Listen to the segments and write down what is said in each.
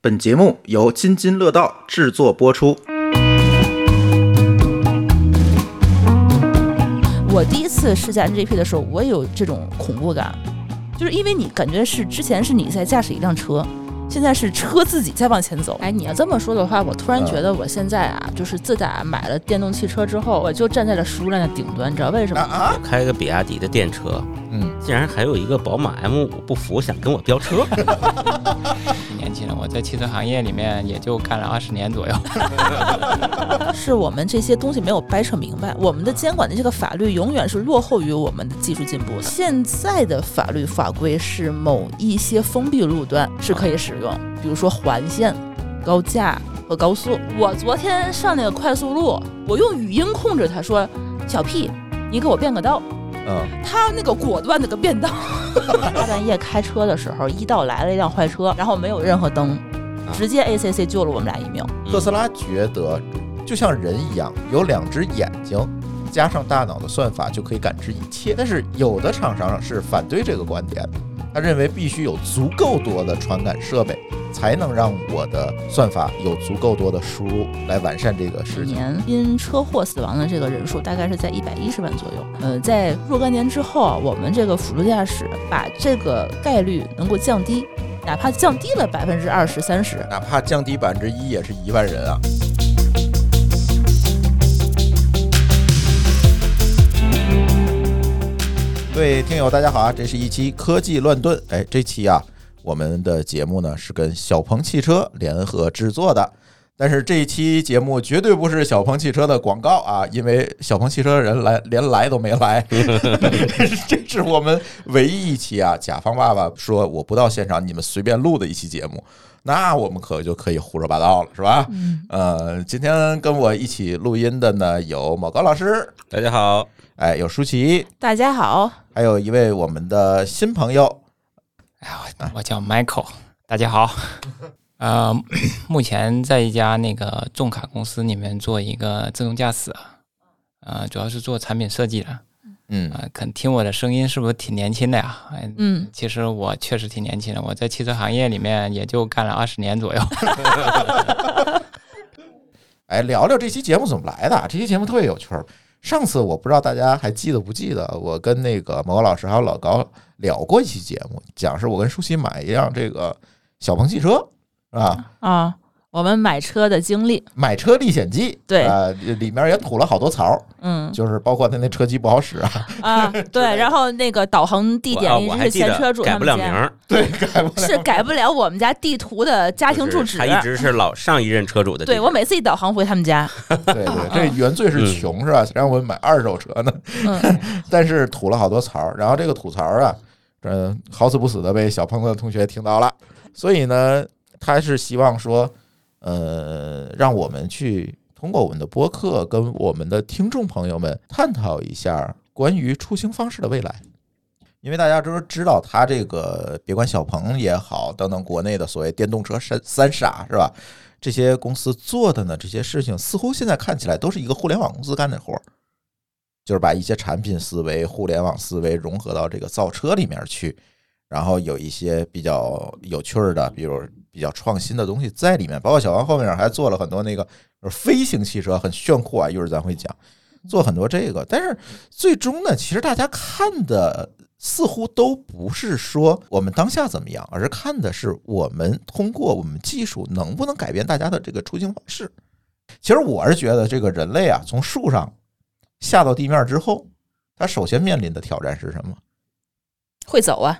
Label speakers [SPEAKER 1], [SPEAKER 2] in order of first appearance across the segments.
[SPEAKER 1] 本节目由津津乐道制作播出。
[SPEAKER 2] 我第一次试驾 NGP 的时候，我也有这种恐怖感，就是因为你感觉是之前是你在驾驶一辆车，现在是车自己在往前走。嗯
[SPEAKER 3] 哎，你要这么说的话，我突然觉得我现在啊，就是自打买了电动汽车之后，我就站在了食物链的顶端，你知道为什么吗？
[SPEAKER 4] 我开个比亚迪的电车，
[SPEAKER 5] 嗯，
[SPEAKER 4] 竟然还有一个宝马 M 五不服，想跟我飙车。
[SPEAKER 6] 年轻人，我在汽车行业里面也就干了二十年左右。
[SPEAKER 2] 是我们这些东西没有掰扯明白，我们的监管的这个法律永远是落后于我们的技术进步的。现在的法律法规是某一些封闭路段是可以使用，比如说环线、高架和高速。我昨天上那个快速路，我用语音控制它说：“小屁，你给我变个道。”
[SPEAKER 5] 嗯，
[SPEAKER 2] 他那个果断的个变道。大半夜开车的时候，一道来了一辆坏车，然后没有任何灯，直接 ACC 救了我们俩一命。
[SPEAKER 5] 特斯拉觉得就像人一样，有两只眼睛，加上大脑的算法就可以感知一切。但是有的厂商是反对这个观点的，他认为必须有足够多的传感设备，才能让我的算法有足够多的输入来完善这个
[SPEAKER 2] 每
[SPEAKER 4] 嗯
[SPEAKER 5] 事情。
[SPEAKER 2] 年因车祸死亡的这个人数大概是在一百一十万左右。呃，在若干年之后啊，我们这个辅助驾驶把这个概率能够降低，哪怕降低了百分之二十、三十，
[SPEAKER 5] 哪怕降低百分之一，也是一万人啊！各位听友，大家好啊！这是一期科技乱炖。哎，这期啊，我们的节目呢是跟小鹏汽车联合制作的，但是这一期节目绝对不是小鹏汽车的广告啊，因为小鹏汽车的人来连来都没来，这是我们唯一一期啊，甲方爸爸说我不到现场，你们随便录的一期节目。那我们可就可以胡说八道了，是吧？嗯，呃，今天跟我一起录音的呢，有某高老师，
[SPEAKER 4] 嗯大家好，
[SPEAKER 5] 哎，有舒淇，
[SPEAKER 2] 大家好，
[SPEAKER 5] 还有一位我们的新朋友，
[SPEAKER 6] 哎呀， 我我叫 Michael，大家好。呃， 目前在一家那个重卡公司里面做一个自动驾驶，呃，主要是做产品设计的。
[SPEAKER 5] 嗯，
[SPEAKER 6] 啊、可能听我的声音是不是挺年轻的呀？哎，
[SPEAKER 2] 嗯，
[SPEAKER 6] 其实我确实挺年轻的，我在汽车行业里面也就干了二十年左右。
[SPEAKER 5] 哎，聊聊这期节目怎么来的啊？这期节目特别有趣儿。上次我不知道大家还记得不记得，我跟那个某高老师还有老高聊过一期节目，讲是我跟舒淇买一辆这个小鹏汽车，是吧？
[SPEAKER 2] 啊，我们买车的经历，
[SPEAKER 5] 买车历险记，
[SPEAKER 2] 对
[SPEAKER 5] 啊，里面也吐了好多槽儿，
[SPEAKER 2] 嗯
[SPEAKER 5] 就是包括他那车机不好使啊，
[SPEAKER 2] 啊，对，然后那个导航地
[SPEAKER 4] 我
[SPEAKER 2] 点
[SPEAKER 4] 啊
[SPEAKER 2] 一
[SPEAKER 4] 我
[SPEAKER 2] 直
[SPEAKER 4] 还
[SPEAKER 2] 是
[SPEAKER 4] 记
[SPEAKER 2] 前车
[SPEAKER 4] 得
[SPEAKER 2] 主
[SPEAKER 4] 改
[SPEAKER 2] 他
[SPEAKER 4] 不
[SPEAKER 2] 们
[SPEAKER 4] 了
[SPEAKER 2] 家，
[SPEAKER 4] 名儿，
[SPEAKER 5] 对，改不了。
[SPEAKER 2] 是改不了我们家地图的家庭住
[SPEAKER 4] 就
[SPEAKER 2] 址
[SPEAKER 4] 是。他一直是老上一任车主的地址。
[SPEAKER 2] 对我每次一导航回他们家，
[SPEAKER 5] 对对，这原罪是穷是吧？谁让我们买二手车呢？
[SPEAKER 2] 嗯，
[SPEAKER 5] 但是吐了好多槽儿，然后这个吐槽儿啊，这好死不死的被小鹏的同学听到了，所以呢，他是希望说，呃，让我们去通过我们的播客跟我们的听众朋友们探讨一下关于出行方式的未来。因为大家都知道，他这个别管小鹏也好，等等国内的所谓电动车三三傻是吧？这些公司做的呢，这些事情似乎现在看起来都是一个互联网公司干的活儿，就是把一些产品思维、互联网思维融合到这个造车里面去，然后有一些比较有趣儿的，比如比较创新的东西在里面。包括小王后面还做了很多那个就是飞行汽车，很炫酷啊，一会儿咱会讲，做很多这个。但是最终呢，其实大家看的似乎都不是说我们当下怎么样，而是看的是我们通过我们技术能不能改变大家的这个出行方式。其实我是觉得，这个人类啊，从树上下到地面之后，他首先面临的挑战是什么？
[SPEAKER 2] 会走啊，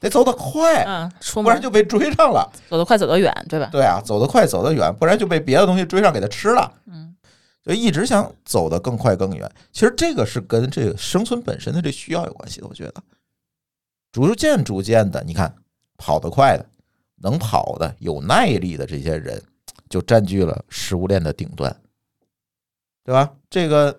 [SPEAKER 5] 得走得
[SPEAKER 4] 哎
[SPEAKER 5] 快，
[SPEAKER 2] 嗯，出
[SPEAKER 5] 不然
[SPEAKER 2] 门
[SPEAKER 5] 就被追上了。
[SPEAKER 2] 走得快，走得远，对吧？
[SPEAKER 5] 对啊，走得快，走得远，不然就被别的东西追上，给它吃了。
[SPEAKER 2] 嗯，
[SPEAKER 5] 所以一直想走得更快更远。其实这个是跟这个生存本身的这需要有关系的，我觉得。逐渐逐渐的，你看跑得快的、能跑的、有耐力的这些人，就占据了食物链的顶端，对吧？这个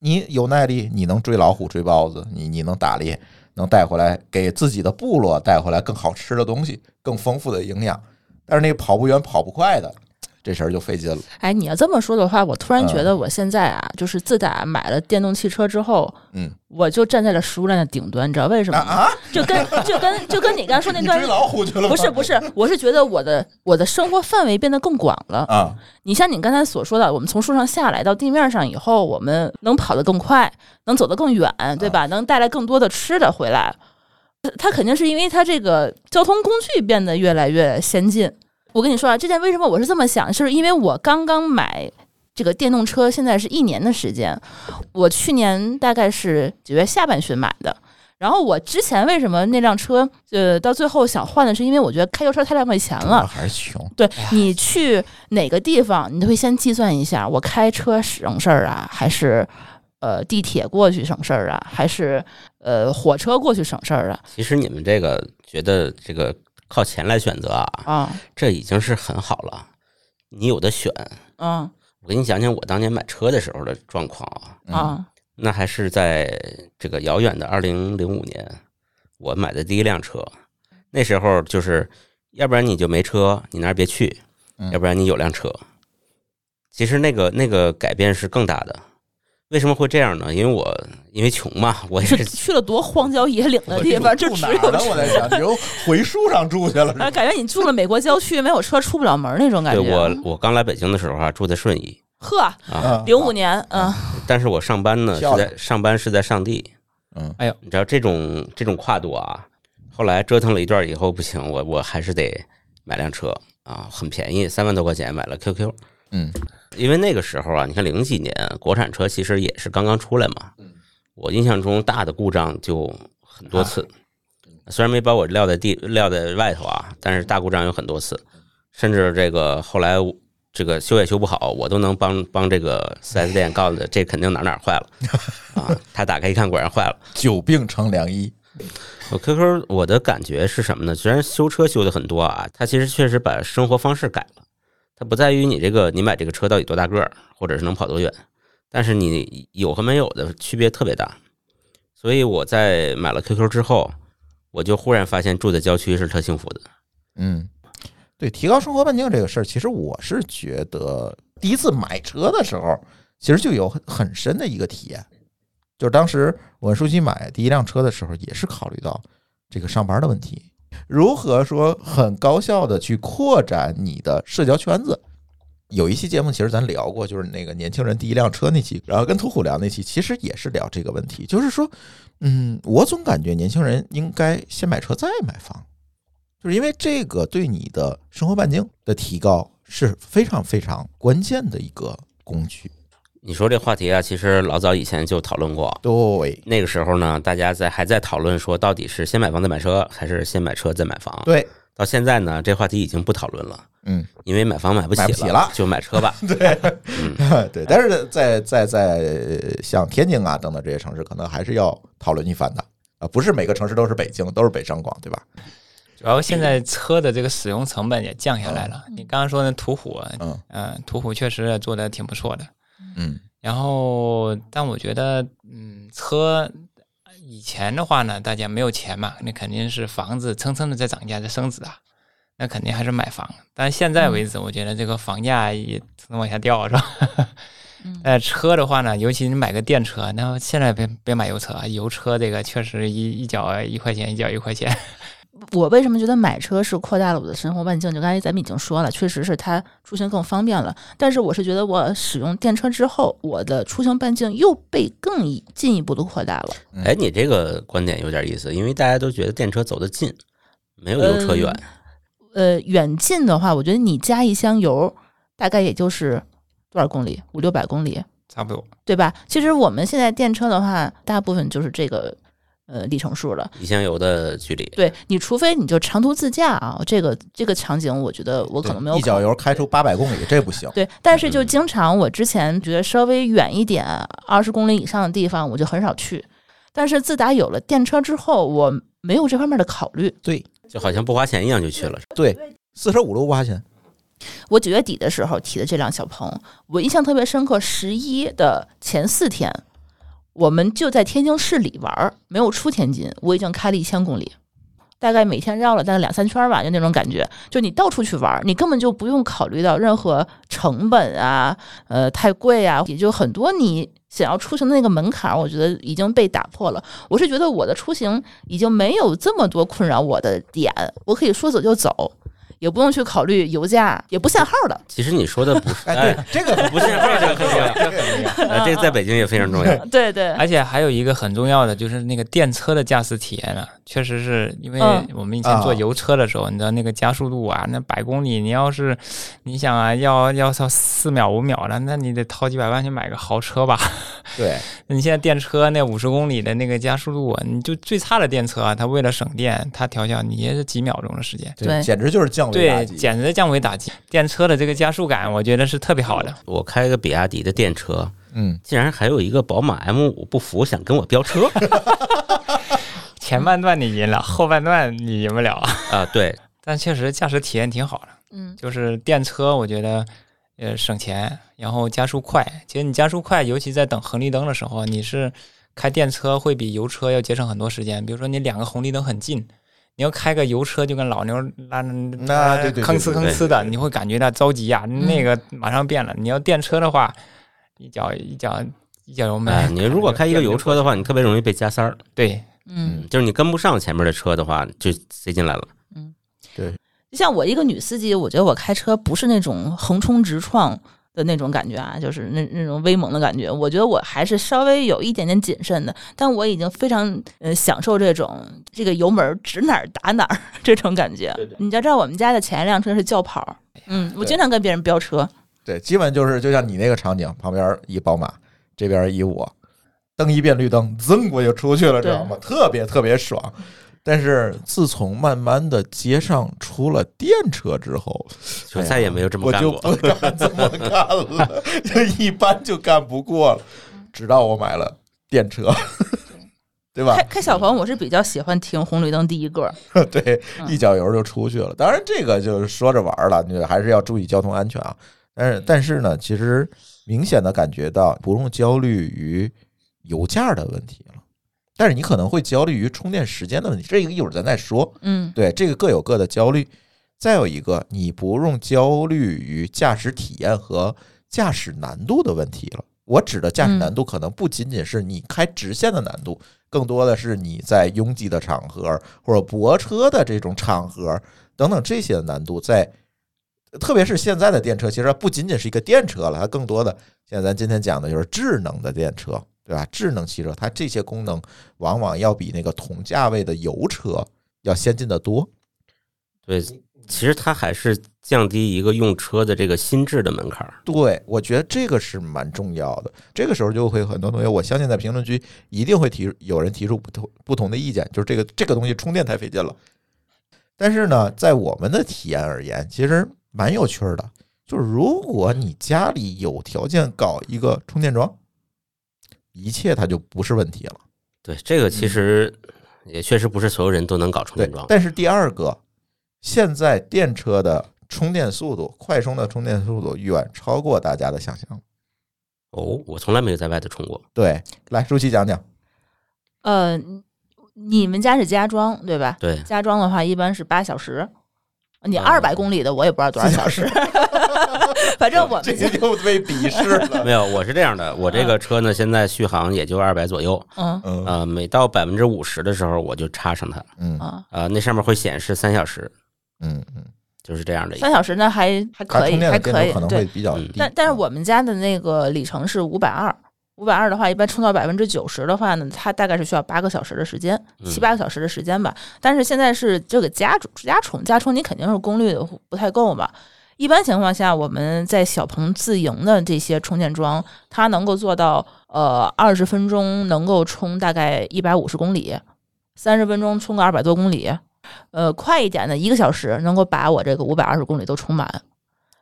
[SPEAKER 5] 你有耐力，你能追老虎、追豹子，你你能打猎，能带回来给自己的部落带回来更好吃的东西、更丰富的营养。但是那跑不远、跑不快的，这事儿就费劲了。
[SPEAKER 2] 哎，你要这么说的话，我突然觉
[SPEAKER 5] 嗯
[SPEAKER 2] 得我现在啊，就是自打买了电动汽车之后，
[SPEAKER 5] 嗯，啊
[SPEAKER 2] 我就站在了食物链的顶端，你知道为什么吗？就跟就跟就啊跟你刚说那段，
[SPEAKER 5] 老虎去了吗
[SPEAKER 2] 不是不是，我是觉得我的我的生活范围变得更广了。
[SPEAKER 5] 啊，
[SPEAKER 2] 你像你刚才所说的，我们从树上下来到地面上以后，我们能跑得更快，能走得更远，对吧？能带来更多的吃的回来。它肯定是因为它这个交通工具变得越来越先进。我跟你说啊，这件为什么我是这么想，就是因为我刚刚买这个电动车，现在是一年的时间。我去年大概是九月下半旬买的。然后我之前为什么那辆车，呃，到最后想换的是因为我觉得开油车太浪费钱了，
[SPEAKER 5] 还是穷，
[SPEAKER 2] 对你去哪个地方，你都会先计算一下，我开车省事儿啊，还是呃地铁过去省事儿啊，还是呃火车过去省事儿啊？
[SPEAKER 4] 其实你们这个觉得这个靠钱来选择啊，
[SPEAKER 2] 啊
[SPEAKER 4] 这已经是很好了。你有的选。
[SPEAKER 2] 啊
[SPEAKER 4] 我给你讲讲我当年买车的时候的状况啊，
[SPEAKER 2] 啊！
[SPEAKER 4] 那还是在这个遥远的二零零五年，我买的第一辆车。那时候就是，要不然你就没车，你那儿别去；
[SPEAKER 5] 嗯
[SPEAKER 4] 要不然你有辆车。其实那个那个改变是更大的。为什么会这样呢？因为我因为穷嘛，我也
[SPEAKER 2] 是
[SPEAKER 4] 是
[SPEAKER 2] 去了多荒郊野岭的呃地方，就只有
[SPEAKER 5] 呢？我在想，你又回树上住 去了是
[SPEAKER 2] 啊，
[SPEAKER 5] 吧？
[SPEAKER 2] 感觉你住了美国郊区，没有车出不了门那 种感
[SPEAKER 4] 对
[SPEAKER 2] 觉。啊
[SPEAKER 4] 我我刚来北京的时候啊，住在顺义
[SPEAKER 2] 呵，
[SPEAKER 4] 啊，
[SPEAKER 2] 零五年，嗯，
[SPEAKER 4] 但是我上班呢是
[SPEAKER 5] 漂亮
[SPEAKER 4] 在上班是在上地，
[SPEAKER 5] 嗯，
[SPEAKER 6] 哎呦
[SPEAKER 4] 你知道这种这种跨度啊，后来折腾了一段以后不行，我我还是得买辆车啊，很便宜，三万多块钱买了 QQ，
[SPEAKER 5] 嗯，
[SPEAKER 4] 因为那个时候啊，你看零几年国产车其实也是刚刚出来嘛，我印象中大的故障就很多次，虽然没把我撂在地撂在外头啊，但是大故障有很多次，甚至这个后来我这个修也修不好，我都能帮帮这个 4S 店告诉他这肯定哪儿哪儿坏了啊，他打开一看果然坏了。
[SPEAKER 5] 久病成良医，
[SPEAKER 4] 我 QQ 我的感觉是什么呢？虽然修车修的很多啊，它其实确实把生活方式改了。它不在于你这个你买这个车到底多大个儿，或者是能跑多远，但是你有和没有的区别特别大。所以我在买了 QQ 之后，我就忽然发现住在郊区是特幸福的。
[SPEAKER 5] 嗯，对，提高生活半径这个事儿，其实我是觉得第一次买车的时候，其实就有很很深的一个体验，就是当时我跟舒淇买第一辆车的时候，也是考虑到这个上班的问题，如何说很高效的去扩展你的社交圈子。有一期节目，其实咱聊过，就是那个年轻人第一辆车那期，然后跟屠虎聊那期，其实也是聊这个问题，就是说，嗯，我总感觉年轻人应该先买车再买房，就是因为这个对你的生活半径的提高是非常非常关键的一个工具。
[SPEAKER 4] 你说这话题啊，其实老早以前就讨论过。
[SPEAKER 5] 对
[SPEAKER 4] 那个时候呢，大家在还在讨论说，到底是先买房再买车，还是先买车再买房？
[SPEAKER 5] 对，
[SPEAKER 4] 到现在呢，这话题已经不讨论了，
[SPEAKER 5] 嗯，
[SPEAKER 4] 因为买房买不起
[SPEAKER 5] 买不起了
[SPEAKER 4] 就买车吧。
[SPEAKER 5] 对，但是在在在呃像天津啊等等这些城市，可能还是要讨论一番的啊，不是每个城市都是北京，都是北上广，对吧？
[SPEAKER 6] 主要现在车的这个使用成本也降下来了。你刚刚说那途虎，
[SPEAKER 5] 嗯
[SPEAKER 6] 嗯，途虎确实做的挺不错的。
[SPEAKER 5] 嗯
[SPEAKER 6] 然后，但我觉得，嗯，车以前的话呢，大家没有钱嘛，那肯定是房子蹭蹭的在涨价，在升值啊，那肯定还是买房。但现在为止，我觉得这个房价也蹭蹭往下掉，是吧？ 但车的话呢，尤其你买个电车，那现在别别买油车，啊油车这个确实一一角一块钱，一角一块钱。
[SPEAKER 2] 我为什么觉得买车是扩大了我的生活半径？就刚才咱们已经说了，确实是它出行更方便了。但是我是觉得我使用电车之后，我的出行半径又被更一进一步的扩大了。
[SPEAKER 4] 哎，你这个观点有点意思，因为大家都觉得电车走得近，没有油车远。
[SPEAKER 2] 呃，远近的话，我觉得你加一箱油，大概也就是多少公里，五六百公里，
[SPEAKER 6] 差不多，
[SPEAKER 2] 对吧？其实我们现在电车的话，大部分就是这个呃里程数了。
[SPEAKER 4] 一箱油的距离，
[SPEAKER 2] 对你，除非你就长途自驾啊，这个这个场景，我觉得我可能没有
[SPEAKER 5] 一
[SPEAKER 2] 考
[SPEAKER 5] 脚油开出八百公里，这不行。
[SPEAKER 2] 对，但是就经常我之前觉得稍微远一点，二十公里以上的地方，我就很少去。但是自打有了电车之后，我没有这方面的考虑。
[SPEAKER 5] 对
[SPEAKER 4] 就好像不花钱一样就去了。
[SPEAKER 5] 对，四舍五入不花钱。
[SPEAKER 2] 我九月底的时候提的这辆小鹏，我印象特别深刻。十一的前四天，我们就在天津市里玩儿，没有出天津，我已经开了一千公里。
[SPEAKER 3] 大概每天绕了大概两三圈儿吧，就那种感觉。就你到处去玩儿，你根本就不用考虑到任何成本啊，呃，太贵啊，也就很多你想要出行的那个门槛儿，我觉得已经被打破了。我是觉得我的出行已经没有这么多困扰我的点，我可以说走就走，也不用去考虑油价，也不限号的。
[SPEAKER 4] 其实你说的不是，
[SPEAKER 5] 哎，
[SPEAKER 4] 哎
[SPEAKER 5] 对，这个
[SPEAKER 4] 不是这个很重要，
[SPEAKER 5] 这个很重要
[SPEAKER 4] 呃这个在北京也非常重要。
[SPEAKER 3] 对对，
[SPEAKER 2] 哎
[SPEAKER 6] 而且还有一个很重要的就是那个电车的驾驶体验了、确实是因为
[SPEAKER 3] 嗯
[SPEAKER 6] 我们以前坐
[SPEAKER 5] 啊
[SPEAKER 6] 油车的时候，你知道那个加速度啊，那百公里你要是你想啊，要要到四秒五秒了，那你得掏几百万去买个豪车吧。
[SPEAKER 5] 对，
[SPEAKER 6] 你现在电车那五十公里的那个加速度啊，你就最差的电车啊，它为了省电，它调校你也是几秒钟的时间。
[SPEAKER 5] 这
[SPEAKER 2] 对
[SPEAKER 5] 简直就是降维打
[SPEAKER 6] 对，
[SPEAKER 5] 击。
[SPEAKER 6] 简直降维打击。电车的这个加速感，我觉得是特别好的。
[SPEAKER 4] 我开个比亚迪的电车，
[SPEAKER 5] 嗯，
[SPEAKER 4] 竟然还有一个宝马 M 五不服，想跟我飙 车
[SPEAKER 6] 前半段你赢了，后半段你赢不了。
[SPEAKER 4] 啊！对，
[SPEAKER 6] 但确实驾驶体验挺好的，
[SPEAKER 3] 嗯，
[SPEAKER 6] 就是电车，我觉得呃省钱，然后加速快。其实你加速快，尤其在等红绿灯的时候，你是开电车会比油车要节省很多时间。比如说你两个红绿灯很近，你要开个油车就跟老牛拉
[SPEAKER 5] 那对对对
[SPEAKER 6] 吭哧吭哧的，你会感觉到着急呀、那个马上变了。你要电车的话，一脚一脚一脚油门、
[SPEAKER 4] 哎，你如果开一个油车的话，你特别容易被加塞儿，
[SPEAKER 6] 对，
[SPEAKER 2] 嗯，
[SPEAKER 4] 就是你跟不上前面的车的话，就塞进来了。
[SPEAKER 2] 就像我一个女司机，我觉得我开车不是那种横冲直撞的那种感觉啊，就是那那种威猛的感觉。我觉得我还是稍微有一点点谨慎的，但我已经非常呃享受这种这个油门指哪儿打哪儿 这种感觉。你就知道我们家的前一辆车是轿跑，嗯，我
[SPEAKER 5] 对
[SPEAKER 2] 经常跟别人飙车，
[SPEAKER 5] 对，基本就是就像你那个场景，旁边一宝马，这边一我，蹬一遍绿灯，噌我就出去了，知
[SPEAKER 2] 对
[SPEAKER 5] 道吗？特别特别爽。但是自从慢慢的街上出了电车之后，
[SPEAKER 4] 就再也没有这么
[SPEAKER 5] 我
[SPEAKER 4] 干
[SPEAKER 5] 就
[SPEAKER 4] 过。
[SPEAKER 5] 不敢这么干了，就一般就干不过了。直到我买了电车， 对吧
[SPEAKER 2] 开？开小黄，我是比较喜欢停红绿灯第一个，
[SPEAKER 5] 对，一脚油就出去了。当然，这个就是说着玩儿了，你还是要注意交通安全啊。但是，但是呢，其实明显的感觉到不用焦虑于油价的问题了，但是你可能会焦虑于充电时间的问题。这个一会儿咱再说。
[SPEAKER 2] 嗯
[SPEAKER 5] 对，这个各有各的焦虑。再有一个，你不用焦虑于驾驶体验和驾驶难度的问题了。我指的驾驶难度，可能不仅仅是你开直线的难度，更多的是你在拥挤的场合或者泊车的这种场合等等这些的难度在。特别是现在的电车，其实它不仅仅是一个电车了，它更多的现在咱今天讲的就是智能的电车，对吧？智能汽车它这些功能往往要比那个同价位的油车要先进的多。
[SPEAKER 4] 对，其实它还是降低一个用车的这个心智的门槛儿。
[SPEAKER 5] 对，我觉得这个是蛮重要的。这个时候就会很多同学，我相信在评论区一定会提有人提出不同不同的意见，就是这个这个东西充电太费劲了。但是呢，在我们的体验而言，其实蛮有趣儿的。就是如果你家里有条件搞一个充电桩，一切它就不是问题了。
[SPEAKER 4] 对，这个其实也确实不是所有人都能搞充
[SPEAKER 5] 对
[SPEAKER 4] 电，桩。
[SPEAKER 5] 但是第二个，现在电车的充电速度，快充的充电速度远超过大家的想象。
[SPEAKER 4] 哦，我从来没有在外头充过。
[SPEAKER 5] 对，来，舒淇讲讲。
[SPEAKER 2] 呃，你们家是家装对吧？
[SPEAKER 4] 对，
[SPEAKER 2] 家装的话一般是八小时，你二百公里的我也不知道多少小时， 反正我们
[SPEAKER 5] 这
[SPEAKER 2] 家
[SPEAKER 5] 个又被鄙视了。
[SPEAKER 4] 没有，我是这样的，我这个车呢，现在续航也就二百左右。
[SPEAKER 2] 嗯
[SPEAKER 5] 嗯
[SPEAKER 4] 呃，每到百分之五十的时候，我就插上它。
[SPEAKER 5] 嗯
[SPEAKER 2] 啊，
[SPEAKER 4] 呃，那上面会显示三小时，
[SPEAKER 5] 嗯嗯，
[SPEAKER 4] 就是这样的一个。
[SPEAKER 2] 三小时呢还还可
[SPEAKER 5] 它充
[SPEAKER 2] 以，
[SPEAKER 5] 电
[SPEAKER 2] 还
[SPEAKER 5] 的电
[SPEAKER 2] 可
[SPEAKER 5] 流
[SPEAKER 2] 以
[SPEAKER 5] 可能，会
[SPEAKER 2] 对。
[SPEAKER 5] 比较
[SPEAKER 4] 嗯
[SPEAKER 5] 低。
[SPEAKER 2] 但但是我们家的那个里程是五百二，五百二的话，一般充到百分之九十的话呢，它大概是需要八个小时的时间，七
[SPEAKER 4] 嗯
[SPEAKER 2] 八个小时的时间吧。但是现在是这个家充家充家充，你肯定是功率不太够嘛。一般情况下，我们在小鹏自营的这些充电桩，它能够做到呃二十分钟能够充大概一百五十公里，三十分钟充个二百多公里，呃快一点的一个小时能够把我这个五百二十公里都充满。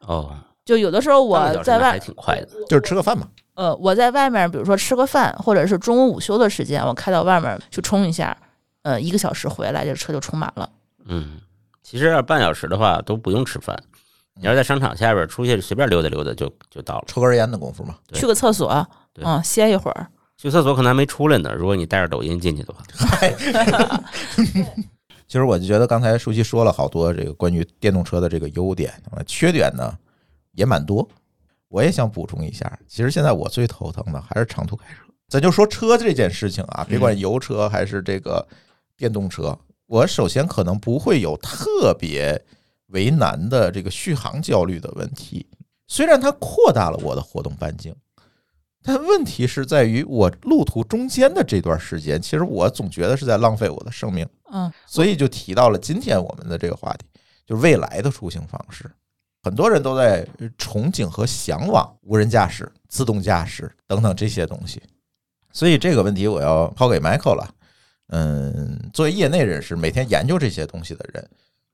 [SPEAKER 4] 哦，
[SPEAKER 2] 就有的时候
[SPEAKER 4] 半个
[SPEAKER 2] 我
[SPEAKER 4] 小时
[SPEAKER 2] 在
[SPEAKER 4] 那还
[SPEAKER 2] 外，
[SPEAKER 4] 挺快的。
[SPEAKER 5] 就是吃个饭嘛，
[SPEAKER 2] 呃，我在外面，比如说吃个饭，或者是中午午休的时间，我开到外面去充一下，呃，一个小时回来，这车就充满了。
[SPEAKER 4] 嗯，其实要是半小时的话都不用吃饭，你要是在商场下边出去随便溜达溜达就就到了。
[SPEAKER 5] 抽根烟的功夫嘛。
[SPEAKER 4] 对
[SPEAKER 2] 去个厕所，
[SPEAKER 4] 对
[SPEAKER 2] 嗯，歇一会儿。
[SPEAKER 4] 去厕所可能还没出来呢，如果你带着抖音进去的话。
[SPEAKER 5] 嗨，其实我就觉得刚才舒淇说了好多这个关于电动车的这个优点，啊缺点呢也蛮多。我也想补充一下，其实现在我最头疼的还是长途开车。咱就说车这件事情啊，别管油车还是这个电动车，我首先可能不会有特别为难的这个续航焦虑的问题。虽然它扩大了我的活动半径，但问题是在于我路途中间的这段时间，其实我总觉得是在浪费我的生命。
[SPEAKER 2] 嗯，
[SPEAKER 5] 所以就提到了今天我们的这个话题，就是未来的出行方式。很多人都在呃憧憬和向往无人驾驶、自动驾驶等等这些东西，所以这个问题我要抛给 Michael 了。嗯，作为业内人士，每天研究这些东西的人，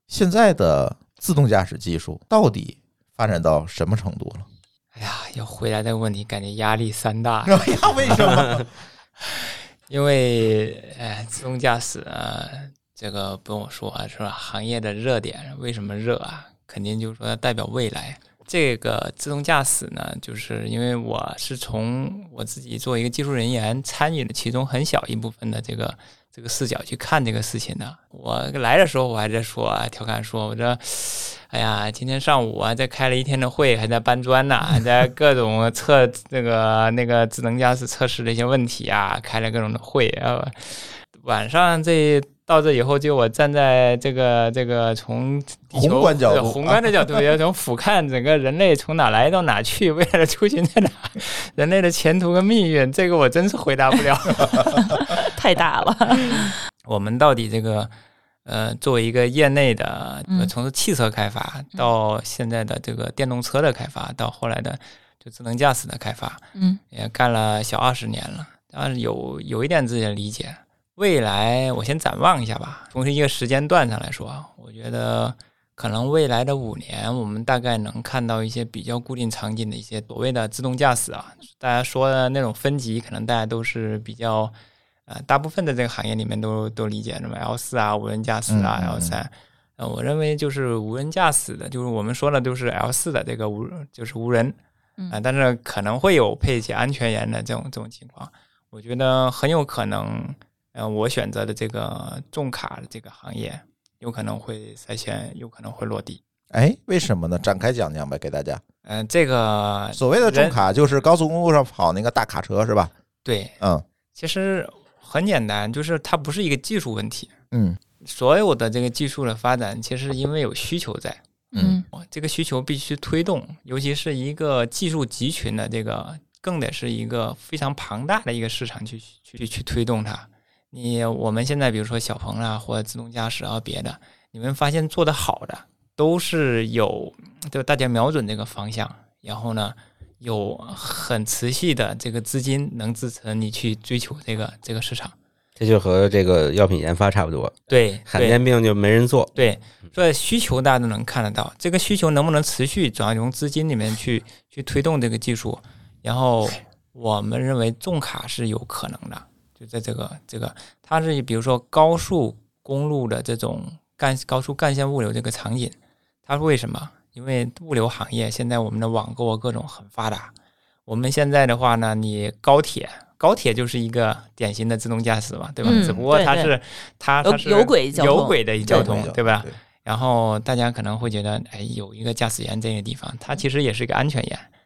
[SPEAKER 5] 现在的自动驾驶技术到底发展到什么程度了？
[SPEAKER 6] 哎呀，又回答这个问题，感觉压力山 大。
[SPEAKER 5] 哎呀，为什么？
[SPEAKER 6] 因为哎，自动驾驶啊，这个不用我说啊，是吧？行业的热点，为什么热啊？肯定就是说它代表未来。这个自动驾驶呢，就是因为我是从我自己作为一个技术人员，参与了其中很小一部分的这个这个视角去看这个事情的。我来的时候，我还在说啊，调侃说，我这，哎呀，今天上午啊，在开了一天的会，还在搬砖呐、还在各种测那个那个智能驾驶测试的一些问题啊，开了各种的会啊。晚上这到这以后，就我站在这个这个从地球
[SPEAKER 5] 宏观角度
[SPEAKER 6] 对宏观的角度， 也从俯瞰整个人类从哪来到哪去，未来的出行在哪，人类的前途跟命运，这个我真是回答不了。
[SPEAKER 3] 太大了，
[SPEAKER 6] 我们到底这个呃，作为一个业内的，
[SPEAKER 2] 嗯
[SPEAKER 6] 呃从汽车开发到现在的这个电动车的开发，到后来的就智能驾驶的开发，
[SPEAKER 2] 嗯，
[SPEAKER 6] 也干了小二十年了。当然有有一点自己的理解，未来我先展望一下吧。从一个时间段上来说，啊我觉得可能未来的五年，我们大概能看到一些比较固定场景的一些所谓的自动驾驶啊。大家说的那种分级，可能大家都是比较。呃，大部分的这个行业里面都都理解什么 L 四啊、无人驾驶啊、
[SPEAKER 5] 嗯嗯
[SPEAKER 6] L 三。呃，我认为就是无人驾驶的，就是我们说的都是 L 四的这个无就是无人
[SPEAKER 2] 嗯
[SPEAKER 6] 啊、但是可能会有配一些安全员的这种这种情况。我觉得很有可能，呃，我选择的这个重卡的这个行业，有可能会筛选，有可能会落地。
[SPEAKER 5] 哎，为什么呢？展开讲讲呗，给大家。
[SPEAKER 6] 嗯、这个
[SPEAKER 5] 所谓的重
[SPEAKER 6] 人
[SPEAKER 5] 卡就是高速公路上跑那个大卡车是吧？
[SPEAKER 6] 对，
[SPEAKER 5] 嗯
[SPEAKER 6] 其实很简单，就是它不是一个技术问题，
[SPEAKER 5] 嗯
[SPEAKER 6] 所有的这个技术的发展，其实因为有需求在。
[SPEAKER 2] 嗯
[SPEAKER 6] 这个需求必须推动，尤其是一个技术集群的这个，更得是一个非常庞大的一个市场去去去推动它。你我们现在比如说小鹏啊，或者自动驾驶啊别的，你们发现做得好的都是有，就大家瞄准这个方向，然后呢有很持续的这个资金能支撑你去追求这个这个市场。
[SPEAKER 4] 这就和这个药品研发差不多，
[SPEAKER 6] 对，
[SPEAKER 4] 罕
[SPEAKER 6] 对
[SPEAKER 4] 见病就没人做，
[SPEAKER 6] 对，所以需求大家都能看得到，这个需求能不能持续，主要从资金里面去去推动这个技术。然后我们认为重卡是有可能的，就在这个这个，它是比如说高速公路的这种干高速干线物流这个场景，它是为什么？因为物流行业现在我们的网购啊各种很发达，我们现在的话呢，你高铁。高铁就是一个典型的自动驾驶嘛，对吧？
[SPEAKER 2] 嗯
[SPEAKER 6] 只不过
[SPEAKER 2] 对
[SPEAKER 6] 它
[SPEAKER 2] 对
[SPEAKER 6] 是它它
[SPEAKER 2] 有
[SPEAKER 6] 是
[SPEAKER 2] 嗯有轨交
[SPEAKER 6] 嗯有
[SPEAKER 2] 通
[SPEAKER 6] 轨的一交通，对吧？？
[SPEAKER 5] 对
[SPEAKER 6] 然后大家可能会觉得，哎，有一个驾驶员这个地方，它其实也是一个安全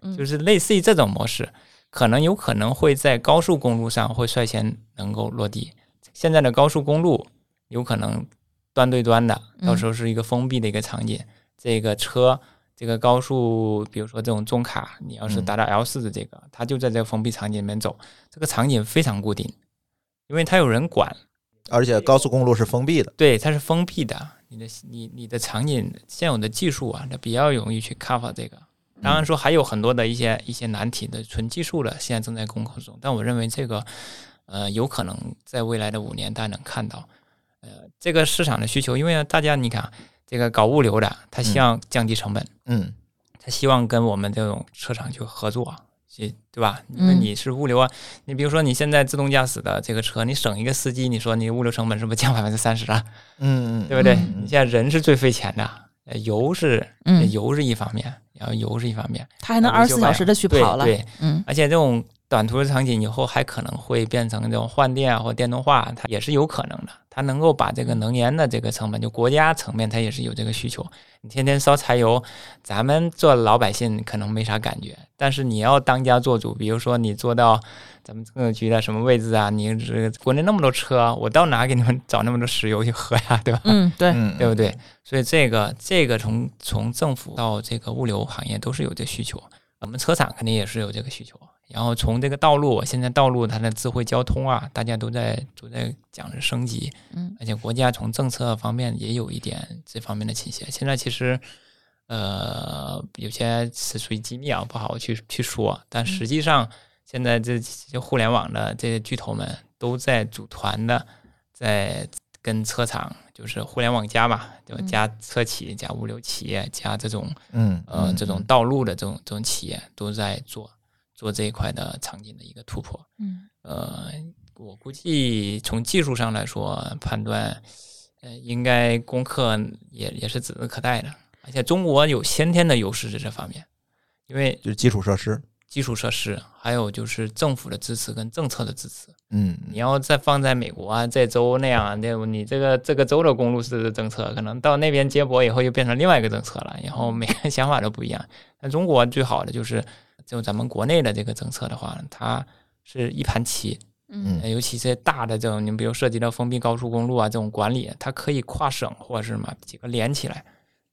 [SPEAKER 2] 嗯
[SPEAKER 6] 员，就是类似于这种模式，可能有可能会在高速公路上会率先能够落地。现在的高速公路有可能端对端的，
[SPEAKER 2] 嗯
[SPEAKER 6] 到时候是一个封闭的一个场景，这个车。这个高速，比如说这种中卡，你要是
[SPEAKER 2] 嗯
[SPEAKER 6] 达到 L 四的这个，它就在这个封闭场景里面走，这个场景非常固定，因为它有人管，
[SPEAKER 5] 而且高速公路是封闭的，
[SPEAKER 6] 对，它是封闭的。你的你你的场景现有的技术啊，它比较容易去 cover 这个。当然说还有很多的一些一些难题的纯技术的，现在正在攻克中。但我认为这个，呃，有可能在未来的五年大家能看到，呃，这个市场的需求，因为呢大家你看这个搞物流的，他希望降低成本，
[SPEAKER 5] 嗯，
[SPEAKER 6] 他希望跟我们这种车厂去合作，去对吧？因为
[SPEAKER 2] 嗯
[SPEAKER 6] 你是物流啊，你比如说你现在自动驾驶的这个车，你省一个司机，你说你物流成本是不是降百分之三十啊？
[SPEAKER 5] 嗯
[SPEAKER 6] 对不对？
[SPEAKER 2] 嗯
[SPEAKER 6] 你现在人是最费钱的，呃油是、呃
[SPEAKER 2] 嗯
[SPEAKER 6] 油是一方面，然后油是一方面，
[SPEAKER 2] 他还能
[SPEAKER 6] 那
[SPEAKER 2] 二十
[SPEAKER 6] 不就
[SPEAKER 2] 四小时的去
[SPEAKER 6] 对
[SPEAKER 2] 跑了，
[SPEAKER 6] 对，
[SPEAKER 2] 嗯
[SPEAKER 6] 而且这种短途的场景以后还可能会变成这种换电啊或电动化，它也是有可能的。它能够把这个能源的这个成本，就国家层面它也是有这个需求。你天天烧柴油，咱们做老百姓可能没啥感觉，但是你要当家做主，比如说你做到咱们政策局的什么位置啊，你这个国内那么多车，我到哪给你们找那么多石油去喝呀， 对吧？
[SPEAKER 2] 嗯，对，
[SPEAKER 5] 嗯，
[SPEAKER 6] 对不对？所以这个这个从从政府到这个物流行业都是有这需求，我们车厂肯定也是有这个需求。然后从这个道路，现在道路它的智慧交通啊，大家都在都在讲是升级，
[SPEAKER 2] 嗯，
[SPEAKER 6] 而且国家从政策方面也有一点这方面的倾斜。现在其实，呃，有些是属于机密啊，不好去去说。
[SPEAKER 5] 嗯
[SPEAKER 6] 但实际上，现在这些互联网的这些巨头们都在组团的，在跟车厂，就是互联网加嘛，就
[SPEAKER 2] 嗯
[SPEAKER 6] 加车企、加物流企业、加这种
[SPEAKER 5] 嗯
[SPEAKER 6] 呃
[SPEAKER 5] 嗯
[SPEAKER 6] 这种道路的这种这种企业，都在做做这一块的场景的一个突破。
[SPEAKER 2] 嗯
[SPEAKER 6] 呃，我估计从技术上来说判断，呃，应该攻克也也是指日可待的。而且中国有先天的优势在这方面，因为
[SPEAKER 5] 就是基础设施，
[SPEAKER 6] 基础设施，还有就是政府的支持跟政策的支持。
[SPEAKER 5] 嗯，
[SPEAKER 6] 你要再放在美国啊，在州那样啊，那你这个这个州的公路是政策，可能到那边接驳以后又变成另外一个政策了，然后每个人想法都不一样。那中国最好的就是，就咱们国内的这个政策的话，它是一盘棋，
[SPEAKER 2] 嗯
[SPEAKER 6] 呃尤其是大的这种，你比如涉及到封闭高速公路啊这种管理，它可以跨省或者是什么几个连起来，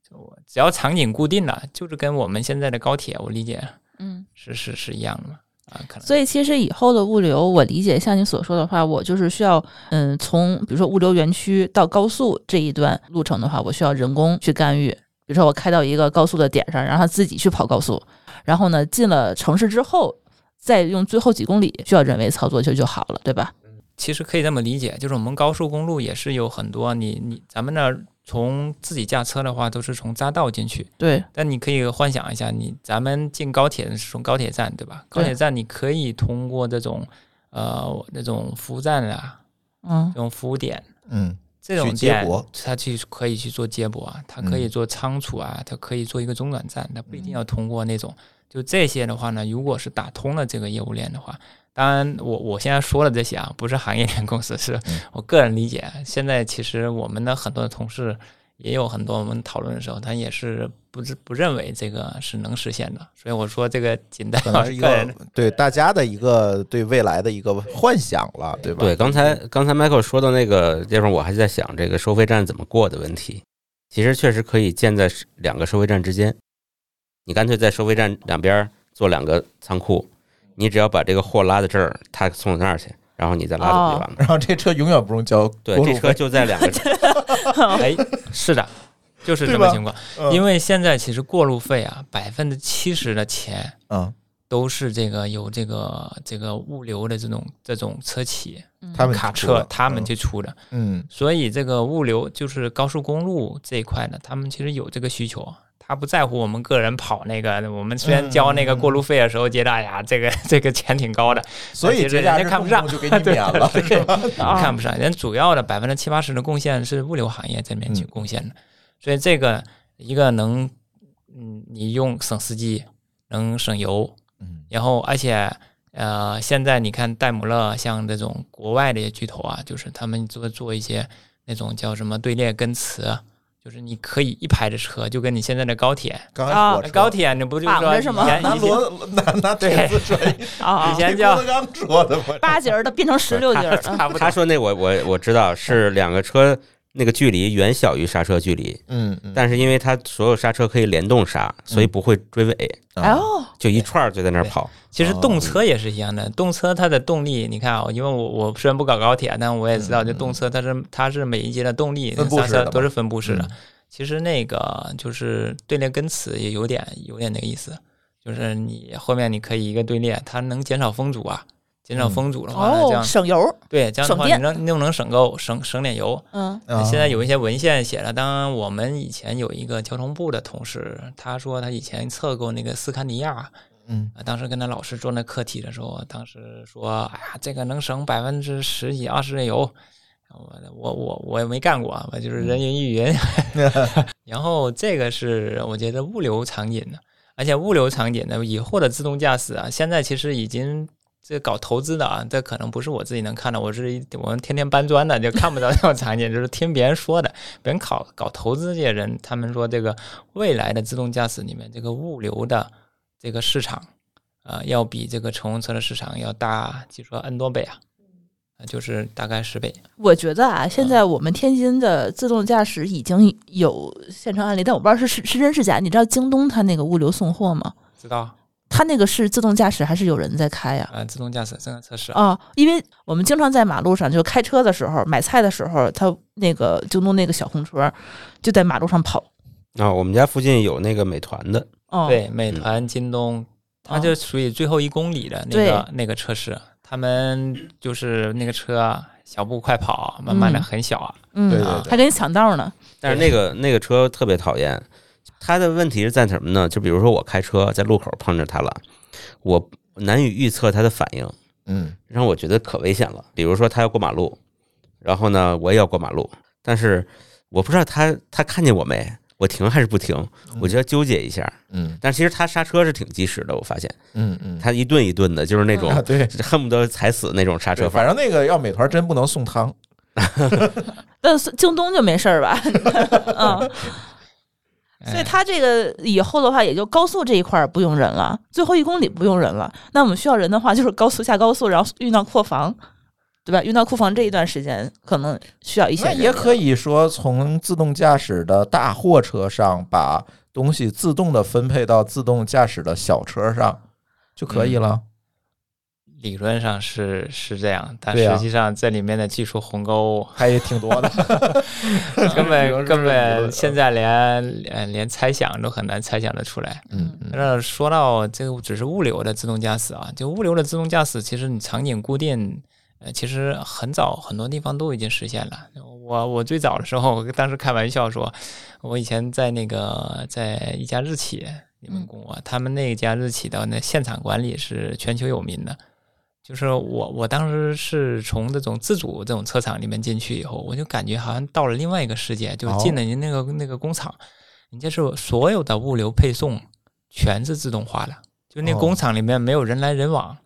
[SPEAKER 6] 就我只要场景固定了，就是跟我们现在的高铁，我理解
[SPEAKER 2] 嗯。
[SPEAKER 6] 是是是一样的嘛，啊，可能
[SPEAKER 2] 所以其实以后的物流，我理解像你所说的话，我就是需要，嗯，从比如说物流园区到高速这一段路程的话，我需要人工去干预。比如说我开到一个高速的点上，让它自己去跑高速，然后呢进了城市之后，再用最后几公里需要人为操作就就好了，对吧？
[SPEAKER 6] 其实可以这么理解，就是我们高速公路也是有很多你你咱们那儿从自己驾车的话，都是从匝道进去，
[SPEAKER 2] 对，
[SPEAKER 6] 但你可以幻想一下，你咱们进高铁是从高铁站对吧？高铁站你可以通过这种呃那种服务站啊，
[SPEAKER 2] 嗯
[SPEAKER 6] 这种服务点。
[SPEAKER 5] 嗯
[SPEAKER 6] 这种
[SPEAKER 5] 去接
[SPEAKER 6] 店
[SPEAKER 5] 驳，嗯
[SPEAKER 6] 它去可以去做接驳啊，它可以做仓储啊，它可以做一个中转站，它不一定要通过那种。就这些的话呢，如果是打通了这个业务链的话，当然我我现在说了这些啊，不是行业链公司，是
[SPEAKER 5] 嗯
[SPEAKER 6] 我个人理解。啊现在其实我们的很多同事也有很多我们讨论的时候，他也是不知不认为这个是能实现的，所以我说这个仅代
[SPEAKER 5] 可
[SPEAKER 6] 表
[SPEAKER 5] 能是一
[SPEAKER 6] 个人的
[SPEAKER 5] 个对大家的一个对未来的一个幻想了，对吧？嗯
[SPEAKER 4] 对，刚才刚才 Michael 说的那个地方，我还在想这个收费站怎么过的问题。其实确实可以建在两个收费站之间，你干脆在收费站两边儿做两个仓库，你只要把这个货拉到这儿，他送到那儿去，然后你再拉走就完了。
[SPEAKER 5] 然后这车永远不用交
[SPEAKER 4] 对，
[SPEAKER 5] 过
[SPEAKER 4] 这
[SPEAKER 5] 哦路
[SPEAKER 4] 车
[SPEAKER 5] 费，
[SPEAKER 4] 就在两 个
[SPEAKER 6] 哎，是的，就是这
[SPEAKER 5] 对
[SPEAKER 6] 么
[SPEAKER 5] 吧
[SPEAKER 6] 情况。
[SPEAKER 5] 嗯
[SPEAKER 6] 因为现在其实过路费啊，百分之七十的钱
[SPEAKER 5] 嗯，
[SPEAKER 6] 都是这个由这个这个物流的这种这种车企
[SPEAKER 5] 他
[SPEAKER 2] 嗯
[SPEAKER 5] 们
[SPEAKER 6] 卡
[SPEAKER 5] 去出
[SPEAKER 6] 车
[SPEAKER 5] 了
[SPEAKER 6] 他们去出的，
[SPEAKER 5] 嗯
[SPEAKER 6] 所以这个物流就是高速公路这一块呢，他们其实有这个需求。他不在乎我们个人跑那个，我们虽然交那个过路费的时候觉得，哎呀，这个这个钱挺高的，
[SPEAKER 5] 嗯，所以节假日
[SPEAKER 6] 人家看不上
[SPEAKER 5] 动不动就给你免了，
[SPEAKER 6] 对
[SPEAKER 5] 是吧？
[SPEAKER 6] 看不上。人主要的百分之七八十的贡献是物流行业这边去
[SPEAKER 5] 嗯
[SPEAKER 6] 贡献的，所以这个一个能，嗯，你用省司机，能省油，
[SPEAKER 5] 嗯
[SPEAKER 6] 然后而且呃，现在你看戴姆勒像这种国外的一些巨头啊，就是他们做做一些那种叫什么队列跟词，就是你可以一排的车，就跟你现在的高铁，
[SPEAKER 5] 刚才
[SPEAKER 6] 那
[SPEAKER 5] 我
[SPEAKER 6] 啊高铁你不就
[SPEAKER 2] 绑
[SPEAKER 6] 说
[SPEAKER 2] 着
[SPEAKER 6] 以
[SPEAKER 2] 是吗
[SPEAKER 6] 前
[SPEAKER 5] 啊拿
[SPEAKER 6] 以前
[SPEAKER 5] 骡拿拿
[SPEAKER 6] 对
[SPEAKER 5] 铁子锤，
[SPEAKER 2] 啊
[SPEAKER 6] 以 前叫
[SPEAKER 5] 郭德纲说的 嘛，
[SPEAKER 2] 八节儿的变成十六节儿了，
[SPEAKER 6] 差不多
[SPEAKER 5] 啊
[SPEAKER 4] 他说那我我我知道是两个车那个距离远小于刹车距离，
[SPEAKER 5] 嗯嗯，
[SPEAKER 4] 但是因为它所有刹车可以联动刹，所以不会追尾，
[SPEAKER 5] 啊嗯
[SPEAKER 2] 哎
[SPEAKER 6] 哦
[SPEAKER 2] 呦，
[SPEAKER 4] 就一串儿就在那儿跑。
[SPEAKER 6] 其实
[SPEAKER 5] 哦
[SPEAKER 6] 动车也是一样的，动车它的动力，你看啊，因为我我虽然不搞高铁，但我也知道，
[SPEAKER 5] 嗯
[SPEAKER 6] 就动车它是它是每一节的动力、
[SPEAKER 5] 分布
[SPEAKER 6] 刹
[SPEAKER 5] 式的
[SPEAKER 6] 车
[SPEAKER 5] 嘛
[SPEAKER 6] 都是分布式的
[SPEAKER 5] 嗯。
[SPEAKER 6] 其实那个就是队列根词也有点有点那个意思，就是你后面你可以一个队列，它能减少风阻啊，减少风阻的
[SPEAKER 5] 嗯
[SPEAKER 6] 话，那这
[SPEAKER 2] 哦，
[SPEAKER 6] 样
[SPEAKER 2] 省油，
[SPEAKER 6] 对这样的话
[SPEAKER 2] 省电
[SPEAKER 6] 你能又能省够省省点油，
[SPEAKER 2] 嗯
[SPEAKER 5] 啊
[SPEAKER 6] 现在有一些文献写了，当然我们以前有一个交通部的同事，他说他以前测过那个斯堪尼亚，
[SPEAKER 5] 嗯
[SPEAKER 6] 啊，当时跟他老师做那课题的时候，当时说，哎呀，这个能省百分之十几二十的油，我我我我也没干过啊，我就是人云亦云。 然后这个是我觉得物流场景的，而且物流场景呢，以后的自动驾驶啊，现在其实已经这搞投资的啊，这可能不是我自己能看的，我是一我们天天搬砖的，就看不到这种场景，就是听别人说的。别人搞搞投资这些人，他们说这个未来的自动驾驶里面，这个物流的这个市场，呃，要比这个乘用车的市场要大，据说 N 多倍啊，
[SPEAKER 2] 嗯
[SPEAKER 6] 呃就是大概十倍。
[SPEAKER 2] 我觉得啊，现在我们天津的自动驾驶已经有现成案例，但我不知道是是是真是假。你知道京东它那个物流送货吗？
[SPEAKER 6] 知道啊、
[SPEAKER 2] 它那个是自动驾驶还是有人在开呀、
[SPEAKER 6] 呃自动驾驶正在测试啊。
[SPEAKER 2] 啊，因为我们经常在马路上，就开车的时候、买菜的时候，它那个京东那个小红车就在马路上跑。
[SPEAKER 4] 啊、我们家附近有那个美团的，
[SPEAKER 2] 哦，
[SPEAKER 6] 对，美
[SPEAKER 5] 嗯
[SPEAKER 6] 团、京东，它就属于最后一公里的那
[SPEAKER 2] 对
[SPEAKER 6] 个、那个测试，他们就是那个车啊小步快跑，慢慢的
[SPEAKER 2] 嗯
[SPEAKER 6] 很小啊，
[SPEAKER 2] 嗯，
[SPEAKER 5] 对对
[SPEAKER 2] 还
[SPEAKER 5] 对，
[SPEAKER 2] 给你抢道呢。
[SPEAKER 4] 但是那个那个车特别讨厌。它的问题是在什么呢？就比如说我开车在路口碰着它了，我难以预测它的反应，
[SPEAKER 5] 嗯，
[SPEAKER 4] 让我觉得可危险了。比如说他要过马路，然后呢我也要过马路，但是我不知道他他看见我没，我停还是不停，我就要纠结一下。
[SPEAKER 5] 嗯
[SPEAKER 4] 但其实他刹车是挺及时的，我发现
[SPEAKER 5] 嗯嗯，
[SPEAKER 4] 他一顿一顿的，就是那种
[SPEAKER 5] 啊对，
[SPEAKER 4] 恨不得踩死那种刹车
[SPEAKER 5] 对，
[SPEAKER 4] 法。
[SPEAKER 5] 反正那个要美团真不能送汤，
[SPEAKER 2] 但是呃京东就没事儿 吧？嗯，所以
[SPEAKER 6] 哎
[SPEAKER 2] 它这个以后的话，也就高速这一块儿不用人了，最后一公里不用人了。那我们需要人的话，就是高速下高速，然后运到库房，对吧？运到库房这一段时间，可能需要一些
[SPEAKER 5] 那
[SPEAKER 2] 人
[SPEAKER 5] 也可以说从自动驾驶的大货车上把东西自动的分配到自动驾驶的小车上就可以了。
[SPEAKER 6] 理论上是是这样，但
[SPEAKER 5] 对啊
[SPEAKER 6] 实际上这里面的技术鸿沟
[SPEAKER 5] 还也挺多的，
[SPEAKER 6] 根
[SPEAKER 5] 理论
[SPEAKER 6] 本
[SPEAKER 5] 是
[SPEAKER 6] 根
[SPEAKER 5] 理论
[SPEAKER 6] 本现在连呃连猜想都很难猜想得出来。
[SPEAKER 5] 嗯 嗯
[SPEAKER 6] 那说到这个，只是物流的自动驾驶啊，就物流的自动驾驶，其实你场景固定，呃，其实很早很多地方都已经实现了。我我最早的时候，我当时开玩笑说，我以前在那个在一家日企里面
[SPEAKER 2] 嗯
[SPEAKER 6] 工作，他们那家日企的那现场管理是全球有名的。就是我，我当时是从这种自主这种车厂里面进去以后，我就感觉好像到了另外一个世界，就是进了您那个、那个工厂，人家是所有的物流配送全是自动化的，就那
[SPEAKER 5] 哦
[SPEAKER 6] 工厂里面没有人来人往，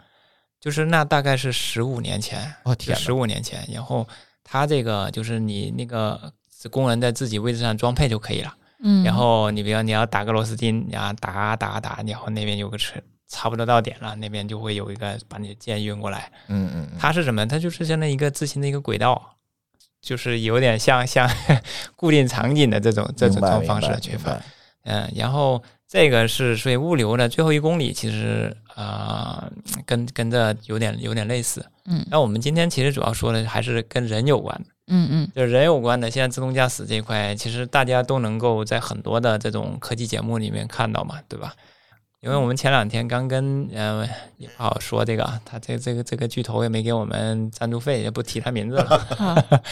[SPEAKER 6] 就是那大概是十五年前，
[SPEAKER 5] 我、哦天
[SPEAKER 6] 十
[SPEAKER 5] 哪，
[SPEAKER 6] 五年前，然后他这个就是你那个工人在自己位置上装配就可以了。
[SPEAKER 2] 嗯
[SPEAKER 6] 然后你比如你要打个螺丝钉，然后打打打，然后那边有个车差不多到点了，那边就会有一个把你的箭运过来。
[SPEAKER 5] 嗯嗯嗯，
[SPEAKER 6] 它是什么？它就是相当于一个自行的一个轨道，就是有点像像 固定场景的这种这种
[SPEAKER 5] 明白
[SPEAKER 6] 这种方式的去
[SPEAKER 5] 明白
[SPEAKER 6] 法。
[SPEAKER 5] 明白
[SPEAKER 6] 嗯，然后这个是所以物流的最后一公里，其实啊、呃跟跟这有点有点类似。
[SPEAKER 2] 嗯
[SPEAKER 6] 那我们今天其实主要说的还是跟人有关的。
[SPEAKER 2] 嗯嗯
[SPEAKER 6] 就是人有关的，现在自动驾驶这一块，其实大家都能够在很多的这种科技节目里面看到嘛，对吧？因为我们前两天刚跟呃也不好说这个啊，他这这个这个巨头也没给我们赞助费，也不提他名字了。
[SPEAKER 2] 啊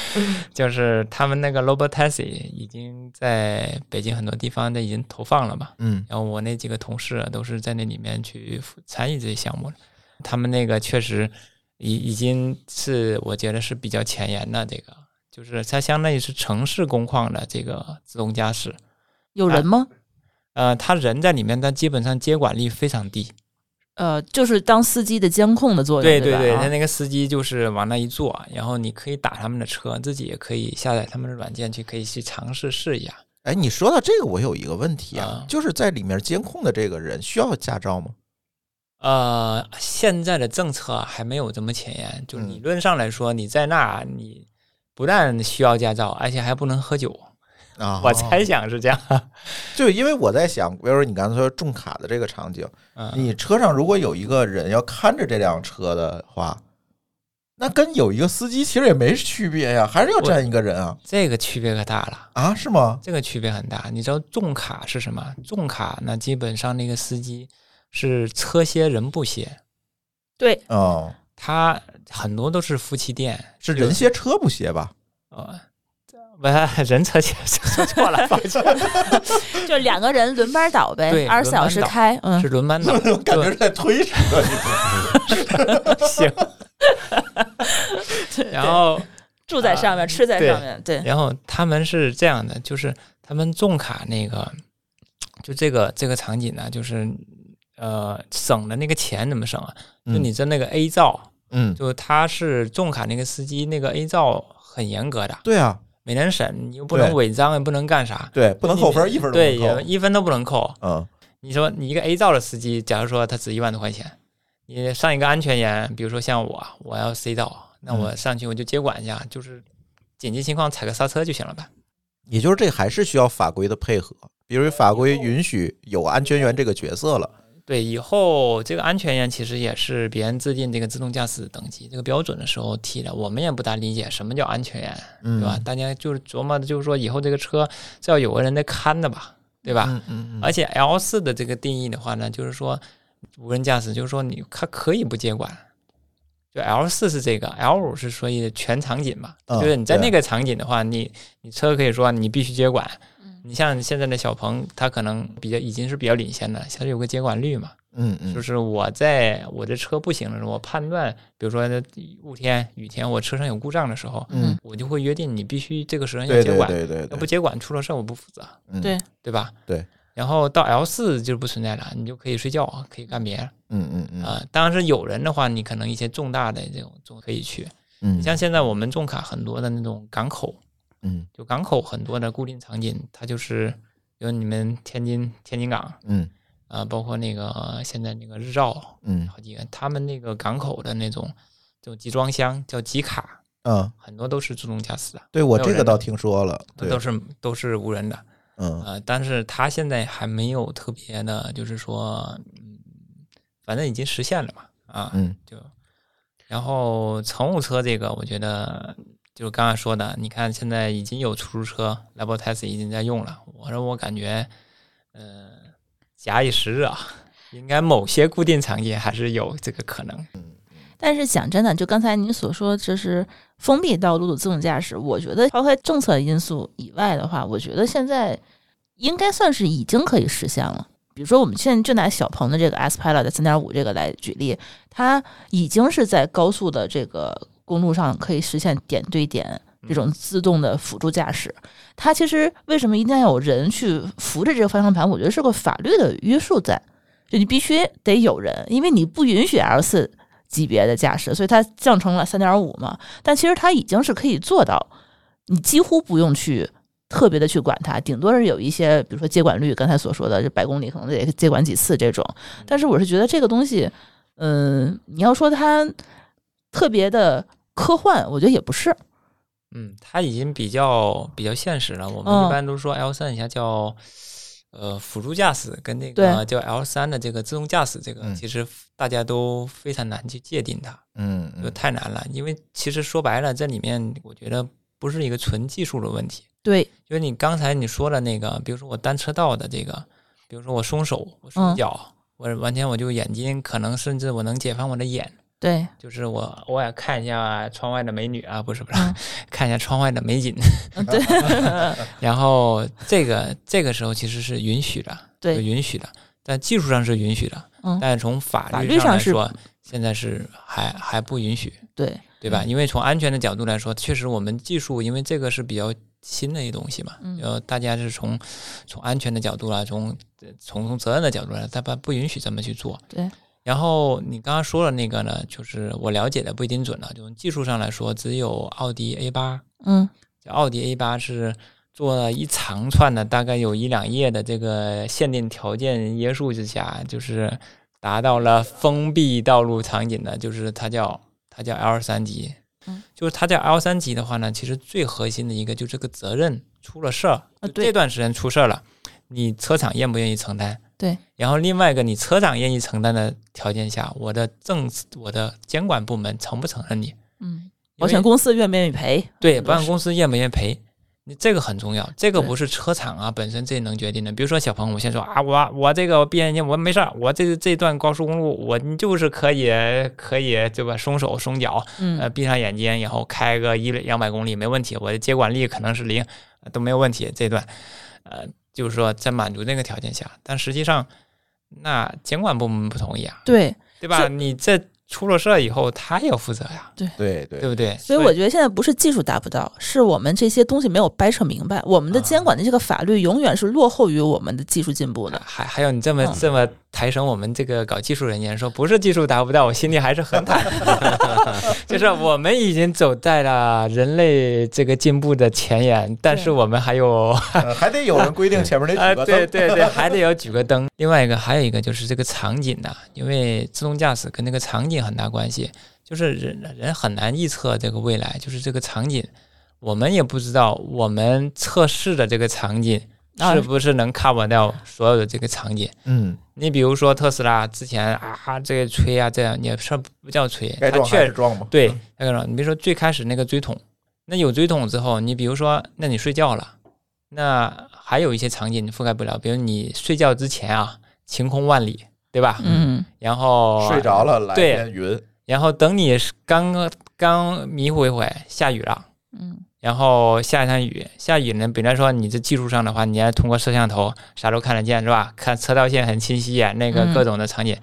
[SPEAKER 6] 就是他们那个 Robot Taxi 已经在北京很多地方都已经投放了嘛，
[SPEAKER 5] 嗯
[SPEAKER 6] 然后我那几个同事啊都是在那里面去负参与这些项目的，他们那个确实已已经是我觉得是比较前沿的，这个就是它相当于是城市工况的这个自动驾驶，
[SPEAKER 2] 有
[SPEAKER 6] 啊
[SPEAKER 2] 人吗？
[SPEAKER 6] 呃，他人在里面，但基本上接管力非常低。
[SPEAKER 2] 呃，就是当司机的监控的作用，
[SPEAKER 6] 对
[SPEAKER 2] 对吧
[SPEAKER 6] 对，他
[SPEAKER 2] 啊
[SPEAKER 6] 那个司机就是往那一坐，然后你可以打他们的车，自己也可以下载他们的软件去，可以去尝试试一下。
[SPEAKER 5] 哎，你说到这个，我有一个问题啊
[SPEAKER 6] 啊，
[SPEAKER 5] 就是在里面监控的这个人需要驾照吗？
[SPEAKER 6] 呃，现在的政策啊还没有这么前沿，就
[SPEAKER 5] 嗯
[SPEAKER 6] 理论上来说，你在那你不但需要驾照，而且还不能喝酒。
[SPEAKER 5] 啊
[SPEAKER 6] 我猜想是这 样。
[SPEAKER 5] 就因为我在想，比如说你刚才说重卡的这个场景，
[SPEAKER 6] 嗯，
[SPEAKER 5] 你车上如果有一个人要看着这辆车的话，那跟有一个司机其实也没区别呀，还是要站一个人啊
[SPEAKER 6] 这个区别可大了，
[SPEAKER 5] 啊，是吗？
[SPEAKER 6] 这个区别很大。你知道重卡是什么？重卡那基本上那个司机是车歇人不歇，
[SPEAKER 2] 对，
[SPEAKER 5] 哦，
[SPEAKER 6] 他很多都是夫妻店，
[SPEAKER 5] 是人歇车不歇吧？
[SPEAKER 6] 呃，不 是人车歇，说错 了，抱歉，
[SPEAKER 2] 就是两个人轮班倒呗，
[SPEAKER 6] 对
[SPEAKER 2] 二十四小时
[SPEAKER 6] 轮班倒
[SPEAKER 2] 开，嗯
[SPEAKER 6] 是，轮班倒
[SPEAKER 5] ，我感觉是在推什么？
[SPEAKER 6] 行。 然后，
[SPEAKER 2] 住在上面，吃在
[SPEAKER 6] 嗯对
[SPEAKER 2] 上面，对，
[SPEAKER 6] 然后他们是这样的，就是他们重卡那个，就这个这个场景呢，就是呃省的那个钱怎么省啊？就
[SPEAKER 5] 嗯
[SPEAKER 6] 你在那个 A 照，
[SPEAKER 5] 嗯，
[SPEAKER 6] 就他是重卡那个司机，那个 A 照很严格的，
[SPEAKER 5] 对啊，
[SPEAKER 6] 每年审，你又不
[SPEAKER 5] 对
[SPEAKER 6] 能违章，也不能干啥，
[SPEAKER 5] 对，不能扣分，一分都
[SPEAKER 6] 对，
[SPEAKER 5] 不能
[SPEAKER 6] 也
[SPEAKER 5] 扣。
[SPEAKER 6] 一分都不能扣。
[SPEAKER 5] 嗯，
[SPEAKER 6] 你说你一个 A 照的司机，假如说他值一万多块钱，你上一个安全员，比如说像我，我要 C 照，那
[SPEAKER 5] 嗯
[SPEAKER 6] 我上去我就接管一下，就是紧急情况踩个刹车就行了呗。
[SPEAKER 5] 也就是这还是需要法规的配合，比如法规允许有安全员这个角色了。
[SPEAKER 6] 对，以后这个安全员其实也是别人制定这个自动驾驶等级这个标准的时候提的，我们也不大理解什么叫安全员，
[SPEAKER 5] 嗯
[SPEAKER 6] 对吧？大家就是琢磨的，就是说以后这个车是要有个人在看的吧，对吧？
[SPEAKER 5] 嗯嗯嗯，
[SPEAKER 6] 而且 L 四的这个定义的话呢，就是说无人驾驶，就是说你它可以不接管。就 L 四是这个，L 五是所谓的全场景嘛，
[SPEAKER 5] 嗯
[SPEAKER 6] 就是你在
[SPEAKER 5] 对
[SPEAKER 6] 那个场景的话，你你车可以说你必须接管。你像现在的小鹏，它可能比较已经是比较领先的，它有个接管率嘛，
[SPEAKER 5] 嗯嗯，
[SPEAKER 6] 就是我在我的车不行的时候，我判断，比如说雾天、雨天，我车上有故障的时候，
[SPEAKER 5] 嗯，
[SPEAKER 6] 我就会约定你必须这个时候要
[SPEAKER 5] 对
[SPEAKER 6] 接
[SPEAKER 5] 对
[SPEAKER 6] 管，
[SPEAKER 5] 对对
[SPEAKER 6] 要不
[SPEAKER 5] 对，
[SPEAKER 6] 接管出了事儿我不负责。
[SPEAKER 5] 嗯
[SPEAKER 2] 对
[SPEAKER 6] 对吧？
[SPEAKER 5] 对。
[SPEAKER 6] 然后到 L 四就不存在了，你就可以睡觉，可以干别的啊、
[SPEAKER 5] 嗯嗯嗯
[SPEAKER 6] 当然是有人的话，你可能一些重大的这种就可以去。
[SPEAKER 5] 嗯，
[SPEAKER 6] 你像现在我们重卡很多的那种港口，
[SPEAKER 5] 嗯
[SPEAKER 6] 就港口很多的固定场景，它就是有你们天津天津港啊、
[SPEAKER 5] 嗯
[SPEAKER 6] 呃包括那个现在那个日照
[SPEAKER 5] 嗯
[SPEAKER 6] 好几个，他们那个港口的那种这种集装箱叫集卡，
[SPEAKER 5] 嗯，
[SPEAKER 6] 很多都是自动驾驶的，
[SPEAKER 5] 对我这
[SPEAKER 6] 没有
[SPEAKER 5] 个
[SPEAKER 6] 人
[SPEAKER 5] 倒
[SPEAKER 6] 的
[SPEAKER 5] 听说了，
[SPEAKER 6] 那
[SPEAKER 5] 对，
[SPEAKER 6] 都是都是无人的。
[SPEAKER 5] 嗯
[SPEAKER 6] 呃，但是它现在还没有特别的，就是说，嗯，反正已经实现了嘛，啊，
[SPEAKER 5] 嗯
[SPEAKER 6] 就，然后乘务车这个，我觉得就是刚刚说的，你看现在已经有出租车 l a b o t a x i 已经在用了，我说我感觉，呃，假以时日啊，应该某些固定场景还是有这个可能，
[SPEAKER 2] 但是讲真的，就刚才您所说，就是封闭道路的自动驾驶，我觉得抛开政策因素以外的话，我觉得现在应该算是已经可以实现了。比如说，我们现在就拿小鹏的这个 S Pilot 三点五这个来举例，它已经是在高速的这个公路上可以实现点对点这种自动的辅助驾驶。它其实为什么一定要有人去扶着这个方向盘？我觉得是个法律的约束在，就你必须得有人，因为你不允许 L 四级别的驾驶，所以它降成了三点五嘛。但其实它已经是可以做到，你几乎不用去特别的去管它，顶多是有一些，比如说接管率，刚才所说的这百公里可能得接管几次这种。但是我是觉得这个东西，嗯，你要说它特别的科幻，我觉得也不是。
[SPEAKER 6] 嗯，它已经比较比较现实了。我们
[SPEAKER 2] 嗯
[SPEAKER 6] 一般都说 L 三以下叫呃辅助驾驶，跟那
[SPEAKER 2] 对
[SPEAKER 6] 个叫 L 三的这个自动驾驶，这个、
[SPEAKER 5] 嗯
[SPEAKER 6] 其实大家都非常难去界定它，
[SPEAKER 5] 嗯
[SPEAKER 6] 就
[SPEAKER 5] 嗯
[SPEAKER 6] 太难了。因为其实说白了，这里面我觉得不是一个纯技术的问题，
[SPEAKER 2] 对，
[SPEAKER 6] 就是你刚才你说的那个，比如说我单车道的这个，比如说我松手，我松
[SPEAKER 2] 嗯
[SPEAKER 6] 脚，我完全我就眼睛可能甚至我能解放我的眼，
[SPEAKER 2] 对，
[SPEAKER 6] 就是我偶尔看一下窗外的美女啊，不是不是，
[SPEAKER 2] 嗯
[SPEAKER 6] 看一下窗外的美景。
[SPEAKER 2] 嗯对，
[SPEAKER 6] 然后这个这个时候其实是允许的，
[SPEAKER 2] 对
[SPEAKER 6] 是允许的，但技术上是允许的，
[SPEAKER 2] 嗯
[SPEAKER 6] 但是从法
[SPEAKER 2] 法
[SPEAKER 6] 律
[SPEAKER 2] 律上
[SPEAKER 6] 来
[SPEAKER 2] 是嗯
[SPEAKER 6] 说，现在是还还不允许，
[SPEAKER 2] 对，
[SPEAKER 6] 对吧？因为从安全的角度来说，确实我们技术，因为这个是比较新的一东西嘛，
[SPEAKER 2] 嗯
[SPEAKER 6] 呃，大家是从从安全的角度来，从从从责任的角度来，他不不允许这么去做。
[SPEAKER 2] 对。
[SPEAKER 6] 然后你刚刚说的那个呢，就是我了解的不一定准啊了。就从技术上来说，只有奥迪 A 八，
[SPEAKER 2] 嗯
[SPEAKER 6] 就奥迪 A 八是做了一长串的，大概有一两页的这个限定条件约束之下，就是达到了封闭道路场景的，就是它叫它叫 L 三级
[SPEAKER 2] 嗯。
[SPEAKER 6] 就是它叫 L 三级的话呢，其实最核心的一个就是这个责任出了事儿，
[SPEAKER 2] 啊
[SPEAKER 6] 就
[SPEAKER 2] 对
[SPEAKER 6] 这段时间出事儿了，你车厂愿不愿意承担？
[SPEAKER 2] 对。
[SPEAKER 6] 然后另外一个，你车厂愿意承担的条件下，我的政我的监管部门承不承认你？
[SPEAKER 2] 嗯，
[SPEAKER 6] 因
[SPEAKER 2] 保
[SPEAKER 6] 为
[SPEAKER 2] 险公司愿不愿意赔？
[SPEAKER 6] 对，
[SPEAKER 2] 很多
[SPEAKER 6] 保险
[SPEAKER 2] 事
[SPEAKER 6] 公司愿不愿意赔，你这个很重要，这个
[SPEAKER 2] 对
[SPEAKER 6] 不是车厂啊本身自己能决定的。比如说小鹏，我先说啊，我我这个闭眼睛，我没事儿，我这这段高速公路，我就是可以可以对吧，松手松脚，呃，
[SPEAKER 2] 嗯，
[SPEAKER 6] 闭上眼睛，然后开个一两百公里没问题，我的接管力可能是零，呃都没有问题。这段，呃，就是说在满足那个条件下，但实际上，那监管部门不同意啊，
[SPEAKER 2] 对，
[SPEAKER 6] 对吧？
[SPEAKER 2] 这
[SPEAKER 6] 你这出了事儿以后，他也要负责呀，
[SPEAKER 5] 对对
[SPEAKER 6] 对不对？
[SPEAKER 2] 所以我觉得现在不是技术达不到，是我们这些东西没有掰扯明白。我们的监管的这个法律永远是落后于我们的技术进步的。嗯
[SPEAKER 6] 还还有你这么、这么抬升我们这个搞技术人员说，不是技术达不到，我心里还是很忐忑。 就是我们已经走在了人类这个进步的前沿，但是
[SPEAKER 2] 对
[SPEAKER 6] 我们还有
[SPEAKER 5] 呃还得有人规定前面
[SPEAKER 6] 啊
[SPEAKER 5] 那，几个
[SPEAKER 6] 对对
[SPEAKER 5] 灯。
[SPEAKER 6] 对，还得要举个灯。另外一个，还有一个就是这个场景呐、因为自动驾驶跟那个场景很大关系，就是人人很难预测这个未来，就是这个场景，我们也不知道我们测试的这个场景
[SPEAKER 2] 啊
[SPEAKER 6] 是不是能 cover 掉所有的这个场景。
[SPEAKER 5] 嗯，
[SPEAKER 6] 你比如说特斯拉之前啊，这个吹啊，这样也是不叫吹，
[SPEAKER 5] 该
[SPEAKER 6] 它
[SPEAKER 5] 撞还
[SPEAKER 6] 确
[SPEAKER 5] 是撞吧。嗯
[SPEAKER 6] 对，那个你比如说最开始那个追桶，那有追桶之后，你比如说，那你睡觉了，那还有一些场景你覆盖不了，比如你睡觉之前啊，晴空万里，对吧？
[SPEAKER 2] 嗯，
[SPEAKER 6] 然后
[SPEAKER 5] 睡，着了来
[SPEAKER 6] 哦对
[SPEAKER 5] 片云，
[SPEAKER 6] 然后等你刚刚迷糊一会，下雨了。
[SPEAKER 2] 嗯，
[SPEAKER 6] 然后下一场雨，下雨呢，本来说你这技术上的话，你要通过摄像头啥都看得见，是吧？看车道线很清晰啊，那个
[SPEAKER 2] 嗯
[SPEAKER 6] 各种的场景。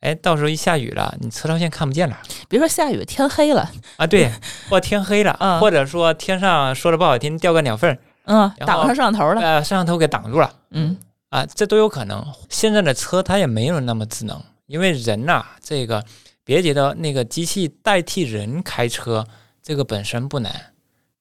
[SPEAKER 6] 哎，到时候一下雨了，你车道线看不见了。
[SPEAKER 2] 别说下雨，天黑了，
[SPEAKER 6] 啊，对，或天黑了，
[SPEAKER 2] 嗯
[SPEAKER 6] 或者说天上说的不好听，掉个鸟粪儿，
[SPEAKER 2] 嗯，
[SPEAKER 6] 然后
[SPEAKER 2] 打不上摄像头了，
[SPEAKER 6] 呃，摄像头给挡住了
[SPEAKER 2] 嗯，
[SPEAKER 6] 啊，这都有可能。现在的车它也没有那么智能，因为人呐、这个别觉得那个机器代替人开车，这个本身不难，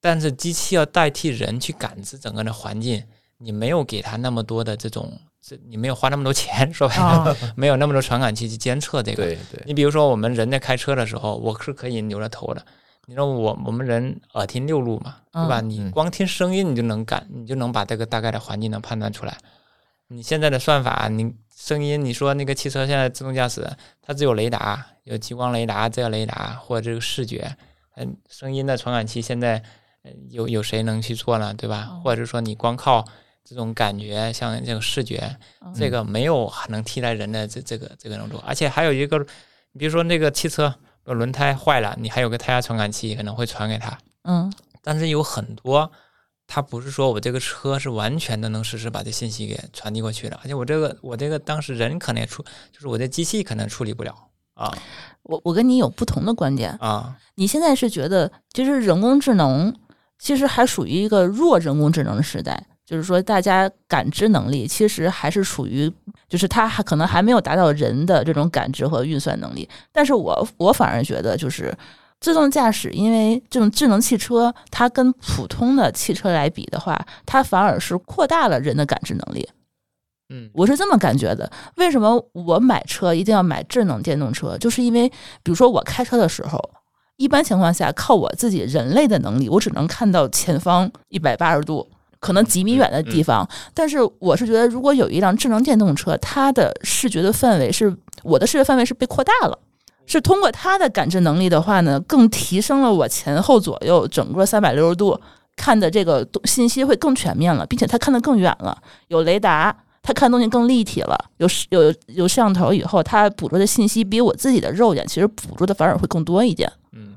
[SPEAKER 6] 但是机器要代替人去感知整个的环境，你没有给它那么多的这种，这你没有花那么多钱，说白了，
[SPEAKER 2] 啊，
[SPEAKER 6] 没有那么多传感器去监测这个。
[SPEAKER 5] 对对，
[SPEAKER 6] 你比如说，我们人在开车的时候，我是可以扭着头的。你说我我们人耳听六路嘛，对吧？你
[SPEAKER 5] 嗯
[SPEAKER 6] 光听声音，你就能感，你就能把这个大概的环境能判断出来。你现在的算法，你声音，你说那个汽车现在自动驾驶，它只有雷达，有激光雷达、这个雷达或者这个视觉，嗯，声音的传感器现在呃有有谁能去做呢？对吧？或者说你光靠这种感觉，像这个视觉，这
[SPEAKER 2] 嗯
[SPEAKER 6] 个没有还能替代人的这这个这个能度，而且还有一个，你比如说那个汽车呃轮胎坏了，你还有个胎压传感器可能会传给他，
[SPEAKER 2] 嗯，
[SPEAKER 6] 但是有很多，它不是说我这个车是完全的能实时把这信息给传递过去的，而且我这个我这个当时人可能也处，就是我这机器可能处理不了啊
[SPEAKER 2] 我我跟你有不同的观点，
[SPEAKER 6] 啊，
[SPEAKER 2] 你现在是觉得，其实人工智能其实还属于一个弱人工智能的时代，就是说大家感知能力其实还是处于，就是它还可能还没有达到人的这种感知和运算能力。但是我我反而觉得，就是自动驾驶，因为这种智能汽车，它跟普通的汽车来比的话，它反而是扩大了人的感知能力。
[SPEAKER 6] 嗯
[SPEAKER 2] 我是这么感觉的。为什么我买车一定要买智能电动车？就是因为，比如说我开车的时候，一般情况下靠我自己人类的能力，我只能看到前方一百八十度，可能几米远的地方。但是我是觉得，如果有一辆智能电动车，它的视觉的范围是我的视觉范围是被扩大了。是通过它的感知能力的话呢，更提升了我前后左右整个三百六十度看的这个东信息会更全面了，并且它看得更远了，有雷达，他看东西更立体了，有摄有有摄像头以后，他捕捉的信息比我自己的肉眼其实捕捉的反而会更多一点。
[SPEAKER 6] 嗯，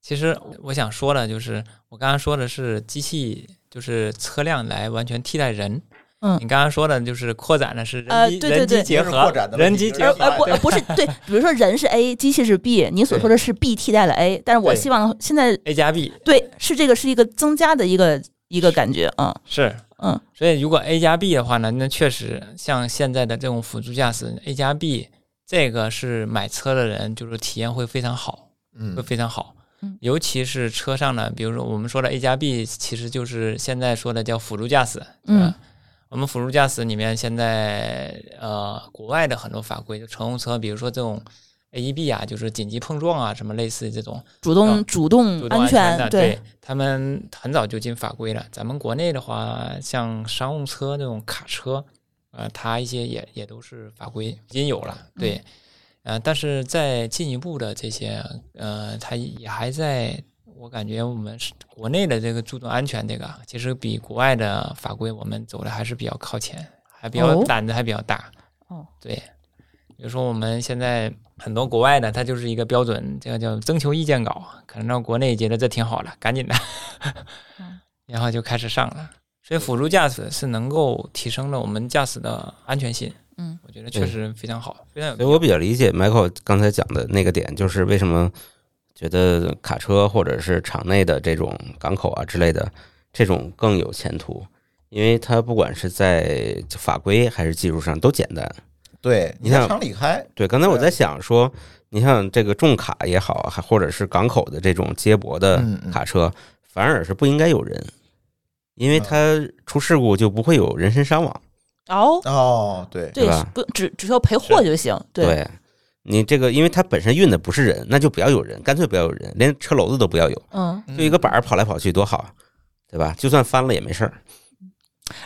[SPEAKER 6] 其实我想说的就是，我刚刚说的是机器，就是车辆来完全替代人。
[SPEAKER 2] 嗯
[SPEAKER 6] 你刚刚说的就是扩展的是人机、
[SPEAKER 2] 呃对对
[SPEAKER 6] 人
[SPEAKER 2] 对
[SPEAKER 6] 机结
[SPEAKER 5] 就是扩
[SPEAKER 6] 合
[SPEAKER 5] 展的，问
[SPEAKER 6] 人机
[SPEAKER 5] 题就
[SPEAKER 6] 结
[SPEAKER 5] 是
[SPEAKER 2] 呃
[SPEAKER 6] 合
[SPEAKER 2] 呃
[SPEAKER 5] 说，
[SPEAKER 2] 不呃不是对，比如说人是 A，机器是 B，你所说的是 B 替代了 A，但是我
[SPEAKER 6] 对
[SPEAKER 2] 希望现在
[SPEAKER 6] A 加 B
[SPEAKER 2] 对是这个是一个增加的一个一个感觉啊，
[SPEAKER 6] 是，
[SPEAKER 2] 嗯，
[SPEAKER 6] 所以如果 A 加 B 的话呢，那确实像现在的这种辅助驾驶 A 加 B，这个是买车的人就是体验会非常好，会
[SPEAKER 5] 嗯，
[SPEAKER 6] 非常好
[SPEAKER 2] 嗯。
[SPEAKER 6] 尤其是车上的，比如说我们说的 A 加 B，其实就是现在说的叫辅助驾驶。
[SPEAKER 2] 嗯
[SPEAKER 6] 是吧，我们辅助驾驶里面现在呃，国外的很多法规，就乘用车，比如说这种 AEB 啊，就是紧急碰撞啊，什么类似这种，
[SPEAKER 2] 主动、
[SPEAKER 6] 啊
[SPEAKER 2] 主动
[SPEAKER 6] 主动
[SPEAKER 2] 安
[SPEAKER 6] 安全的，
[SPEAKER 2] 对，
[SPEAKER 6] 他们很早就进法规了。咱们国内的话，像商用车这种卡车，呃，它一些也也都是法规已经有了，
[SPEAKER 2] 嗯
[SPEAKER 6] 对，呃，但是在进一步的这些，呃，它也还在。我感觉我们是国内的这个注重安全这个，啊其实比国外的法规我们走的还是比较靠前，还比较
[SPEAKER 2] 哦
[SPEAKER 6] 胆子还比较大。
[SPEAKER 2] 哦，
[SPEAKER 6] 对，比如说我们现在很多国外的，它就是一个标准，这个叫征求意见稿，可能到国内觉得这挺好了，赶紧的，
[SPEAKER 2] 嗯
[SPEAKER 6] 然后就开始上了。所以辅助驾驶是能够提升了我们驾驶的安全性，
[SPEAKER 2] 嗯，
[SPEAKER 6] 我觉得确实非常好，非常有必
[SPEAKER 4] 所以
[SPEAKER 6] 要。
[SPEAKER 4] 我比较理解 Michael 刚才讲的那个点，就是为什么觉得卡车或者是场内的这种港口啊之类的这种更有前途，因为它不管是在法规还是技术上都简单，
[SPEAKER 5] 对，
[SPEAKER 4] 你看
[SPEAKER 5] 在厂里开，
[SPEAKER 4] 对，刚才我
[SPEAKER 5] 对啊
[SPEAKER 4] 在想说，你像这个重卡也好，还或者是港口的这种接驳的
[SPEAKER 5] 嗯嗯
[SPEAKER 4] 卡车，反而是不应该有人，因为
[SPEAKER 5] 嗯
[SPEAKER 4] 它出事故就不会有人身伤亡。
[SPEAKER 2] 哦，
[SPEAKER 5] 哦，对，
[SPEAKER 2] 对
[SPEAKER 4] 对吧，
[SPEAKER 2] 不只只要赔货就行。对，
[SPEAKER 4] 对你这个，因为它本身运的不是人，那就不要有人，干脆不要有人，连车篓子都不要有，
[SPEAKER 2] 嗯，
[SPEAKER 5] 嗯
[SPEAKER 4] 就一个板儿跑来跑去多好啊，对吧？就算翻了也没事儿。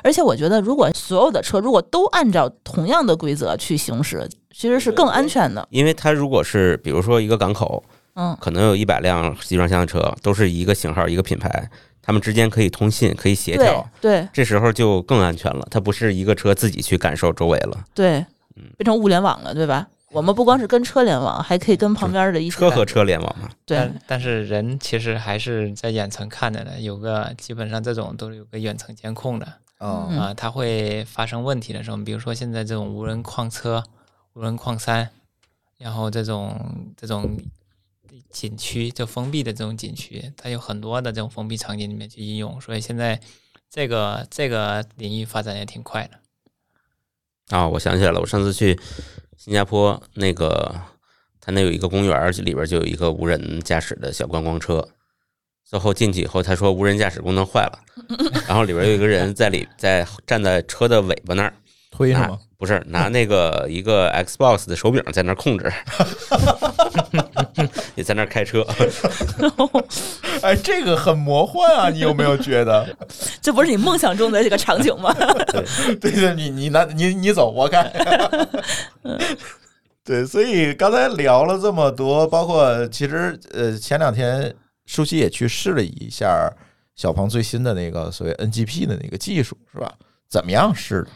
[SPEAKER 2] 而且我觉得，如果所有的车如果都按照同样的规则去行驶，其实是更安全的。
[SPEAKER 4] 因为它如果是比如说一个港口，
[SPEAKER 2] 嗯，
[SPEAKER 4] 可能有一百辆集装箱的车，都是一个型号、一个品牌，他们之间可以通信，可以协
[SPEAKER 2] 对
[SPEAKER 4] 调，
[SPEAKER 2] 对
[SPEAKER 4] 这时候就更安全了。它不是一个车自己去感受周围了，
[SPEAKER 2] 对
[SPEAKER 4] 嗯，
[SPEAKER 2] 变成物联网了，对吧？我们不光是跟车联网，还可以跟旁边的一起
[SPEAKER 4] 车和
[SPEAKER 2] 干
[SPEAKER 4] 车联网嘛。
[SPEAKER 2] 对
[SPEAKER 6] 但但是人其实还是在远程看着的，有个基本上这种都是有个远程监控的
[SPEAKER 5] 哦
[SPEAKER 2] 嗯
[SPEAKER 6] 啊、它会发生问题的时候，比如说现在这种无人矿车、无人矿山，然后这种这种景区就封闭的这种景区，它有很多的这种封闭场景里面去应用，所以现在这个这个领域发展也挺快的。
[SPEAKER 4] 啊、我想起来了，我上次去新加坡那个，它那有一个公园儿，里边就有一个无人驾驶的小观光车。最后进去以后，他说无人驾驶功能 坏了，然后里边有一个人在里在站在车的尾巴那儿，
[SPEAKER 5] 推是
[SPEAKER 4] 拿
[SPEAKER 6] 啊
[SPEAKER 5] 吗？
[SPEAKER 4] 不是拿那个一个 Xbox 的手柄在那儿控制， 也在那儿开车。
[SPEAKER 5] 哎，这个很魔幻啊！你有没有觉得？
[SPEAKER 2] 这不是你梦想中的这个场景吗？
[SPEAKER 5] 对对，你你拿你你走，我开。对，所以刚才聊了这么多，包括其实呃，前两天舒淇也去试了一下小鹏最新的那个所谓 NGP 的那个技术，是吧？怎么样试的？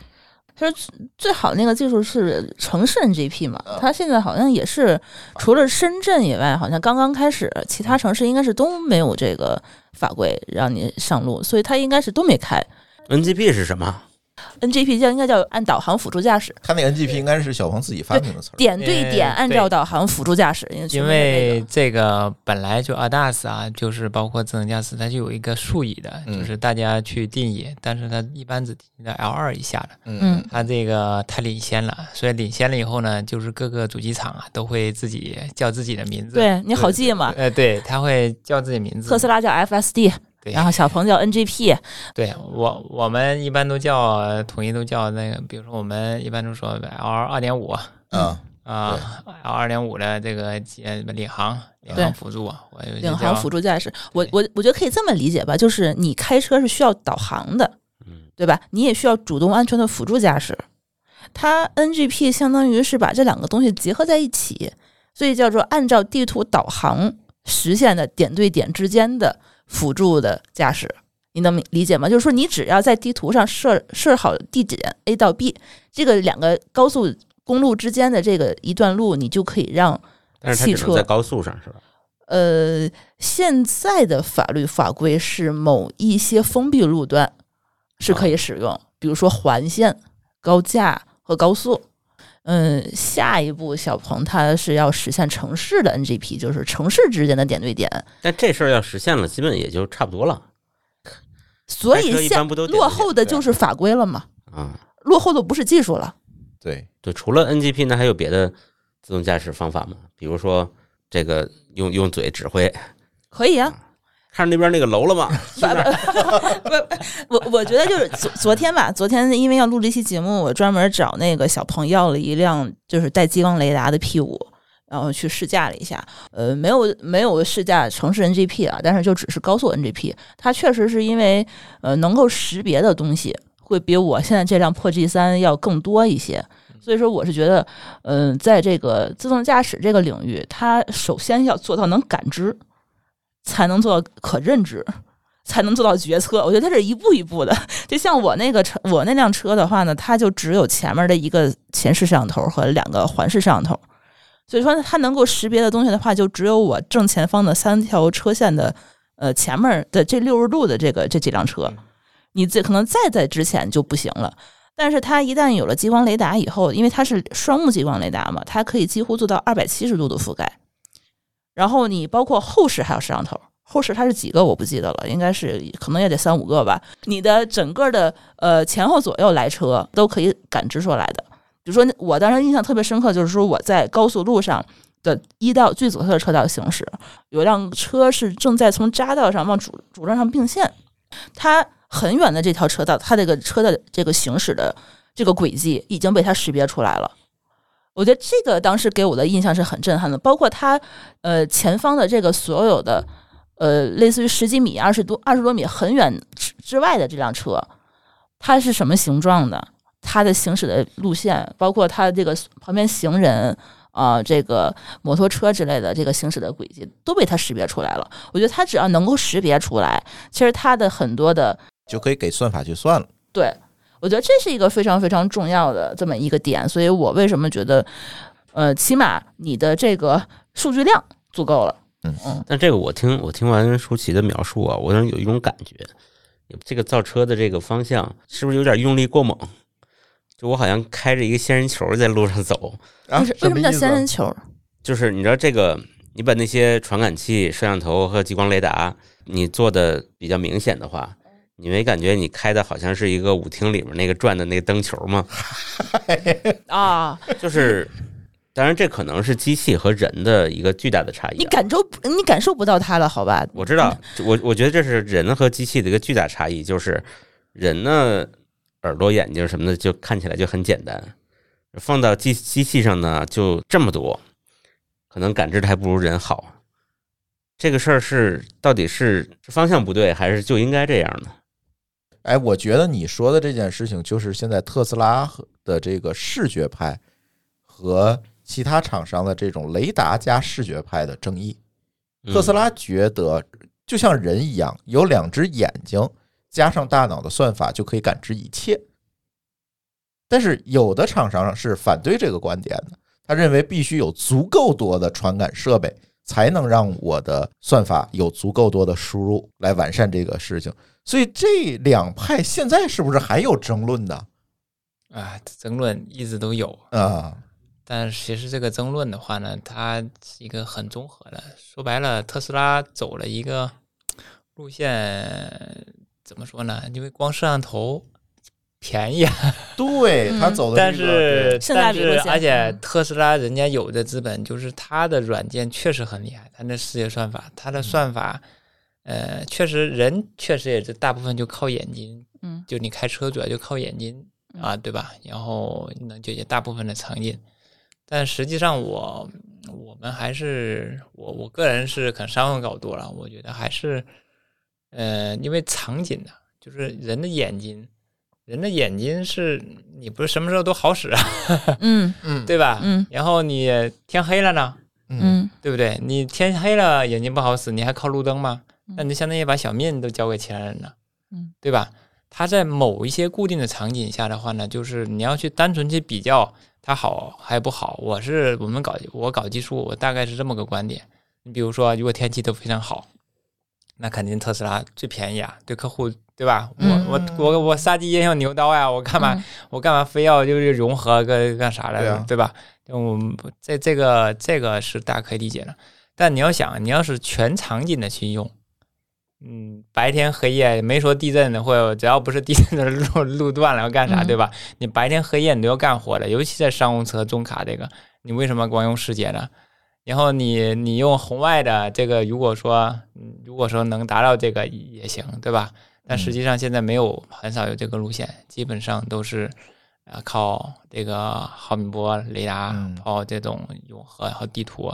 [SPEAKER 2] 他说最最好那个技术是城市 NGP 嘛，
[SPEAKER 6] 嗯
[SPEAKER 2] 他现在好像也是
[SPEAKER 6] 啊
[SPEAKER 2] 除了深圳以外，好像刚刚开始，
[SPEAKER 6] 嗯
[SPEAKER 2] 其他城市应该是都没有这个法规让你上路，所以他应该是都没开
[SPEAKER 4] NGP 是什么？
[SPEAKER 2] NGP 叫应该叫按导航辅助驾驶，
[SPEAKER 5] 它那 NGP 应该是小鹏自己发明的词儿，
[SPEAKER 2] 点对点
[SPEAKER 6] 呃
[SPEAKER 2] 按照
[SPEAKER 6] 嗯对
[SPEAKER 2] 导航辅助驾驶，因为全
[SPEAKER 6] 因
[SPEAKER 2] 部是这
[SPEAKER 6] 为
[SPEAKER 2] 个
[SPEAKER 6] 这个本来就 ADAS 啊，就是包括智能驾驶，它就有一个术语的，
[SPEAKER 5] 嗯
[SPEAKER 6] 就是大家去定义，但是它一般只定义在 L 二以下的。
[SPEAKER 2] 嗯
[SPEAKER 6] 它这个太领先了，所以领先了以后呢，就是各个主机厂啊都会自己叫自己的名字。，
[SPEAKER 2] 对你好记嘛，
[SPEAKER 6] 呃，对，它会叫自己名字。
[SPEAKER 2] 特斯拉叫 FSD，
[SPEAKER 6] 对
[SPEAKER 2] 然后小鹏叫 NGP，
[SPEAKER 6] 对我我们一般都叫统一都叫那个，比如说我们一般都说 L 二点五
[SPEAKER 5] 嗯，
[SPEAKER 6] 啊，L 二点五的这个呃领航领
[SPEAKER 2] 对
[SPEAKER 6] 航辅助，我有一些
[SPEAKER 2] 领航
[SPEAKER 6] 叫
[SPEAKER 2] 辅助驾驶。我我我觉得可以这么理解吧，就是你开车是需要导航的，
[SPEAKER 4] 嗯，
[SPEAKER 2] 对吧？你也需要主动安全的辅助驾驶。它 NGP 相当于是把这两个东西结合在一起，所以叫做按照地图导航实现的点对点之间的辅助的驾驶。你能理解吗？就是说，你只要在地图上设设好地点 A 到 B，这个两个高速公路之间的这个一段路，你就可以让
[SPEAKER 4] 但是它
[SPEAKER 2] 汽
[SPEAKER 4] 只能在
[SPEAKER 2] 车
[SPEAKER 4] 高速上是吧？
[SPEAKER 2] 呃，现在的法律法规是某一些封闭路段是
[SPEAKER 4] 啊
[SPEAKER 2] 可以使用，比如说环线、高架和高速。嗯，下一步小鹏它是要实现城市的 NGP，就是城市之间的点对点。
[SPEAKER 4] 但这事儿要实现了，基本也就差不多了
[SPEAKER 2] 所
[SPEAKER 4] 开车
[SPEAKER 2] 以
[SPEAKER 4] 一
[SPEAKER 2] 现
[SPEAKER 4] 般不都点对
[SPEAKER 2] 落
[SPEAKER 4] 点
[SPEAKER 2] 后的
[SPEAKER 4] 对啊
[SPEAKER 2] 就是法规了嘛，
[SPEAKER 4] 啊。
[SPEAKER 2] 落后的不是技术了。
[SPEAKER 5] 对，
[SPEAKER 4] 对，除了 NGP 呢，还有别的自动驾驶方法吗？比如说这个用用嘴指挥，
[SPEAKER 2] 可
[SPEAKER 4] 嗯
[SPEAKER 2] 以啊，
[SPEAKER 4] 看着那边那个楼了吗？ 去那儿
[SPEAKER 2] 我我觉得就是昨昨天吧，昨天因为要录这期节目，我专门找那个小鹏要了一辆就是带激光雷达的 P 五，然后去试驾了一下。呃，没有没有试驾城市 NGP 啊，但是就只是高速 NGP，它确实是因为呃能够识别的东西会比我现在这辆破 G 三要更多一些。所以说，我是觉得，嗯、在这个自动驾驶这个领域，它首先要做到能感知，才能做到可认知，才能做到决策。我觉得它是一步一步的。就像我那个车，我那辆车的话呢，它就只有前面的一个前视摄像头和两个环视摄像头，所以说它能够识别的东西的话，就只有我正前方的三条车线的呃前面的这六十度的这个这几辆车，你这可能再在之前就不行了。但是它一旦有了激光雷达以后，因为它是双目激光雷达嘛，它可以几乎做到二百七十度的覆盖。然后你包括后视还有摄像头，后视它是几个我不记得了，应该是可能也得三五个吧。你的整个的呃前后左右来车都可以感知出来的。比如说，我当时印象特别深刻，就是说我在高速路上的一道最左侧的车道行驶，有辆车是正在从匝道上往主主道上并线，它很远的这条车道，它这个车的这个行驶的这个轨迹已经被它识别出来了。我觉得这个当时给我的印象是很震撼的，包括它呃前方的这个所有的呃类似于十几米、二十多二十多米很远之之外的这辆车，它是什么形状的？它的行驶的路线，包括它这个旁边行人啊、这个摩托车之类的这个行驶的轨迹都被它识别出来了。我觉得它只要能够识别出来，其实它的很多的
[SPEAKER 5] 就可以给算法去算了。
[SPEAKER 2] 对，我觉得这是一个非常非常重要的这么一个点，所以我为什么觉得，呃，起码你的这个数据量足够了。
[SPEAKER 4] 但这个我听我听完舒淇的描述啊，我有有一种感觉，这个造车的这个方向是不是有点用力过猛？就我好像开着一个仙人球在路上走，
[SPEAKER 5] 啊，
[SPEAKER 2] 为什为什么
[SPEAKER 5] 意
[SPEAKER 2] 叫
[SPEAKER 5] 思
[SPEAKER 2] 仙人球？
[SPEAKER 4] 就是你知道这个，你把那些传感器、摄像头和激光雷达，你做的比较明显的话，你没感觉你开的好像是一个舞厅里面那个转的那个灯球吗？
[SPEAKER 2] 啊，
[SPEAKER 4] 就是，当然这可能是机器和人的一个巨大的差 异
[SPEAKER 2] 你
[SPEAKER 4] 啊。
[SPEAKER 2] 感受你感受不到它了，好吧？
[SPEAKER 4] 我知道，我我觉得这是人和机器的一个巨大差异，就是人呢耳朵、眼睛什么的就看起来就很简单，放到机机器上呢就这么多，可能感知的还不如人好。这个事儿是到底是方向不对，还是就应该这样呢？
[SPEAKER 5] 哎，我觉得你说的这件事情，就是现在特斯拉和的这个视觉派和其他厂商的这种雷达加视觉派的争议。
[SPEAKER 6] 嗯
[SPEAKER 5] 特斯
[SPEAKER 4] 拉
[SPEAKER 5] 拉觉得，就像人一样，有两只眼睛加上大脑的算法就可以感知一切。但是有的厂商是反对这个观点的，他认为必须有足够多的传感设备，才能让我的算法有足够多的输入来完善这个事情。所以这两派现在是不是还有争论呢？
[SPEAKER 6] 啊，争论一直都有，
[SPEAKER 5] 啊，
[SPEAKER 6] 但其实这个争论的话呢，它是一个很综合的。说白了，特斯拉走了一个路线，怎么说呢？因为光摄像头便宜啊，
[SPEAKER 5] 对他
[SPEAKER 2] 嗯
[SPEAKER 5] 走的、
[SPEAKER 6] 但
[SPEAKER 5] 这个
[SPEAKER 6] 是
[SPEAKER 2] 性价
[SPEAKER 6] 但
[SPEAKER 2] 比路
[SPEAKER 6] 是
[SPEAKER 2] 线
[SPEAKER 6] 而且
[SPEAKER 2] 嗯
[SPEAKER 6] 特斯拉人家有的资本就是它的软件确实很厉害，它的视觉算法，它的算法，呃，确实人确实也是大部分就靠眼睛，
[SPEAKER 2] 嗯，
[SPEAKER 6] 就你开车主要就靠眼睛啊，对吧？然后能解决大部分的场景，但实际上我我们还是我我个人是可能商用搞多了，我觉得还是呃，因为场景呢、就是人的眼睛，人的眼睛是你不是什么时候都好使啊，
[SPEAKER 2] 嗯
[SPEAKER 5] 嗯，
[SPEAKER 6] 对吧？
[SPEAKER 2] 嗯
[SPEAKER 6] 然后你天黑了呢，
[SPEAKER 2] 嗯
[SPEAKER 6] 对不对？你天黑了眼睛不好使，你还靠路灯吗？那你就相当于把小命都交给其他人了，
[SPEAKER 2] 嗯，
[SPEAKER 6] 对吧？它在某一些固定的场景下的话呢，就是你要去单纯去比较它好还不好。我是我们搞我搞技术，我大概是这么个观点。你比如说，如果天气都非常好，那肯定特斯拉最便宜啊，对客户对吧？我、
[SPEAKER 5] 嗯
[SPEAKER 6] 我我我杀鸡焉用牛刀呀，我干嘛、
[SPEAKER 2] 嗯
[SPEAKER 6] 我干嘛非要就是融合个干啥来
[SPEAKER 5] 对
[SPEAKER 6] 着，
[SPEAKER 5] 啊
[SPEAKER 6] 对吧？就我们不这这个这个是大家可以理解的，但你要想，你要是全场景的去用，嗯，白天黑夜没说地震的，或者只要不是地震的路路段了要干啥，
[SPEAKER 2] 嗯
[SPEAKER 6] 对吧？你白天黑夜你都要干活的，尤其在商用车、中卡这个，你为什么光用视觉呢？然后你你用红外的这个，如果说嗯如果说能达到这个也行，对吧？但
[SPEAKER 2] 嗯
[SPEAKER 6] 实际上现在没有很少有这个路线，基本上都是啊、呃靠这个毫米波雷达
[SPEAKER 5] 嗯，
[SPEAKER 6] 包括这种融合和地图，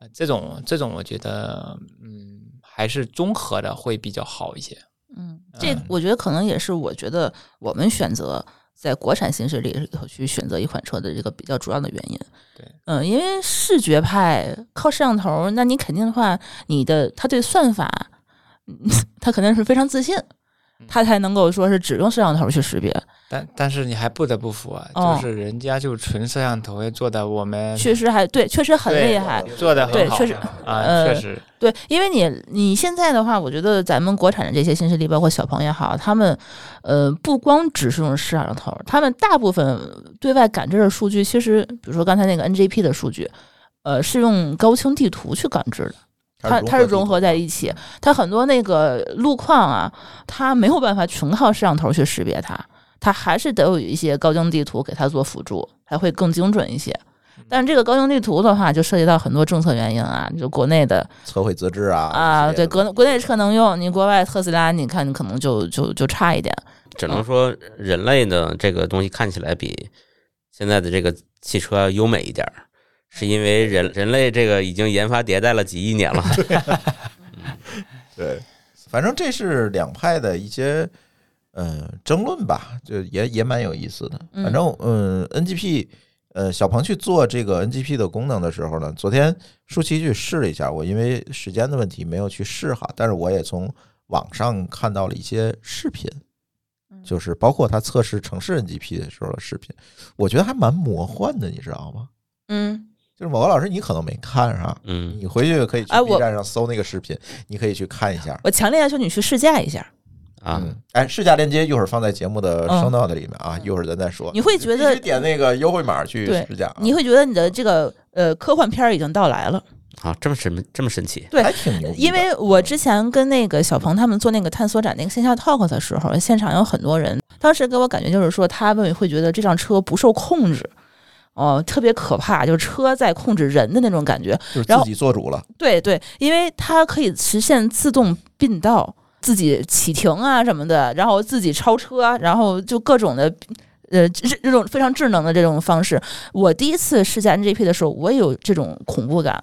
[SPEAKER 6] 呃这种这种我觉得嗯还是综合的会比较好一些。
[SPEAKER 2] 嗯，这我觉得可能也是我觉得我们选择在国产形式里头去选择一款车的这个比较主要的原因。
[SPEAKER 6] 对，
[SPEAKER 2] 嗯，因为视觉派靠摄像头，那你肯定的话，你的他对算法， 嗯他肯定是非常自信，
[SPEAKER 6] 嗯
[SPEAKER 2] 他才能够说是只用摄像头去识别。
[SPEAKER 6] 但但是你还不得不服啊，
[SPEAKER 2] 哦
[SPEAKER 6] 就是人家就纯摄像头也做的我们
[SPEAKER 2] 确实还对，确实很
[SPEAKER 6] 嗯对
[SPEAKER 2] 厉害。
[SPEAKER 6] 做的
[SPEAKER 2] 对
[SPEAKER 6] 很好，
[SPEAKER 2] 确实
[SPEAKER 6] 啊，
[SPEAKER 2] 呃
[SPEAKER 6] 确实，
[SPEAKER 2] 对，因为你你现在的话，我觉得咱们国产的这些新势力，包括小鹏也好，他们呃不光只是用摄像头，他们大部分对外感知的数据，其实比如说刚才那个 NGP 的数据，呃是用高清地图去感知的，它它是融合在一起，它很多那个路况啊，它没有办法纯靠摄像头去识别它。它还是得有一些高精地图给它做辅助，还会更精准一些。但是这个高精地图的话，就涉及到很多政策原因啊，就国内的
[SPEAKER 5] 测绘资质啊
[SPEAKER 2] 啊，
[SPEAKER 5] 这些
[SPEAKER 2] 对
[SPEAKER 5] 的
[SPEAKER 2] 国国内车能用，你国外特斯拉，你看你可能就就就差一点。
[SPEAKER 4] 只
[SPEAKER 2] 嗯
[SPEAKER 4] 能说人类的这个东西看起来比现在的这个汽车要优美一点儿，是因
[SPEAKER 2] 嗯
[SPEAKER 4] 为人人类这个已经研发迭代了几亿年了。
[SPEAKER 5] 对，反正这是两派的一些呃争论吧，就也也蛮有意思的。
[SPEAKER 2] 嗯
[SPEAKER 5] 反正嗯、呃、，NGP 呃，小鹏去做这个 NGP 的功能的时候呢，昨天舒淇去试了一下，我因为时间的问题没有去试哈，但是我也从网上看到了一些视频。
[SPEAKER 2] 嗯
[SPEAKER 5] 就是包括他测试城市 NGP 的时候的视频，我觉得还蛮魔幻的，你知道吗？
[SPEAKER 2] 嗯，
[SPEAKER 5] 就是某个老师你可能没看哈，
[SPEAKER 4] 嗯，
[SPEAKER 5] 你回去可以去
[SPEAKER 2] 哎
[SPEAKER 5] B
[SPEAKER 2] 我
[SPEAKER 5] 站上搜那个视频，你可以去看一下。
[SPEAKER 2] 我强烈要求你去试驾一下，
[SPEAKER 4] 啊，
[SPEAKER 5] 嗯，哎，试驾链接一会儿放在节目的
[SPEAKER 2] 嗯
[SPEAKER 5] show note 里面啊，一会儿咱再说。
[SPEAKER 2] 你会觉
[SPEAKER 5] 必
[SPEAKER 2] 得
[SPEAKER 5] 须点那个优惠码去
[SPEAKER 2] 对
[SPEAKER 5] 试驾啊，
[SPEAKER 2] 你会觉得你的这个呃科幻片儿已经到来了。
[SPEAKER 4] 啊，这么神这么神奇，
[SPEAKER 2] 对
[SPEAKER 5] 还挺牛逼的。
[SPEAKER 2] 因为我之前跟那个小鹏他们做那个探索展那个线下 talk 的时候，现场有很多人，当时给我感觉就是说，他们会觉得这辆车不受控制，哦、特别可怕，就是车在控制人的那种感觉。
[SPEAKER 5] 就是
[SPEAKER 2] 然
[SPEAKER 5] 自
[SPEAKER 2] 后
[SPEAKER 5] 己做主了，
[SPEAKER 2] 对对，因为它可以实现自动并道、自己启停啊什么的，然后自己超车，啊然后就各种的。呃，这这种非常智能的这种方式，我第一次试驾 NGP 的时候，我也有这种恐怖感，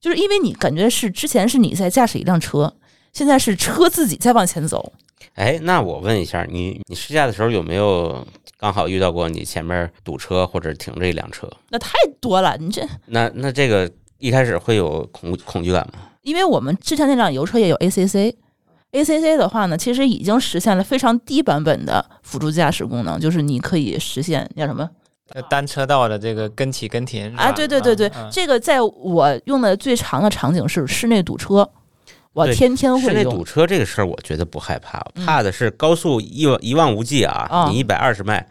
[SPEAKER 2] 就是因为你感觉是之前是你在驾驶一辆车，现在是车自己在往前走，
[SPEAKER 4] 哎，那我问一下，你你试驾的时候有没有刚好遇到过你前面堵车或者停着一辆车？
[SPEAKER 2] 那太多了。你这，
[SPEAKER 4] 那那这个一开始会有恐恐惧感吗？
[SPEAKER 2] 因为我们之前那辆油车也有 ACC。ACC 的话呢，其实已经实现了非常低版本的辅助驾驶功能，就是你可以实现叫什么
[SPEAKER 6] 呃单车道的这个跟起跟停是吧
[SPEAKER 2] 啊，对对对对，
[SPEAKER 6] 嗯嗯
[SPEAKER 2] 这个在我用的最长的场景是室内堵车，我
[SPEAKER 4] 对
[SPEAKER 2] 天天
[SPEAKER 4] 室
[SPEAKER 2] 会
[SPEAKER 4] 内
[SPEAKER 2] 用
[SPEAKER 4] 堵。车这个事儿，我觉得不害怕，
[SPEAKER 2] 嗯
[SPEAKER 4] 怕的是高速一望一望无际啊
[SPEAKER 2] 啊，
[SPEAKER 4] 你一百二十迈，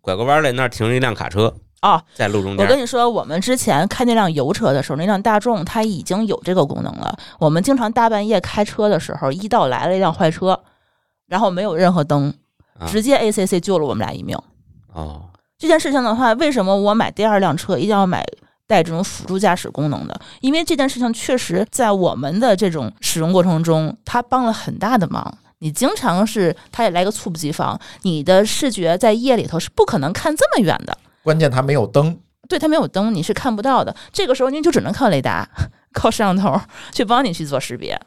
[SPEAKER 4] 拐个弯儿来那儿停着一辆卡车
[SPEAKER 2] 啊，
[SPEAKER 4] 在路中
[SPEAKER 2] 我
[SPEAKER 4] 间
[SPEAKER 2] 跟
[SPEAKER 4] 儿。
[SPEAKER 2] 你说，我们之前开那辆油车的时候，那辆大众它已经有这个功能了。我们经常大半夜开车的时候，一道来了一辆坏车，然后没有任何灯
[SPEAKER 4] 啊，
[SPEAKER 2] 直接 ACC 救了我们俩一命。
[SPEAKER 4] 哦，
[SPEAKER 2] 这件事情的话，为什么我买第二辆车一定要买带这种辅助驾驶功能的？因为这件事情确实在我们的这种使用过程中，它帮了很大的忙。你经常是，它也来个猝不及防，你的视觉在夜里头是不可能看这么远的，
[SPEAKER 5] 关键它没有灯，
[SPEAKER 2] 对，它没有灯，你是看不到的。这个时候你就只能靠雷达、靠摄像头去帮你去做识别。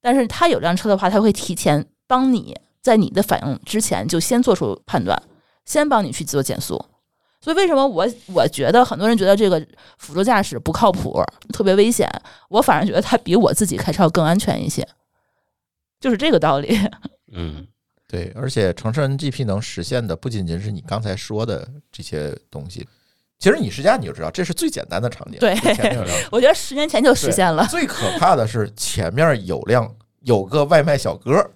[SPEAKER 2] 但是它有辆车的话，它会提前帮你在你的反应之前就先做出判断，先帮你去做减速。所以为什么我我觉得很多人觉得这个辅助驾驶不靠谱，特别危险？我反而觉得它比我自己开车要更安全一些，就是这个道理。
[SPEAKER 4] 嗯，
[SPEAKER 5] 对，而且城市 NGP 能实现的不仅仅是你刚才说的这些东西，其实你试驾你就知道，这是最简单的场景，
[SPEAKER 2] 对
[SPEAKER 5] 最前面有 辆车
[SPEAKER 2] 我觉得十年前就实现 了。
[SPEAKER 5] 最可怕的是前面有辆有个外卖小哥，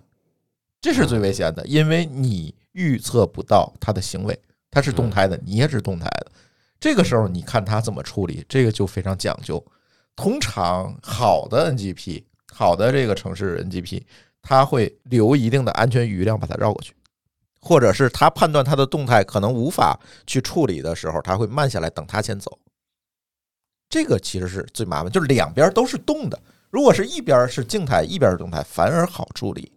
[SPEAKER 5] 这是最危险的，因为你预测不到他的行为，他是动态的，你也是动态的。这个时候你看他怎么处理，这个就非常讲究。通常好的 NGP，好的这个城市 NGP，他会留一定的安全余量把它绕过去，或者是他判断他的动态可能无法去处理的时候，他会慢下来等他先走。这个其实是最麻烦，就是两边都是动的。如果是一边是静态，一边是动态，反而好处理。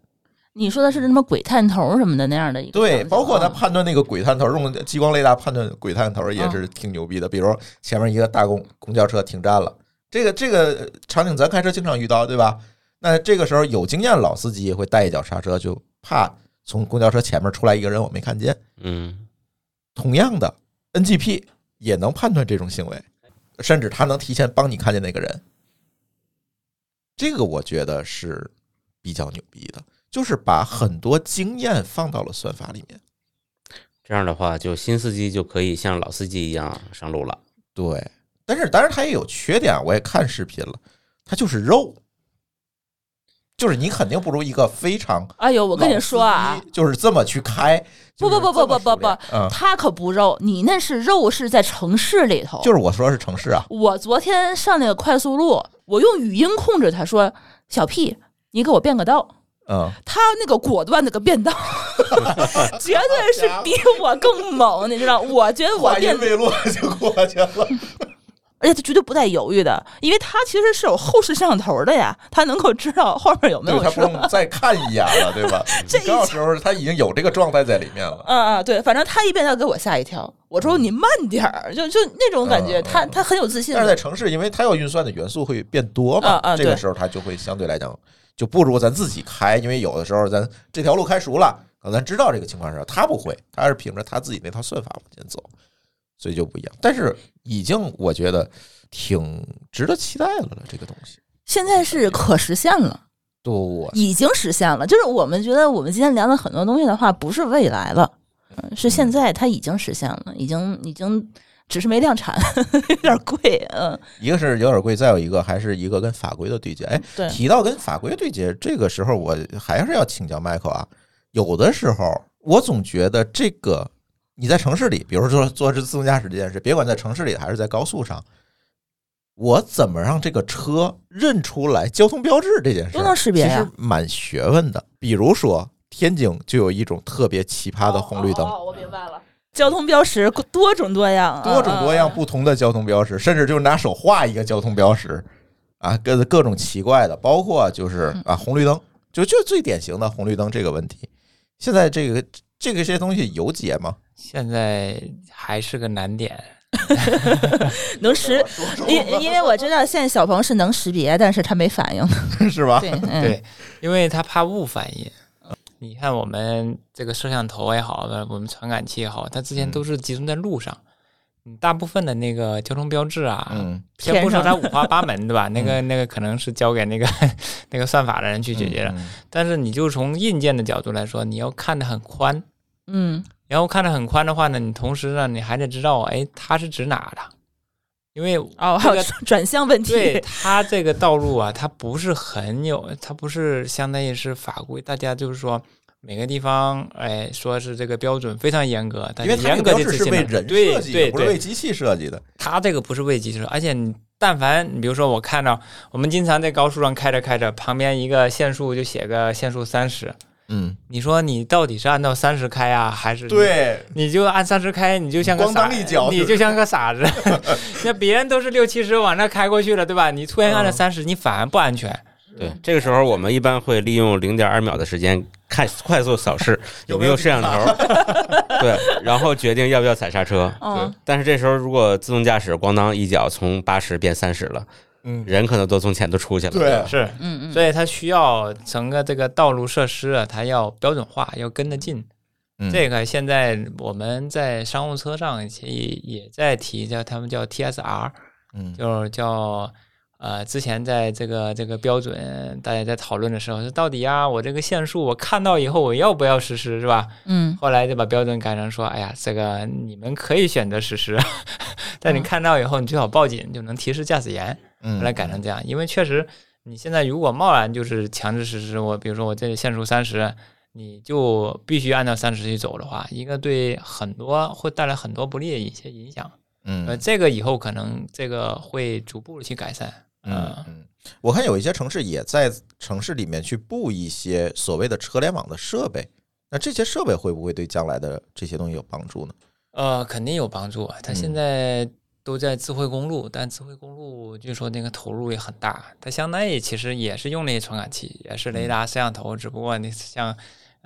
[SPEAKER 2] 你说的是什么鬼探头什么的那样的一个场景
[SPEAKER 5] 对，
[SPEAKER 2] 啊
[SPEAKER 5] 包括他判断那个鬼探头，用激光雷达判断鬼探头也是挺牛逼的。比如前面一个大公公交车停站了，这个这个场景咱开车经常遇到，对吧？那这个时候有经验的老司机会带一脚刹车，就怕从公交车前面出来一个人我没看见。
[SPEAKER 4] 嗯，
[SPEAKER 5] 同样的，NGP 也能判断这种行为，甚至他能提前帮你看见那个人。这个我觉得是比较牛逼的，就是把很多经验放到了算法里面。
[SPEAKER 4] 这样的话，就新司机就可以像老司机一样上路了。
[SPEAKER 5] 对，但是当然它也有缺点，啊我也看视频了，它就是肉，就是你肯定不如一个非常
[SPEAKER 2] 哎呦，我跟你说啊
[SPEAKER 5] 老司，机就是这么去开，
[SPEAKER 2] 不不不不不不不
[SPEAKER 5] 就是这么熟练嗯，
[SPEAKER 2] 它可不肉，你那是肉是在城市里头。
[SPEAKER 5] 就是我说是城市啊，
[SPEAKER 2] 我昨天上那个快速路，我用语音控制它说：“小屁，你给我变个道。”
[SPEAKER 5] 嗯，
[SPEAKER 2] 他那个果断那个 变道，绝对是比我更猛，你知道？我觉得我
[SPEAKER 5] 话
[SPEAKER 2] 变
[SPEAKER 5] 音未落就过去了。
[SPEAKER 2] 而且他绝对不带犹豫的，因为他其实是有后视摄像头的呀，他能够知道后面有没
[SPEAKER 5] 对
[SPEAKER 2] 有
[SPEAKER 5] 他不
[SPEAKER 2] 车。
[SPEAKER 5] 用再看一眼了，对吧？
[SPEAKER 2] 这一
[SPEAKER 5] 你到时候他已经有这个状态在里面了。
[SPEAKER 2] 嗯嗯，对，反正他一变道给我吓一跳，我说你慢点儿，就就那种感觉，
[SPEAKER 5] 嗯嗯嗯
[SPEAKER 2] 他
[SPEAKER 5] 嗯
[SPEAKER 2] 他很有自信
[SPEAKER 5] 但是在
[SPEAKER 2] 的。
[SPEAKER 5] 城市，因为它要运算的元素会变多嘛，
[SPEAKER 2] 啊啊
[SPEAKER 5] 这个
[SPEAKER 2] 对
[SPEAKER 5] 时候它就会相对来讲就不如咱自己开，因为有的时候咱这条路开熟了，可能咱知道这个情况时候，他不会，他是凭着他自己那套算法往前走，所以就不一样。但是已经我觉得挺值得期待了了，这个东西。
[SPEAKER 2] 现在是可实现了。
[SPEAKER 5] 对，我
[SPEAKER 2] 已经实现了。就是我们觉得我们今天聊的很多东西的话，不是未来了，嗯是现在它已经实现了，已经已经只是没量产， 有点贵。嗯，
[SPEAKER 5] 一个是有点贵，再有一个还是一个跟法规的对接。哎，
[SPEAKER 2] 对
[SPEAKER 5] 提到跟法规对接，这个时候我还是要请教 Michael 啊。有的时候我总觉得这个你在城市里，比如说做自动驾驶这件事，别管在城市里还是在高速上，我怎么让这个车认出来交通标志这件事儿，
[SPEAKER 2] 都能识别
[SPEAKER 5] 其
[SPEAKER 2] 呀
[SPEAKER 5] 实蛮学问的。比如说天津就有一种特别奇葩的红绿灯，
[SPEAKER 3] 哦我明白了。
[SPEAKER 2] 交通标识多种多样啊，
[SPEAKER 5] 多
[SPEAKER 6] 嗯
[SPEAKER 5] 种多样
[SPEAKER 2] 啊。
[SPEAKER 5] 不同的交通标识，甚至就是拿手画一个交通标识啊，各各种奇怪的，包括就是
[SPEAKER 6] 嗯
[SPEAKER 5] 啊红绿灯，就就最典型的红绿灯这个问题。现在这个这个些东西有解吗？
[SPEAKER 6] 现在还是个难点。
[SPEAKER 2] 能识。因因为我知道现在小鹏是能识别，但是他没反
[SPEAKER 5] 啊
[SPEAKER 2] 应。
[SPEAKER 5] 是吧？
[SPEAKER 2] 对，嗯、
[SPEAKER 6] 对，因为他怕误反应。你看我们这个摄像头也好，呃我们传感器也好，它之前
[SPEAKER 5] 嗯
[SPEAKER 6] 都是集中在路上。嗯大部分的那个交通标志啊，
[SPEAKER 5] 嗯，
[SPEAKER 6] 先
[SPEAKER 2] 天
[SPEAKER 6] 不
[SPEAKER 2] 上
[SPEAKER 6] 说它五花八门，对 吧？那个那个可能是交给那个那个算法的人去解决的。
[SPEAKER 5] 嗯
[SPEAKER 6] 但是你就从硬件的角度来说，你要看得很宽，
[SPEAKER 2] 嗯，
[SPEAKER 6] 然后看得很宽的话呢，你同时呢，你还得知道，哎，它是指哪的，因为
[SPEAKER 2] 哦，还有
[SPEAKER 6] 这个
[SPEAKER 2] 转转向问
[SPEAKER 6] 对
[SPEAKER 2] 题。
[SPEAKER 6] 它这个道路啊，它不是很有，它不是相当于是法规，大家就是说每个地方，哎，说是这个标准非常严格，但
[SPEAKER 5] 因为
[SPEAKER 6] 是
[SPEAKER 5] 它
[SPEAKER 6] 严
[SPEAKER 5] 这
[SPEAKER 6] 格
[SPEAKER 5] 个标
[SPEAKER 6] 的
[SPEAKER 5] 志
[SPEAKER 6] 执
[SPEAKER 5] 是
[SPEAKER 6] 行
[SPEAKER 5] 为
[SPEAKER 6] 呢
[SPEAKER 5] 人
[SPEAKER 6] 对
[SPEAKER 5] 设计的，
[SPEAKER 6] 对
[SPEAKER 5] 不是为
[SPEAKER 6] 对，
[SPEAKER 5] 机器设计的。
[SPEAKER 6] 它这个不是为机制，而且你但凡你比如说我看到，我们经常在高速上开着开着，旁边一个限速就写个限速三十，
[SPEAKER 5] 嗯，
[SPEAKER 6] 你说你到底是按照三十开啊，还是
[SPEAKER 5] 对，
[SPEAKER 6] 你就按三十开，你就像个
[SPEAKER 5] 咣
[SPEAKER 6] 傻
[SPEAKER 5] 当一脚
[SPEAKER 6] 你就像个傻 子。那别人都是六七十往那开过去了，对吧？你突然
[SPEAKER 5] 嗯
[SPEAKER 6] 按了三十、你反而不安全。
[SPEAKER 4] 对，这个时候我们一般会利用零点二秒的时间看快速扫视有没有摄像头， 对，然后决定要不要踩刹车。
[SPEAKER 2] 嗯，
[SPEAKER 4] 但是这时候如果自动驾驶咣当一脚从八十变三十了，
[SPEAKER 5] 嗯，
[SPEAKER 4] 人可能都从前头出去了。
[SPEAKER 5] 对，
[SPEAKER 6] 是，
[SPEAKER 2] 嗯嗯，
[SPEAKER 6] 所以它需要整个这个道路设施啊，它要标准化，要跟得进。
[SPEAKER 5] 嗯
[SPEAKER 6] 这个现在我们在商务车上也也在提，叫他们叫 TSR，
[SPEAKER 5] 嗯
[SPEAKER 6] 就是叫呃，之前在这个这个标准大家在讨论的时候，说到底呀，我这个限速我看到以后我要不要实施，是吧？
[SPEAKER 2] 嗯，
[SPEAKER 6] 后来就把标准改成说，哎呀，这个你们可以选择实施， 但你看到以后你最好报警，就能提示驾驶员。
[SPEAKER 5] 嗯
[SPEAKER 6] 后来改成这样，因为确实你现在如果贸然就是强制实施，我比如说我这里限速三十。你就必须按照三十去走的话，一个对很多会带来很多不利的一些影响。呃，
[SPEAKER 5] 嗯
[SPEAKER 6] 这个以后可能这个会逐步地去改善。
[SPEAKER 5] 嗯
[SPEAKER 6] 呃，
[SPEAKER 5] 嗯，我看有一些城市也在城市里面去布一些所谓的车联网的设备，那这些设备会不会对将来的这些东西有帮助呢？
[SPEAKER 6] 呃，肯定有帮助。它现
[SPEAKER 5] 嗯
[SPEAKER 6] 在都在智慧公路，但智慧公路据说那个投入也很大。它相当于其实也是用那些传感器，也是
[SPEAKER 5] 嗯
[SPEAKER 6] 雷达摄像头，只不过你像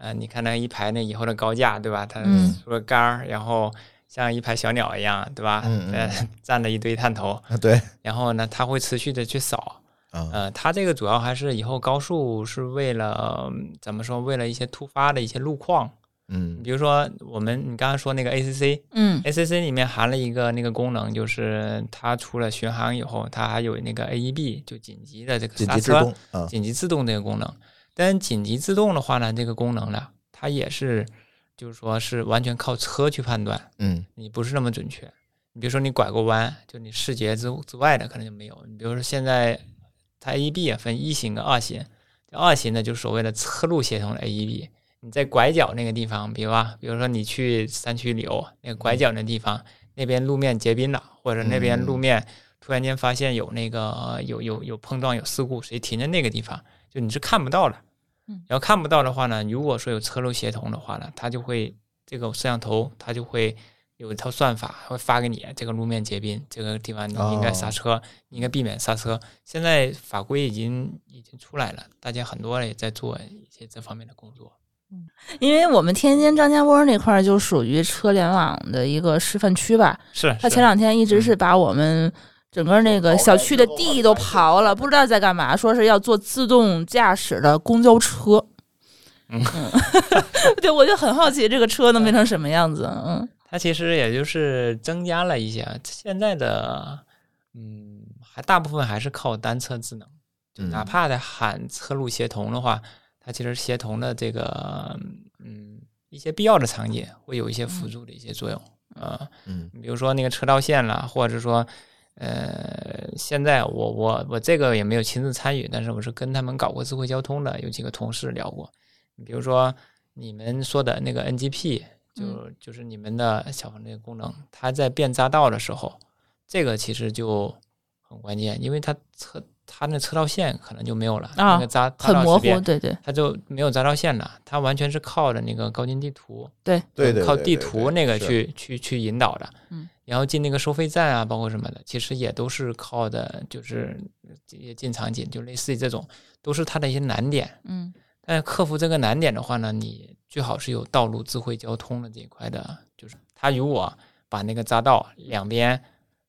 [SPEAKER 6] 呃，你看那一排那以后的高架，对吧？它
[SPEAKER 2] 嗯
[SPEAKER 6] 竖个杆儿，然后像一排小鸟一样，对吧？
[SPEAKER 5] 嗯嗯
[SPEAKER 6] 呃站着一堆探头，
[SPEAKER 5] 啊， 对，
[SPEAKER 6] 然后呢，它会持续的去扫。
[SPEAKER 5] 啊，
[SPEAKER 6] 呃，它这个主要还是以后高速是为了嗯怎么说？为了一些突发的一些路况，
[SPEAKER 5] 嗯
[SPEAKER 6] 比如说我们你刚刚说那个 ACC，
[SPEAKER 2] 嗯
[SPEAKER 6] ACC 里面含了一个那个功能，就是它除了巡航以后，它还有那个 AEB，就紧急的这个
[SPEAKER 5] 紧
[SPEAKER 6] 刹
[SPEAKER 5] 急制动
[SPEAKER 6] 车、
[SPEAKER 5] 啊，
[SPEAKER 6] 紧急制动这个功能。但紧急制动的话呢，这个功能呢，它也是就是说是完全靠车去判断，
[SPEAKER 5] 嗯
[SPEAKER 6] 你不是那么准确。你比如说你拐过弯，就你视觉之之外的可能就没有。你比如说现在它 AEB 也分一型跟二型，这二型呢就是所谓的车路协同的 AEB。你在拐角那个地方，比如啊，比如说你去山区旅游，那个拐角那地方，那边路面结冰了，或者那边路面突然间发呃现有那个有有有碰撞有事故，谁停在那个地方，就你是看不到的。
[SPEAKER 2] 嗯
[SPEAKER 6] 然后看不到的话呢，如果说有车路协同的话呢，它就会这个摄像头它就会有一套算法会发给你这个路面结冰，这个地方你应该刹车，你应该避免刹车。现在法规已经已经出来了，大家很多也在做一些这方面的工作。
[SPEAKER 2] 因为我们天津张家窝那块儿就属于车联网的一个示范区吧，
[SPEAKER 6] 是，嗯
[SPEAKER 2] 他前两天一直是把我们整个那个小区的地都刨了，不知道在干嘛，说是要做自动驾驶的公交车。
[SPEAKER 6] 嗯，
[SPEAKER 2] 对，我就很好奇这个车能变成什么样子。嗯，
[SPEAKER 6] 它其实也就是增加了一些啊现在的，嗯，还大部分还是靠单车智能，就
[SPEAKER 5] 嗯
[SPEAKER 6] 哪怕在喊车路协同的话，它其实协同的这个，嗯，一些必要的场景会有一些辅助的一些作用，呃，
[SPEAKER 5] 嗯
[SPEAKER 6] 比如说那个车道线啦，或者是说，呃，现在我我我这个也没有亲自参与，但是我是跟他们搞过智慧交通的，有几个同事聊过，比如说你们说的那个 NGP，就、
[SPEAKER 2] 嗯
[SPEAKER 6] 就是你们的小黄这个功能，它在变匝道的时候，这个其实就很关键，因为它车它那车道线可能就没有了，
[SPEAKER 2] 啊
[SPEAKER 6] 那个匝匝
[SPEAKER 2] 很
[SPEAKER 6] 道
[SPEAKER 2] 模
[SPEAKER 6] 识
[SPEAKER 2] 糊
[SPEAKER 6] 别，
[SPEAKER 2] 对对
[SPEAKER 6] 它就没有匝道线了，它完全是靠着那个高精地图，
[SPEAKER 2] 对，
[SPEAKER 5] 对对，
[SPEAKER 6] 靠
[SPEAKER 5] 对
[SPEAKER 6] 地
[SPEAKER 5] 对
[SPEAKER 6] 图
[SPEAKER 5] 对
[SPEAKER 6] 那个
[SPEAKER 5] 是
[SPEAKER 6] 去去去引导的。
[SPEAKER 2] 嗯，
[SPEAKER 6] 然后进那个收费站啊，包括什么的，其实也都是靠的，就是一些进场景，就类似于这种，都是它的一些难点。
[SPEAKER 2] 嗯
[SPEAKER 6] 但是克服这个难点的话呢，你最好是有道路智慧交通的这一块的，就是它如果把那个匝道两边，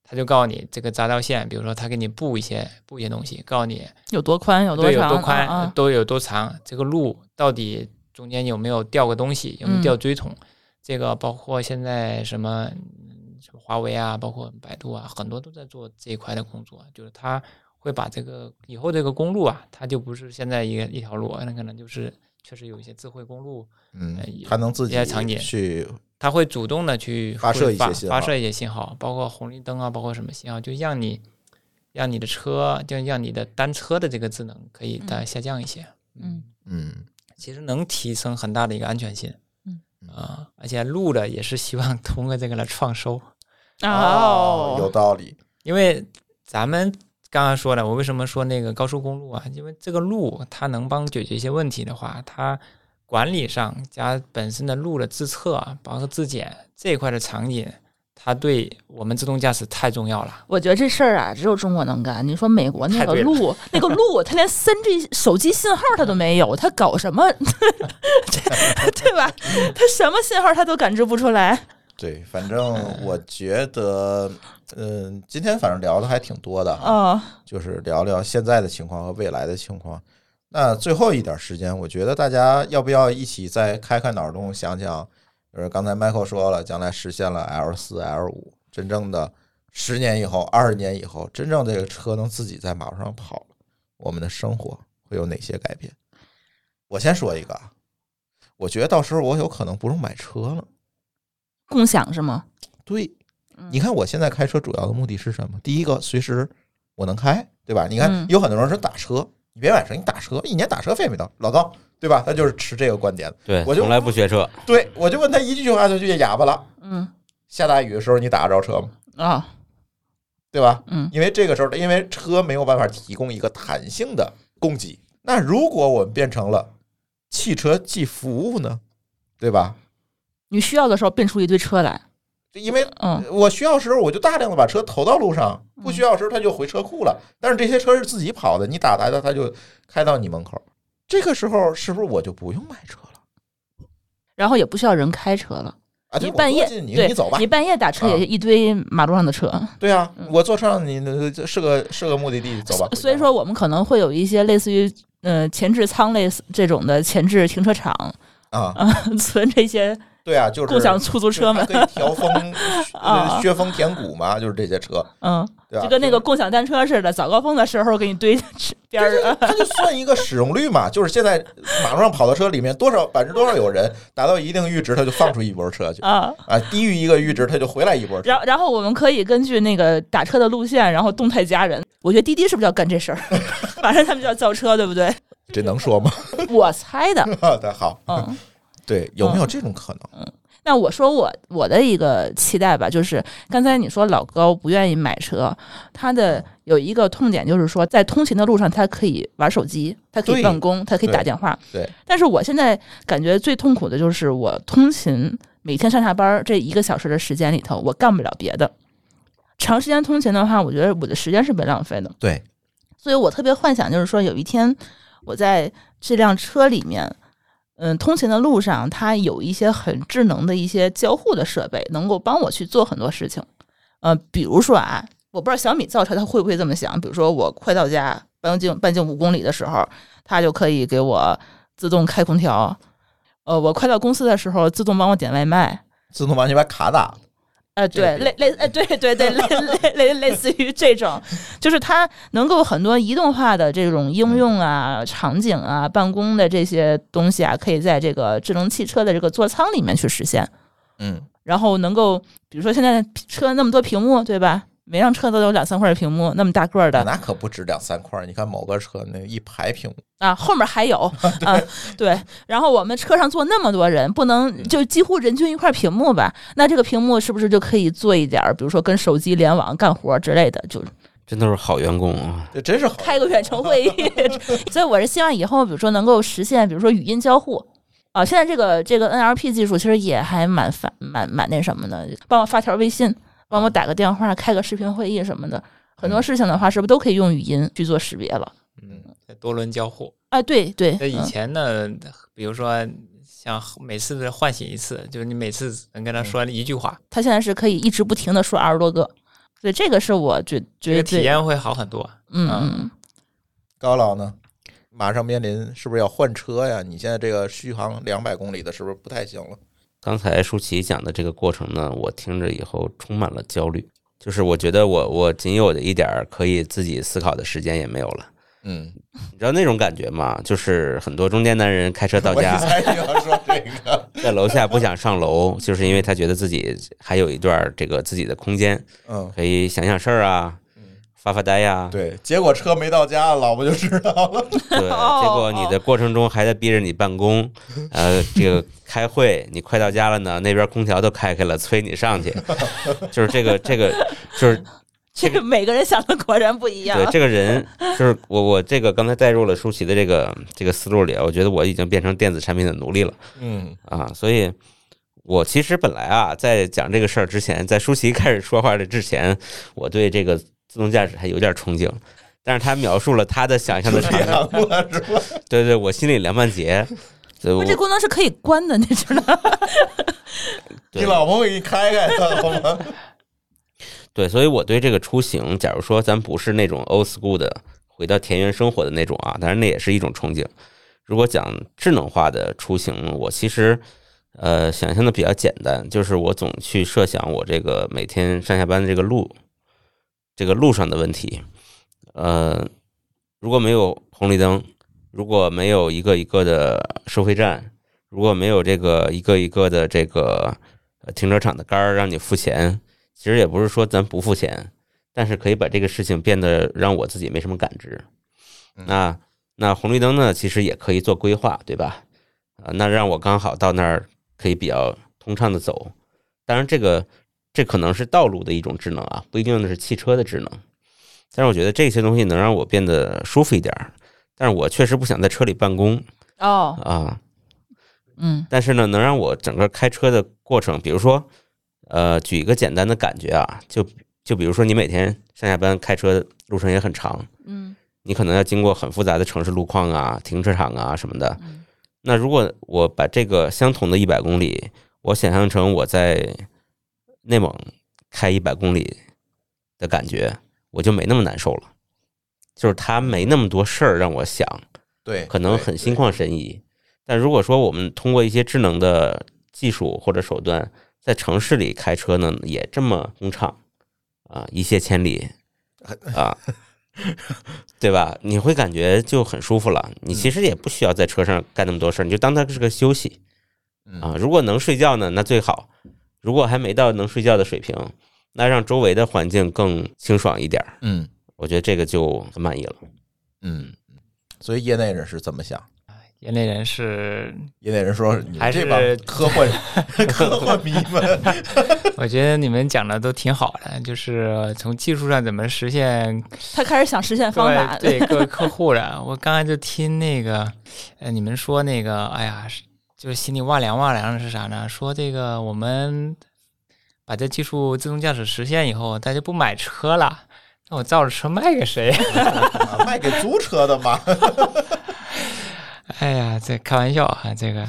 [SPEAKER 6] 它就告诉你这个匝道线，比如说它给你布一些布一些东西，告诉你
[SPEAKER 2] 有多宽有多
[SPEAKER 6] 对，有
[SPEAKER 2] 长
[SPEAKER 6] 多宽，
[SPEAKER 2] 啊啊，
[SPEAKER 6] 都有多长，这个路到底中间有没有掉个东西，
[SPEAKER 2] 嗯
[SPEAKER 6] 有没有掉锥桶，这个包括现在什么嗯什么华为啊，包括百度啊，很多都在做这一块的工作，就是它会把这个以后这个公路啊，它就不是现在一个一条路，那可能就是确实有一些智慧公路，呃
[SPEAKER 5] 嗯
[SPEAKER 6] 也，
[SPEAKER 5] 它能自
[SPEAKER 6] 也
[SPEAKER 5] 己
[SPEAKER 6] 常见
[SPEAKER 5] 去
[SPEAKER 6] 它会主动的去
[SPEAKER 5] 发射
[SPEAKER 6] 会
[SPEAKER 5] 一
[SPEAKER 6] 发
[SPEAKER 5] 些信
[SPEAKER 6] 发
[SPEAKER 5] 号
[SPEAKER 6] 射一些信号，包括红绿灯啊，包括什么信号，就让你让你的车，就让你的单车的这个智能可以再下降一些。
[SPEAKER 2] 嗯
[SPEAKER 5] 嗯
[SPEAKER 6] 其实能提升很大的一个安全性。
[SPEAKER 2] 嗯
[SPEAKER 6] 啊、而且录的也是希望通过这个来创收，嗯
[SPEAKER 2] 哦
[SPEAKER 5] 有道理，
[SPEAKER 6] 因为咱们刚刚说的，我为什么说那个高速公路啊？因为这个路它能帮解决一些问题的话，它管理上加本身的路的自测啊，包括自检这一块的场景，它对我们自动驾驶太重要了。
[SPEAKER 2] 我觉得这事儿啊，只有中国能干。你说美国那
[SPEAKER 6] 太
[SPEAKER 2] 个
[SPEAKER 6] 对了
[SPEAKER 2] 路，那个路，他连三 G 手机信号他都没有，他搞什么？ 这对吧？他什么信号他都感知不出来。
[SPEAKER 5] 对，反 正我觉得，嗯，今天反正聊的还挺多的哈，
[SPEAKER 2] 哦，
[SPEAKER 5] 就是聊聊现在的情况和未来的情况。那最后一点时间，我觉得大家要不要一起再开开脑洞，想想，就是刚才 Michael 说了，将来实现了 L 四、L 五，真正的十年以后、二十年以后，真正这个车能自己在马路上跑了，我们的生活会有哪些改变？我先说一个啊，我觉得到时候我有可能不用买车了。
[SPEAKER 2] 共享是吗？
[SPEAKER 5] 对，
[SPEAKER 2] 嗯
[SPEAKER 5] 你看我现在开车主要的目的是什么？第一个，随时我能开，对吧？你看
[SPEAKER 2] 嗯
[SPEAKER 5] 有很多人说打车，你别买车，你打车一年打车费没到，老高对吧？他就是持这个观点的。
[SPEAKER 4] 对，
[SPEAKER 5] 我就
[SPEAKER 4] 从来不学车，
[SPEAKER 5] 对，我就问他一句话，他就哑巴了。
[SPEAKER 2] 嗯，
[SPEAKER 5] 下大雨的时候你打得着车吗？
[SPEAKER 2] 哦，
[SPEAKER 5] 对吧？
[SPEAKER 2] 嗯，
[SPEAKER 5] 因为这个时候，因为车没有办法提供一个弹性的供给。那如果我们变成了汽车即服务呢，对吧？
[SPEAKER 2] 你需要的时候变出一堆车来。
[SPEAKER 5] 因为
[SPEAKER 2] 嗯
[SPEAKER 5] 我需要时候我就大量的把车投到路上，
[SPEAKER 2] 嗯
[SPEAKER 5] 不需要时候它就回车库了。但是这些车是自己跑的，你打来的它就开到你门口。这个时候是不是我就不用买车了？
[SPEAKER 2] 然后也不需要人开车了，
[SPEAKER 5] 啊，对
[SPEAKER 2] 你
[SPEAKER 5] 我
[SPEAKER 2] 半夜
[SPEAKER 5] 坐进你
[SPEAKER 2] 对
[SPEAKER 5] 你走吧，啊
[SPEAKER 2] 你半夜打车也是一堆马路上的车，
[SPEAKER 5] 对啊
[SPEAKER 2] 嗯，
[SPEAKER 5] 我坐车上你那是个是个目的地，走吧。回家
[SPEAKER 2] 所以说我们可能会有一些类似于呃前置仓类似这种的前置停车场
[SPEAKER 5] 啊，
[SPEAKER 2] 啊，存这些
[SPEAKER 5] 对啊，就是
[SPEAKER 2] 共享出租车们
[SPEAKER 5] 就，是它可以调风 呃
[SPEAKER 2] 啊
[SPEAKER 5] 削风填谷嘛，就是这些车，
[SPEAKER 2] 嗯，
[SPEAKER 5] 对吧？
[SPEAKER 2] 就跟那个共享单车似的，早高峰的时候给你堆边儿啊，
[SPEAKER 5] 它就算一个使用率嘛，就是现在马路上跑的车里面多少百分之多少有人达到一定阈值，它就放出一波车去。
[SPEAKER 2] 啊。
[SPEAKER 5] 啊，低于一个阈值，它就回来一波车。
[SPEAKER 2] 然后，然后我们可以根据那个打车的路线，然后动态加人。我觉得滴滴是不是要干这事儿？ 马上他们就要造车，对不对？
[SPEAKER 5] 这能说吗？
[SPEAKER 2] 我猜的，
[SPEAKER 5] 对，好，
[SPEAKER 2] 嗯，
[SPEAKER 5] 对，有没有这种可能？
[SPEAKER 2] 那我说我我的一个期待吧，就是刚才你说老高不愿意买车，他的有一个痛点就是说，在通勤的路上他可以玩手机，他可以
[SPEAKER 5] 对
[SPEAKER 2] 办公，他可以打
[SPEAKER 5] 对
[SPEAKER 2] 电话。
[SPEAKER 5] 对
[SPEAKER 2] 但是我现在感觉最痛苦的就是我通勤每天上下班儿这一个小时的时间里头，我干不了别的。长时间通勤的话，我觉得我的时间是被浪费的。
[SPEAKER 5] 对，
[SPEAKER 2] 所以我特别幻想就是说，有一天我在这辆车里面，嗯，通勤的路上，它有一些很智能的一些交互的设备，能够帮我去做很多事情。呃，比如说啊，我不知道小米造车它会不会这么想，比如说我快到家半径半径五公里的时候，它就可以给我自动开空调。呃，我快到公司的时候，自动帮我点外卖。
[SPEAKER 5] 自动帮你把卡打了。
[SPEAKER 2] 呃，
[SPEAKER 5] 这个
[SPEAKER 2] 对，类类，呃，对对 对，类类类类似于这种，就是它能够很多移动化的这种应用啊、场景啊、办公的这些东西啊，可以在这个智能汽车的这个座舱里面去实现。
[SPEAKER 5] 嗯，
[SPEAKER 2] 然后能够，比如说现在车那么多屏幕，对吧？每辆车都有两三块屏幕，那么大个儿的
[SPEAKER 5] 那可不止两三块儿。你看某个车那一排屏幕，
[SPEAKER 2] 啊，后面 还有啊，对。然后我们车上坐那么多人，不
[SPEAKER 5] 嗯
[SPEAKER 2] 能就几乎人均一块屏幕吧？那这个屏幕是不是就可以做一点儿，比如说跟手机联网干活之类的，就
[SPEAKER 4] 真都是好员工啊！
[SPEAKER 5] 这真是好。
[SPEAKER 2] 开个远程会议。所以我是希望以后，比如说能够实现，比如说语音交互。啊，现在这个这个 NLP 技术其实也还蛮烦蛮蛮那什么的，帮我发条微信，帮我打个电话，开个视频会议什么的，很多事情的话，是不是都可以用语音去做识别了？
[SPEAKER 5] 嗯，
[SPEAKER 6] 多轮交互。
[SPEAKER 2] 哎，对对，
[SPEAKER 6] 那以
[SPEAKER 2] 嗯
[SPEAKER 6] 前呢，比如说像每次的唤醒一次，就是你每次只能跟他说一句话，
[SPEAKER 2] 他现在是可以一直不停的说二十多个，所以这个是我觉
[SPEAKER 6] 这
[SPEAKER 2] 觉
[SPEAKER 6] 个
[SPEAKER 2] 得
[SPEAKER 6] 体
[SPEAKER 2] 最，
[SPEAKER 6] 验会好很多。
[SPEAKER 2] 嗯
[SPEAKER 6] 嗯
[SPEAKER 2] 嗯，
[SPEAKER 5] 高老呢？马上面临是不是要换车呀？你现在这个续航两百公里的，是不是不太行了？
[SPEAKER 4] 刚才舒淇讲的这个过程呢，我听着以后充满了焦虑，就是我觉得我我仅有的一点儿可以自己思考的时间也没有了，
[SPEAKER 5] 嗯，
[SPEAKER 4] 你知道那种感觉吗？就是很多中年男人开车到
[SPEAKER 5] 我一
[SPEAKER 4] 家，
[SPEAKER 5] 猜你要说这个。
[SPEAKER 4] 在楼下不想上楼，就是因为他觉得自己还有一段儿这个自己的空间，
[SPEAKER 5] 嗯，
[SPEAKER 4] 可以想想事儿啊，发发呆呀、
[SPEAKER 5] 对，结果车没到家，老婆就知道了。
[SPEAKER 4] 对，结
[SPEAKER 5] 哦
[SPEAKER 4] 果你的过程中还在逼着你办公，呃，这个开会，你快到家了呢，那边空调都开开了，催你上去，就是这个这个就是
[SPEAKER 2] 这个嗯 每个人想的果然不一样啊
[SPEAKER 4] 对。这个人，就是我我这个刚才带入了舒淇的这个这个思路里，啊我觉得我已经变成电子产品的奴隶了。
[SPEAKER 5] 嗯，
[SPEAKER 4] 啊，所以我其实本来啊，在讲这个事儿之前，在舒淇开始说话的之前，我对这个自动驾驶还有点憧憬。但是他描述了他的想象的场景，
[SPEAKER 5] 两过是吧？
[SPEAKER 4] 对对，我心里凉半截。所以
[SPEAKER 2] 不过
[SPEAKER 4] 我
[SPEAKER 2] 这功能是可以关的，你知道吗？
[SPEAKER 5] 你老婆会给你开开的，好吗？
[SPEAKER 4] 对，所以我对这个出行，假如说咱不是那种 old school 的回到田园生活的那种啊，当然那也是一种憧憬。如果讲智能化的出行，我其实呃想象的比较简单，就是我总去设想我这个每天上下班的这个路，这个路上的问题。呃，如果没有红绿灯，如果没有一个一个的收费站，如果没有这个一个一个的这个呃停车场的杆儿让你付钱，其实也不是说咱不付钱，但是可以把这个事情变得让我自己没什么感知。那那红绿灯呢，其实也可以做规划，对吧？啊、那让我刚好到那儿可以比较通畅的走。当然，这个这可能是道路的一种智能啊，不一定是汽车的智能。但是我觉得这些东西能让我变得舒服一点儿。但是我确实不想在车里办公
[SPEAKER 2] 哦，
[SPEAKER 4] 啊，
[SPEAKER 2] 嗯
[SPEAKER 4] 但是呢，能让我整个开车的过程，比如说，呃，举一个简单的感觉啊，就就比如说你每天上下班开车路程也很长，
[SPEAKER 2] 嗯
[SPEAKER 4] 你可能要经过很复杂的城市路况啊、停车场啊什么的。
[SPEAKER 2] 嗯
[SPEAKER 4] 那如果我把这个相同的一百公里，我想象成我在内蒙开一百公里的感觉，我就没那么难受了。就是它没那么多事儿让我想，
[SPEAKER 5] 对，
[SPEAKER 4] 可能
[SPEAKER 5] 对
[SPEAKER 4] 很心旷神怡。但如果说我们通过一些智能的技术或者手段，在城市里开车呢，也这么通畅啊，一泻千 里啊，对吧？你会感觉就很舒服了。你
[SPEAKER 5] 嗯
[SPEAKER 4] 其实也不需要在车上干那么多事儿，你就当它是个休息
[SPEAKER 5] 嗯
[SPEAKER 4] 啊。如果能睡觉呢，那最好；如果还没到能睡觉的水平，那让周围的环境更清爽一点儿，
[SPEAKER 5] 嗯
[SPEAKER 4] 我觉得这个就很满意了。
[SPEAKER 5] 嗯，所以业内人士怎么想？
[SPEAKER 6] 业内人士，
[SPEAKER 5] 业内人说你们
[SPEAKER 6] 还
[SPEAKER 5] 这
[SPEAKER 6] 是
[SPEAKER 5] 帮科幻科幻迷们，
[SPEAKER 6] 我觉得你们讲的都挺好的，就是从技术上怎么实现
[SPEAKER 2] 他开始想实现
[SPEAKER 6] 各
[SPEAKER 2] 方
[SPEAKER 6] 位
[SPEAKER 2] 法，
[SPEAKER 6] 对各位客户了。我刚才就听那 个，呃，你们说那个，哎呀，是就是心里哇凉哇凉的是啥呢？说这个我们把这技术自动驾驶实现以后，大家不买车了，那我造着车卖给谁？
[SPEAKER 5] 啊卖给租车的吗？
[SPEAKER 6] 哎呀，这开玩笑啊，这个。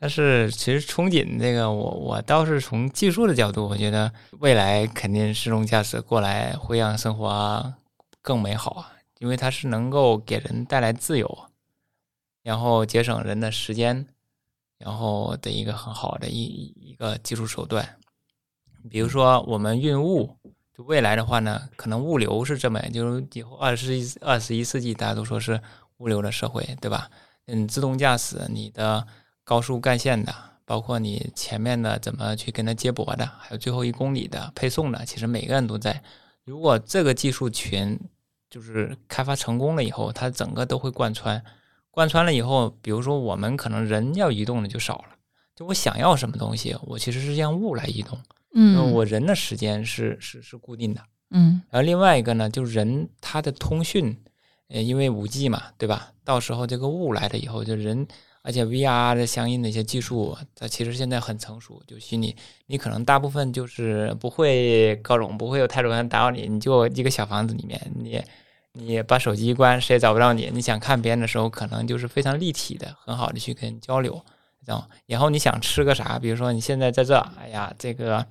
[SPEAKER 6] 但是其实憧憬这个，我我倒是从技术的角度，我觉得未来肯定自动驾驶过来会让生活更美好啊，因为它是能够给人带来自由，然后节省人的时间，然后的一个很好的一一个技术手段。比如说我们运物，就未来的话呢，可能物流是这么，就是以后二十一二十一世纪大家都说是物流的社会，对吧？嗯，自动驾驶你的高速干线的，包括你前面的怎么去跟它接驳的，还有最后一公里的配送的，其实每个人都在。如果这个技术群就是开发成功了以后，它整个都会贯穿，贯穿了以后，比如说我们可能人要移动的就少了，就我想要什么东西，我其实是让物来移动，因为
[SPEAKER 2] 嗯，
[SPEAKER 6] 我人的时间是是是固定的。
[SPEAKER 2] 嗯
[SPEAKER 6] 然后另外一个呢，就是人他的通讯，呃，因为五 G 嘛，对吧？到时候这个雾来了以后，就人，而且 VR 的相应的一些技术，它其实现在很成熟。就虚拟，你可能大部分就是不会各种，不会有太多人打扰你，你就一个小房子里面，你你把手机一关，谁也找不到你。你想看别人的时候，可能就是非常立体的，很好的去跟人交流。然后，然后你想吃个啥？比如说你现在在这，哎呀，这个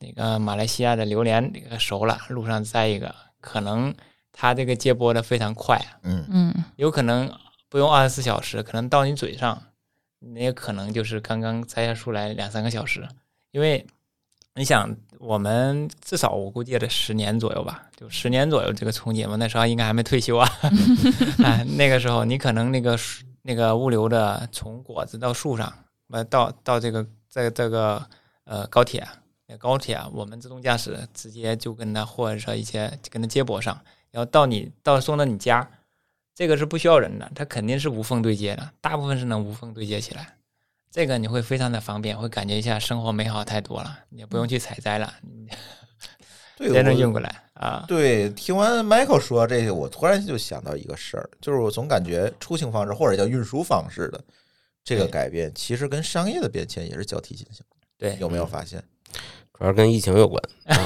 [SPEAKER 6] 那个马来西亚的榴莲这个熟了，路上摘一个，可能它这个接驳的非常快啊，
[SPEAKER 5] 嗯，
[SPEAKER 2] 嗯
[SPEAKER 6] 有可能不用二十四小时，可能到你嘴上，那也可能就是刚刚摘下出来两三个小时，因为你想，我们至少我估计也得十年左右吧，就十年左右这个憧憬嘛，那时候应该还没退休啊，啊，那个时候你可能那个树那个物流的从果子到树上，呃，到到这个这这个呃高铁。高铁啊，我们自动驾驶直接就跟它或者说一些跟它接驳上，然后到你到送到你家，这个是不需要人的，它肯定是无缝对接的，大部分是能无缝对接起来。这个你会非常的方便，会感觉一下生活美好太多了，你也不用去采摘了，你
[SPEAKER 5] 嗯对，
[SPEAKER 6] 真正
[SPEAKER 5] 我
[SPEAKER 6] 运过来啊。
[SPEAKER 5] 对，听完 Michael 说这个，我突然就想到一个事儿，就是我总感觉出行方式或者叫运输方式的这个
[SPEAKER 6] 对
[SPEAKER 5] 改变，其实跟商业的变迁也是交替进行。
[SPEAKER 6] 对，
[SPEAKER 5] 有没有发现？
[SPEAKER 4] 主要跟疫情有关。
[SPEAKER 5] 啊，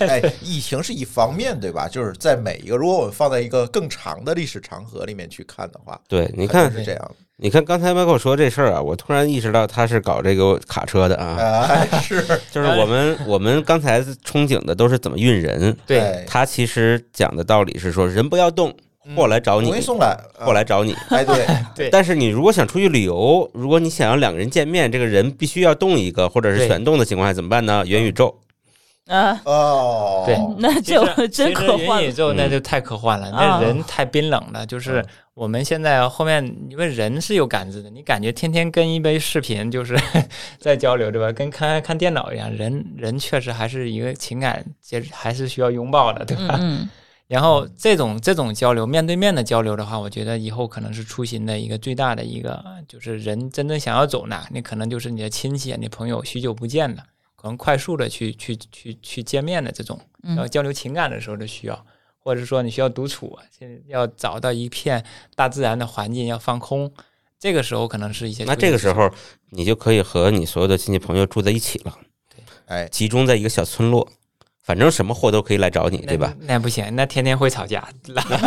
[SPEAKER 5] 哎，疫情是一方面，对吧？就是在每一个，如果我们放在一个更长的历史长河里面去看的话，
[SPEAKER 4] 对，你
[SPEAKER 5] 肯定
[SPEAKER 4] 看，
[SPEAKER 5] 是这样
[SPEAKER 4] 你看刚才 Michael 说这事儿啊，我突然意识到他是搞这个卡车的
[SPEAKER 5] 的。
[SPEAKER 4] 啊，
[SPEAKER 5] 哎， 是，
[SPEAKER 4] 就是我们 我们刚才憧憬的都是怎么运人，
[SPEAKER 6] 对，
[SPEAKER 5] 哎
[SPEAKER 4] 他其实讲的道理是说人不要动，
[SPEAKER 5] 嗯
[SPEAKER 4] 货来找你
[SPEAKER 5] 不，会送来，啊
[SPEAKER 4] 货来，找你。
[SPEAKER 5] 哎， 对，
[SPEAKER 6] 对
[SPEAKER 4] 但是你如果想出去旅游，如果你想要两个人见面，这个人必须要动一个，或者是
[SPEAKER 6] 对
[SPEAKER 4] 选动的情况下怎么办呢？元宇宙，
[SPEAKER 2] 啊，
[SPEAKER 5] 哦，
[SPEAKER 6] 对
[SPEAKER 2] 那
[SPEAKER 6] 其实
[SPEAKER 2] 就真
[SPEAKER 6] 其实
[SPEAKER 2] 可幻
[SPEAKER 6] 元宇宙那
[SPEAKER 4] 嗯
[SPEAKER 6] 就太科幻了，
[SPEAKER 2] 啊
[SPEAKER 6] 那人太冰冷了。
[SPEAKER 5] 嗯
[SPEAKER 6] 就是我们现在后面，因为人是有感知的，你感觉天天跟一杯视频就是 在交流，对吧？跟看看电脑一样，人人确实还是一个情感接，还是需要拥抱的，对吧？
[SPEAKER 2] 嗯
[SPEAKER 6] 然后这种这种交流，面对面的交流的话，我觉得以后可能是出行的一个最大的一个，就是人真正想要走哪，你可能就是你的亲戚、啊，你朋友许久不见了，可能快速的去去去去见面的这种，
[SPEAKER 2] 嗯
[SPEAKER 6] 然后交流情感的时候的需要，或者说你需要独处，现在要找到一片大自然的环境，要放空，这个时候可能是一些
[SPEAKER 4] 那这个时候你就可以和你所有的亲戚朋友住在一起了，
[SPEAKER 5] 哎，
[SPEAKER 4] 集中在一个小村落，反正什么货都可以来找你，
[SPEAKER 6] 那
[SPEAKER 4] 对吧？？
[SPEAKER 6] 那不行，那天天会吵架，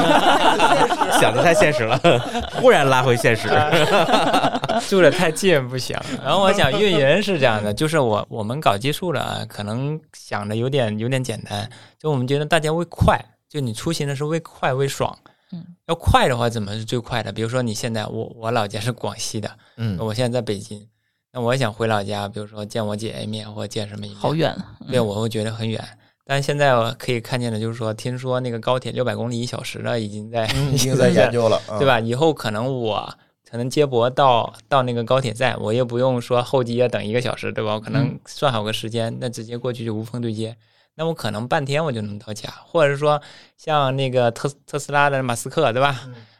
[SPEAKER 6] 啊
[SPEAKER 4] 想的太现实了， 忽然拉回现实。
[SPEAKER 6] 住的太近不行。然后我想运营是这样 的，就是我我们搞技术的啊，可能想的有点有点简单，就我们觉得大家为快，就你出行的时候为快为爽。
[SPEAKER 2] 嗯，
[SPEAKER 6] 要快的话，怎么是最快的？比如说你现在我我老家是广西的，
[SPEAKER 5] 嗯，
[SPEAKER 6] 我现在在北京，那我也想回老家，比如说见我姐一面或见什么一面，
[SPEAKER 2] 好远，啊
[SPEAKER 6] 对
[SPEAKER 5] 嗯
[SPEAKER 6] 我会觉得很远。但现在我可以看见的就是说，听说那个高铁六百公里一小时的已 经在、
[SPEAKER 5] 嗯已经在研究了，嗯
[SPEAKER 6] 对
[SPEAKER 5] 吧？
[SPEAKER 6] 吧？以后可能我可能接驳到到那个高铁站，我也不用说候机要等一个小时，对吧？我可
[SPEAKER 2] 嗯
[SPEAKER 6] 能算好个时间，那直接过去就无缝对接。那我
[SPEAKER 2] 嗯
[SPEAKER 6] 可能半天我就能到家，或者说像那个特特斯拉的马斯克，对吧？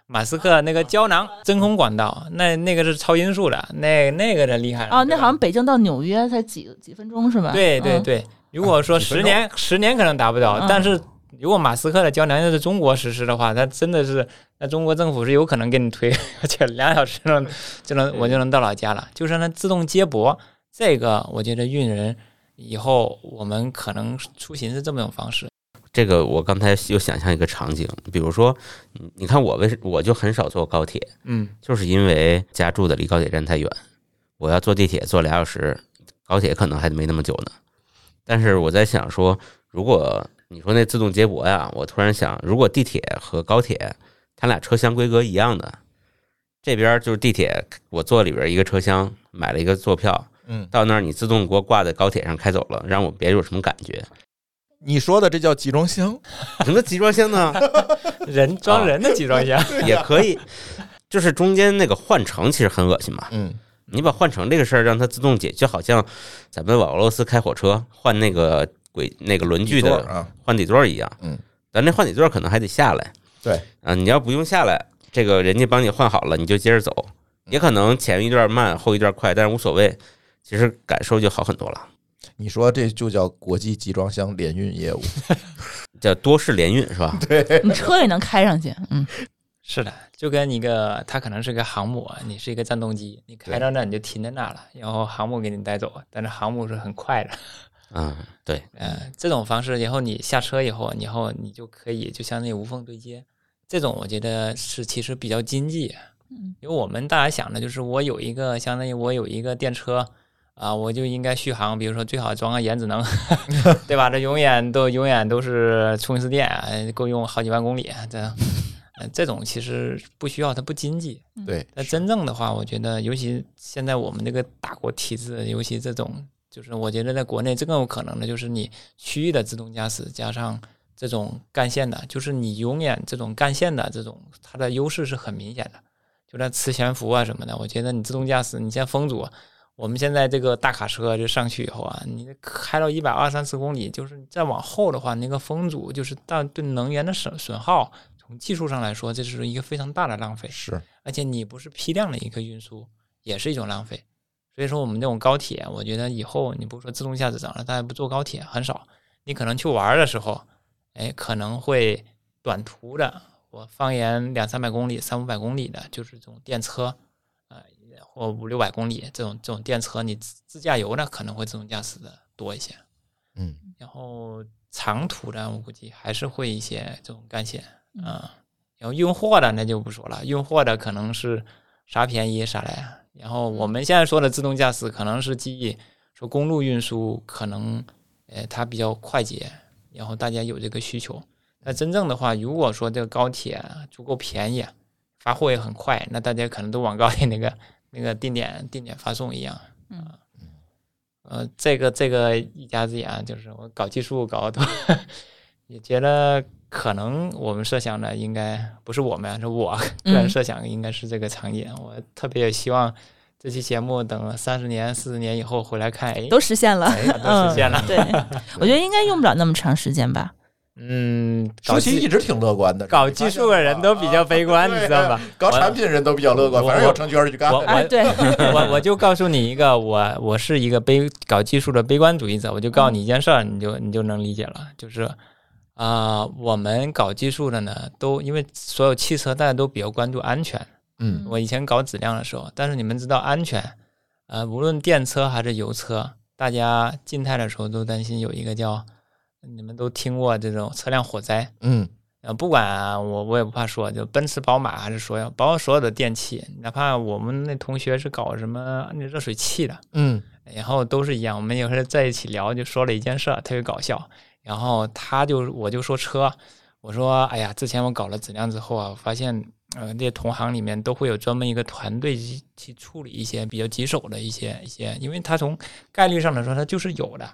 [SPEAKER 6] 马斯克那个胶囊真空管道，那那个是超音速的，那那个的厉害了
[SPEAKER 2] 哦，那好。
[SPEAKER 6] 对
[SPEAKER 2] 像北京到纽约才几几分钟是吧？
[SPEAKER 6] 吧对对
[SPEAKER 2] 嗯，
[SPEAKER 6] 对，如果说
[SPEAKER 5] 几分
[SPEAKER 6] 十年十年可能达不到
[SPEAKER 2] 嗯，
[SPEAKER 6] 但是如果马斯克的胶囊要是中国实施的话，那真的是那中国政府是有可能给你推，而且两小时能就能我就能到老家了。就是那自动接驳，这个我觉得运人以后我们可能出行是这么种方式。
[SPEAKER 4] 这个我刚才又想象一个场景，比如说，你你看我为什我就很少坐高铁，
[SPEAKER 6] 嗯，
[SPEAKER 4] 就是因为家住的离高铁站太远，我要坐地铁坐俩小时，高铁可能还没那么久呢。但是我在想说，如果你说那自动接驳呀，我突然想，如果地铁和高铁它俩车厢规格一样的，这边就是地铁，我坐里边一个车厢，买了一个坐票，
[SPEAKER 5] 嗯，
[SPEAKER 4] 到那儿你自动给我挂在高铁上开走了，让我别有什么感觉。
[SPEAKER 5] 你说的这叫集装箱，
[SPEAKER 4] 什么集装箱呢？
[SPEAKER 6] 人装人的集装箱，
[SPEAKER 4] 也可以，就是中间那个换乘其实很恶心嘛。
[SPEAKER 5] 嗯，
[SPEAKER 4] 你把换乘这个事儿让它自动解，就好像咱们往俄罗斯开火车换那个轨那个轮距
[SPEAKER 5] 座
[SPEAKER 4] 的
[SPEAKER 5] 啊，
[SPEAKER 4] 换底座儿一样。
[SPEAKER 5] 嗯，
[SPEAKER 4] 咱那换底座儿可能还得下来。
[SPEAKER 5] 对，
[SPEAKER 4] 啊，你要不用下来，这个人家帮你换好了，你就接着走。
[SPEAKER 5] 嗯
[SPEAKER 4] 也可能前一段慢，后一段快，但是无所谓，其实感受就好很多了。
[SPEAKER 5] 你说这就叫国际集装箱联运业务，
[SPEAKER 4] 叫多式联运是 吧？
[SPEAKER 2] 你车也能开上去，嗯，
[SPEAKER 6] 哎是的，就跟一个它可能是个航母，啊你是一个战斗机，你开到那儿你就停在那儿了，然后航母给你带走，但是航母是很快的，
[SPEAKER 4] 嗯，对，
[SPEAKER 6] 嗯，这种方式，然后你下车以后，以后你就可以就相当于无缝对接，这种我觉得是其实比较经济，因为我们大家想的就是我有一个相当于我有一个电车啊、我就应该续航，比如说最好装个延子能， 对吧？这永远都永远都是充一次电呃够用好几万公里，这样。呃这种其实不需要，它不经济。
[SPEAKER 5] 对，
[SPEAKER 6] 那真正的话，我觉得，尤其现在我们这个大国体制，尤其这种，就是我觉得在国内最更有可能的，就是你区域的自动驾驶加上这种干线的，就是你永远这种干线的这种，它的优势是很明显的。就那磁悬浮啊什么的，我觉得你自动驾驶，你像风阻，我们现在这个大卡车就上去以后啊，你开到一百二三十公里，就是再往后的话，那个风阻就是到对能源的损损耗，从技术上来说，这是一个非常大的浪费。
[SPEAKER 5] 是，
[SPEAKER 6] 而且你不是批量的一个运输，也是一种浪费。所以说，我们这种高铁，我觉得以后你不说自动驾驶涨了，大家不坐高铁很少，你可能去玩儿的时候，哎，可能会短途的，我方圆两三百公里、三五百公里的，就是这种电车，呃，或五六百公里这种这种电车，你自自驾游呢可能会自动驾驶的多一些，
[SPEAKER 5] 嗯，
[SPEAKER 6] 然后长途的我估计还是会一些这种干线，嗯。然后运货的那就不说了，运货的可能是啥便宜啥来。啊然后我们现在说的自动驾驶，可能是基于说公路运输，可能呃它比较快捷，然后大家有这个需求。那真正的话，如果说这个高铁啊足够便宜，发货也很快，那大家可能都往高铁那个那个定点定点发送一样。
[SPEAKER 2] 嗯
[SPEAKER 6] 啊呃，这个这个一家之言啊，就是我搞技术搞的， 也觉得可能我们设想的应该不是我们，啊是我
[SPEAKER 2] 嗯
[SPEAKER 6] 个人设想应该是这个场景。我特别也希望这期节目等三十年、四十年以后回来看，哎，
[SPEAKER 2] 都实现了，嗯
[SPEAKER 6] 哎呀都实现了。
[SPEAKER 2] 对，我觉得应该用不了那么长时间吧。
[SPEAKER 6] 嗯，搞
[SPEAKER 5] 舒淇一
[SPEAKER 6] 技
[SPEAKER 5] 直挺乐观的，
[SPEAKER 6] 搞技术的人都比较悲观，你知道吧？
[SPEAKER 5] 搞产品的人都比较乐观，
[SPEAKER 6] 我
[SPEAKER 5] 反正有成就而去干
[SPEAKER 6] 我。
[SPEAKER 2] 哎， 对，
[SPEAKER 6] 我我就告诉你一个，我我是一个悲搞技术的悲观主义者，我就告诉你一件事儿，你就你就能理解了，就是啊、我们搞技术的呢，都因为所有汽车大家都比较关注安全。
[SPEAKER 5] 嗯
[SPEAKER 6] 我以前搞质量的时候，但是你们知道安全，呃，无论电车还是油车，大家静态的时候都担心有一个叫你们都听过这种车辆火灾，
[SPEAKER 5] 嗯
[SPEAKER 6] 呃，不管、啊、我我也不怕说，就奔驰、宝马还是所有，包括所有的电器，哪怕我们那同学是搞什么那热水器的，
[SPEAKER 5] 嗯
[SPEAKER 6] 然后都是一样。我们有时候在一起聊，就说了一件事儿，特别搞笑。然后他就我就说车，我说哎呀，之前我搞了质量之后啊，我发现呃，这些同行里面都会有专门一个团队去去处理一些比较棘手的一些一些，因为它从概率上来说，它就是有的。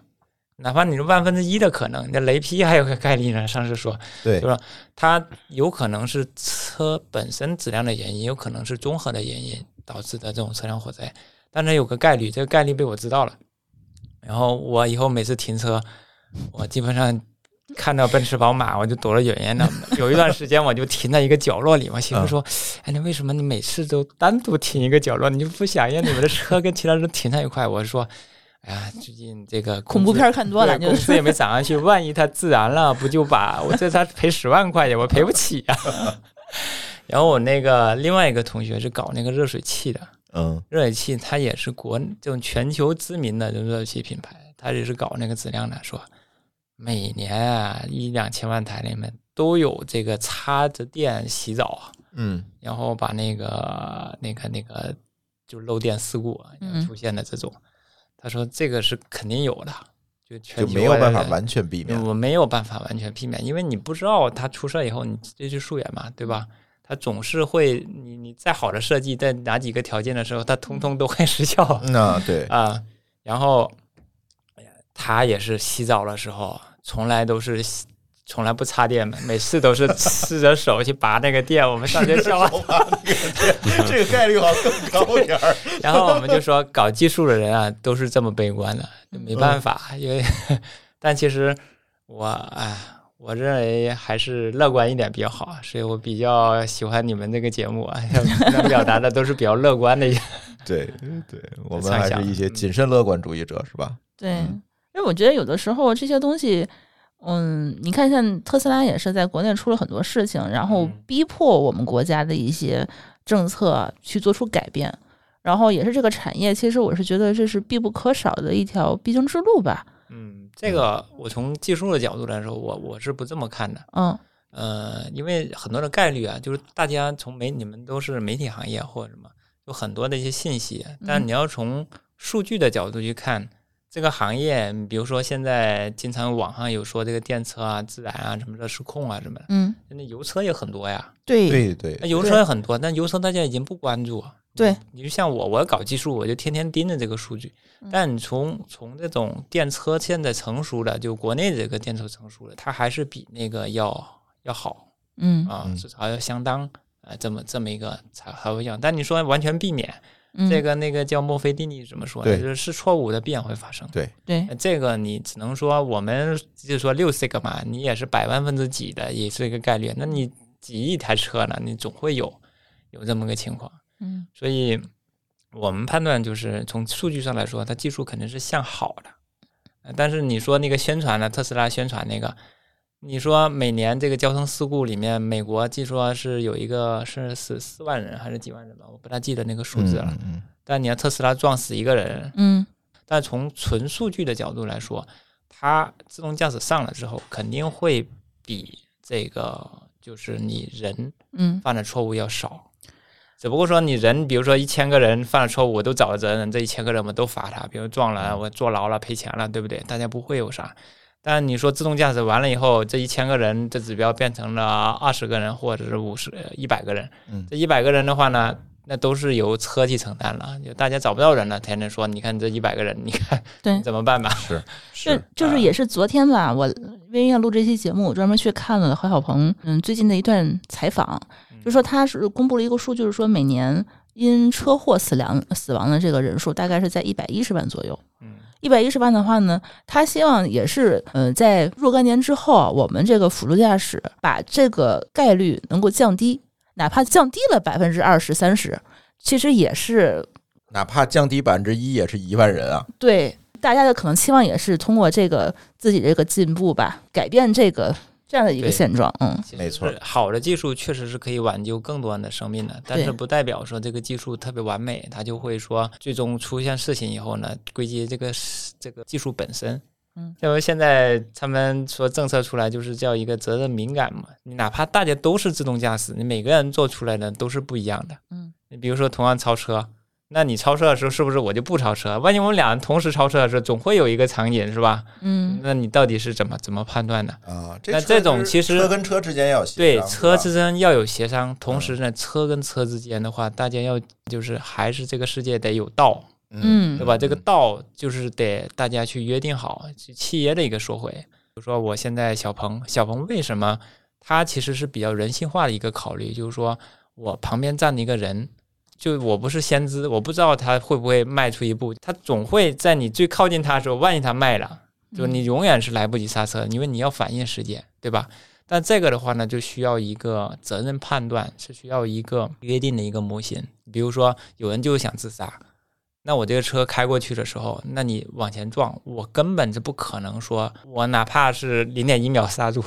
[SPEAKER 6] 哪怕你是万分之一的可能，那雷劈还有个概率呢。上次说，
[SPEAKER 5] 对
[SPEAKER 6] 就是它有可能是车本身质量的原因，有可能是综合的原因导致的这种车辆火灾。但是有个概率，这个概率被我知道了。然后我以后每次停车，我基本上 看到奔驰、宝马，我就躲得远远的。有一段时间，我就停在一个角落里。我
[SPEAKER 2] 嗯
[SPEAKER 6] 媳妇说：“哎，你为什么你每次都单独停一个角落？你就不想让你们的车跟其他人停在一块？”我说：“哎呀，最近这个
[SPEAKER 2] 恐怖
[SPEAKER 6] 工资
[SPEAKER 2] 片看多了，
[SPEAKER 6] 对
[SPEAKER 2] 就
[SPEAKER 6] 工资也
[SPEAKER 2] 是
[SPEAKER 6] 没涨上去，万一他自燃了，不就把我这他赔十万块钱，我赔不起啊。然后我那个另外一个同学是搞那个热水器的，
[SPEAKER 5] 嗯
[SPEAKER 6] 热水器它也是国这种全球知名的这种热水器品牌，它也是搞那个质量的，说每年啊一两千万台里面都有这个插着电洗澡啊，
[SPEAKER 5] 嗯
[SPEAKER 6] 然后把那个那个那个就漏电事故啊
[SPEAKER 2] 嗯
[SPEAKER 6] 出现的这种，他说这个是肯定有的，就全
[SPEAKER 5] 就
[SPEAKER 6] 球
[SPEAKER 5] 没有办法
[SPEAKER 6] 的
[SPEAKER 5] 完全避免。
[SPEAKER 6] 我没有办法完全避免，因为你不知道它出事以后你这去溯源嘛，对吧？它总是会，你你再好的设计，在哪几个条件的时候，它通通都会失效啊、
[SPEAKER 5] 嗯啊， 对，
[SPEAKER 6] 然后哎呀他也是洗澡的时候，从来都是洗从来不插电的，每次都是 试着手去拔那个电。我们上学校啊，
[SPEAKER 5] 这个概率好像更高点 儿。
[SPEAKER 6] 然后我们就说搞技术的人啊，都是这么悲观的，就没办法，因为 但其实我哎，我认为还是乐观一点比较好，所以我比较喜欢你们这个节目啊， 能表达的都是比较乐观的一。
[SPEAKER 5] 对嗯对，我们
[SPEAKER 6] 畅
[SPEAKER 5] 还
[SPEAKER 6] 想
[SPEAKER 5] 是一些谨慎乐观主义者，是吧？
[SPEAKER 2] 对
[SPEAKER 5] 嗯。
[SPEAKER 2] 因为我觉得有的时候这些东西，嗯，你看像特斯拉也是在国内出了很多事情，然后
[SPEAKER 6] 嗯
[SPEAKER 2] 逼迫我们国家的一些政策去做出改变，然后也是这个产业，其实我是觉得这是必不可少的一条必经之路吧。
[SPEAKER 6] 嗯，这个我从技术的角度来说，我我是不这么看的。
[SPEAKER 2] 嗯
[SPEAKER 6] 呃，因为很多的概率啊，就是大家从媒你们都是媒体行业或者什么，有很多的一些信息，但你要从数据的角度去看这个行业，你比如说现在经常网上有说这个电车啊、自燃啊、什么的失控啊什么的，
[SPEAKER 2] 嗯，
[SPEAKER 6] 那油车也很多呀，
[SPEAKER 2] 对
[SPEAKER 5] 对对
[SPEAKER 6] 那，油车也很多，但油车大家已经不关注。啊
[SPEAKER 2] 对，
[SPEAKER 6] 你就像我，我搞技术，我就天天盯着这个数据。但你从从这种电车现在成熟的，就国内这个电车成熟的，它还是比那个要要好。
[SPEAKER 2] 嗯
[SPEAKER 6] 啊
[SPEAKER 5] 嗯，
[SPEAKER 6] 至少要相当啊，这么这么一个才才会样。但你说完全避免
[SPEAKER 2] 嗯，
[SPEAKER 6] 这个那个叫墨菲定律怎么说呢？
[SPEAKER 5] 对
[SPEAKER 6] 就是是错误的必然会发生。
[SPEAKER 5] 对
[SPEAKER 2] 对
[SPEAKER 6] 呃这个你只能说我们就说六 sigma，你也是百万分之几的，也是一个概率。那你几亿台车呢？你总会有有这么个情况。
[SPEAKER 2] 嗯
[SPEAKER 6] 所以我们判断就是从数据上来说，它技术肯定是向好的。呃但是你说那个宣传呢，特斯拉宣传那个，你说每年这个交通事故里面，美国据说是有一个是四四万人还是几万人吧，我不太记得那个数字了。
[SPEAKER 5] 嗯嗯
[SPEAKER 6] 但你看特斯拉撞死一个人，
[SPEAKER 2] 嗯
[SPEAKER 6] 但从纯数据的角度来说，它自动驾驶上了之后，肯定会比这个就是你人
[SPEAKER 2] 嗯
[SPEAKER 6] 犯的错误要少。只不过说你人，比如说一千个人犯了错误，我都找了责任，这一千个人我都罚他，比如撞
[SPEAKER 2] 嗯
[SPEAKER 6] 了我坐牢了赔钱了，对不对？大家不会有啥。但你说自动驾驶完了以后，这一千个人这指标变成了二十个人或者是五十呃一百个人，
[SPEAKER 5] 嗯
[SPEAKER 6] 这一百个人的话呢，那都是由车去承担了，就大家找不到人了才能说，你看这一百个 人，你看
[SPEAKER 2] 对
[SPEAKER 6] 怎么办
[SPEAKER 5] 嗯
[SPEAKER 6] 吧？
[SPEAKER 2] 这就是也是昨天吧，我因为要录这期节目，我专门去看了何小鹏嗯最近的一段采访，就说他是公布了一个数据，就是说每年因车祸死亡死亡的这个人数大概是在一百一十万左右。
[SPEAKER 6] 嗯
[SPEAKER 2] 一百一十万的话呢，他希望也是，呃，在若干年之后啊，我们这个辅助驾驶把这个概率能够降低，哪怕降低了百分之二十三十，其实也是
[SPEAKER 5] 哪怕降低百分之一，也是一万人啊。
[SPEAKER 2] 对大家的可能期望也是通过这个自己这个进步吧，改变这个这样的一个
[SPEAKER 6] 对
[SPEAKER 2] 现状。嗯，
[SPEAKER 6] 其
[SPEAKER 5] 没
[SPEAKER 6] 实
[SPEAKER 5] 错
[SPEAKER 6] 是好的技术确实是可以挽救更多人的生命的，但
[SPEAKER 2] 对
[SPEAKER 6] 是不代表说这个技术特别完美，它就会说最终出现事情以后呢，归结这个事这个技术本身。
[SPEAKER 2] 嗯，
[SPEAKER 6] 因为现在他们说政策出来就是叫一个责任敏感嘛，你哪怕大家都是自动驾驶，你每个人做出来的都是不一样的。
[SPEAKER 2] 嗯，
[SPEAKER 6] 你比如说同样超车，那你超车的时候是不是我就不超车？万一我们俩人同时超车的时候，总会有一个场景是吧？
[SPEAKER 2] 嗯，
[SPEAKER 6] 那你到底是怎么怎么判断的？
[SPEAKER 5] 啊，
[SPEAKER 6] 那
[SPEAKER 5] 车
[SPEAKER 6] 这种
[SPEAKER 5] 之
[SPEAKER 6] 其实
[SPEAKER 5] 车跟车之间要有协
[SPEAKER 6] 对，
[SPEAKER 5] 商
[SPEAKER 6] 车之
[SPEAKER 5] 是吧
[SPEAKER 6] 间要有协商，同
[SPEAKER 5] 嗯
[SPEAKER 6] 时呢，车跟车之间的话，大家要就是还是这个世界得有道，
[SPEAKER 2] 嗯
[SPEAKER 6] 对吧？这个
[SPEAKER 5] 嗯
[SPEAKER 6] 道就是得大家去约定好，去契约的一个说回。比如说，我现在小鹏，小鹏为什么他其实是比较人性化的一个考虑，就是说我旁边站了一个人。就我不是先知，我不知道他会不会迈出一步，他总会在你最靠近他的时候，万一他迈了，就你永远是来不及刹车，因为你要反应时间，对吧？但这个的话呢，就需要一个责任判断，是需要一个约定的一个模型。比如说，有人就是想自杀，那我这个车开过去的时候，那你往前撞，我根本就不可能说，我哪怕是零点一秒刹住，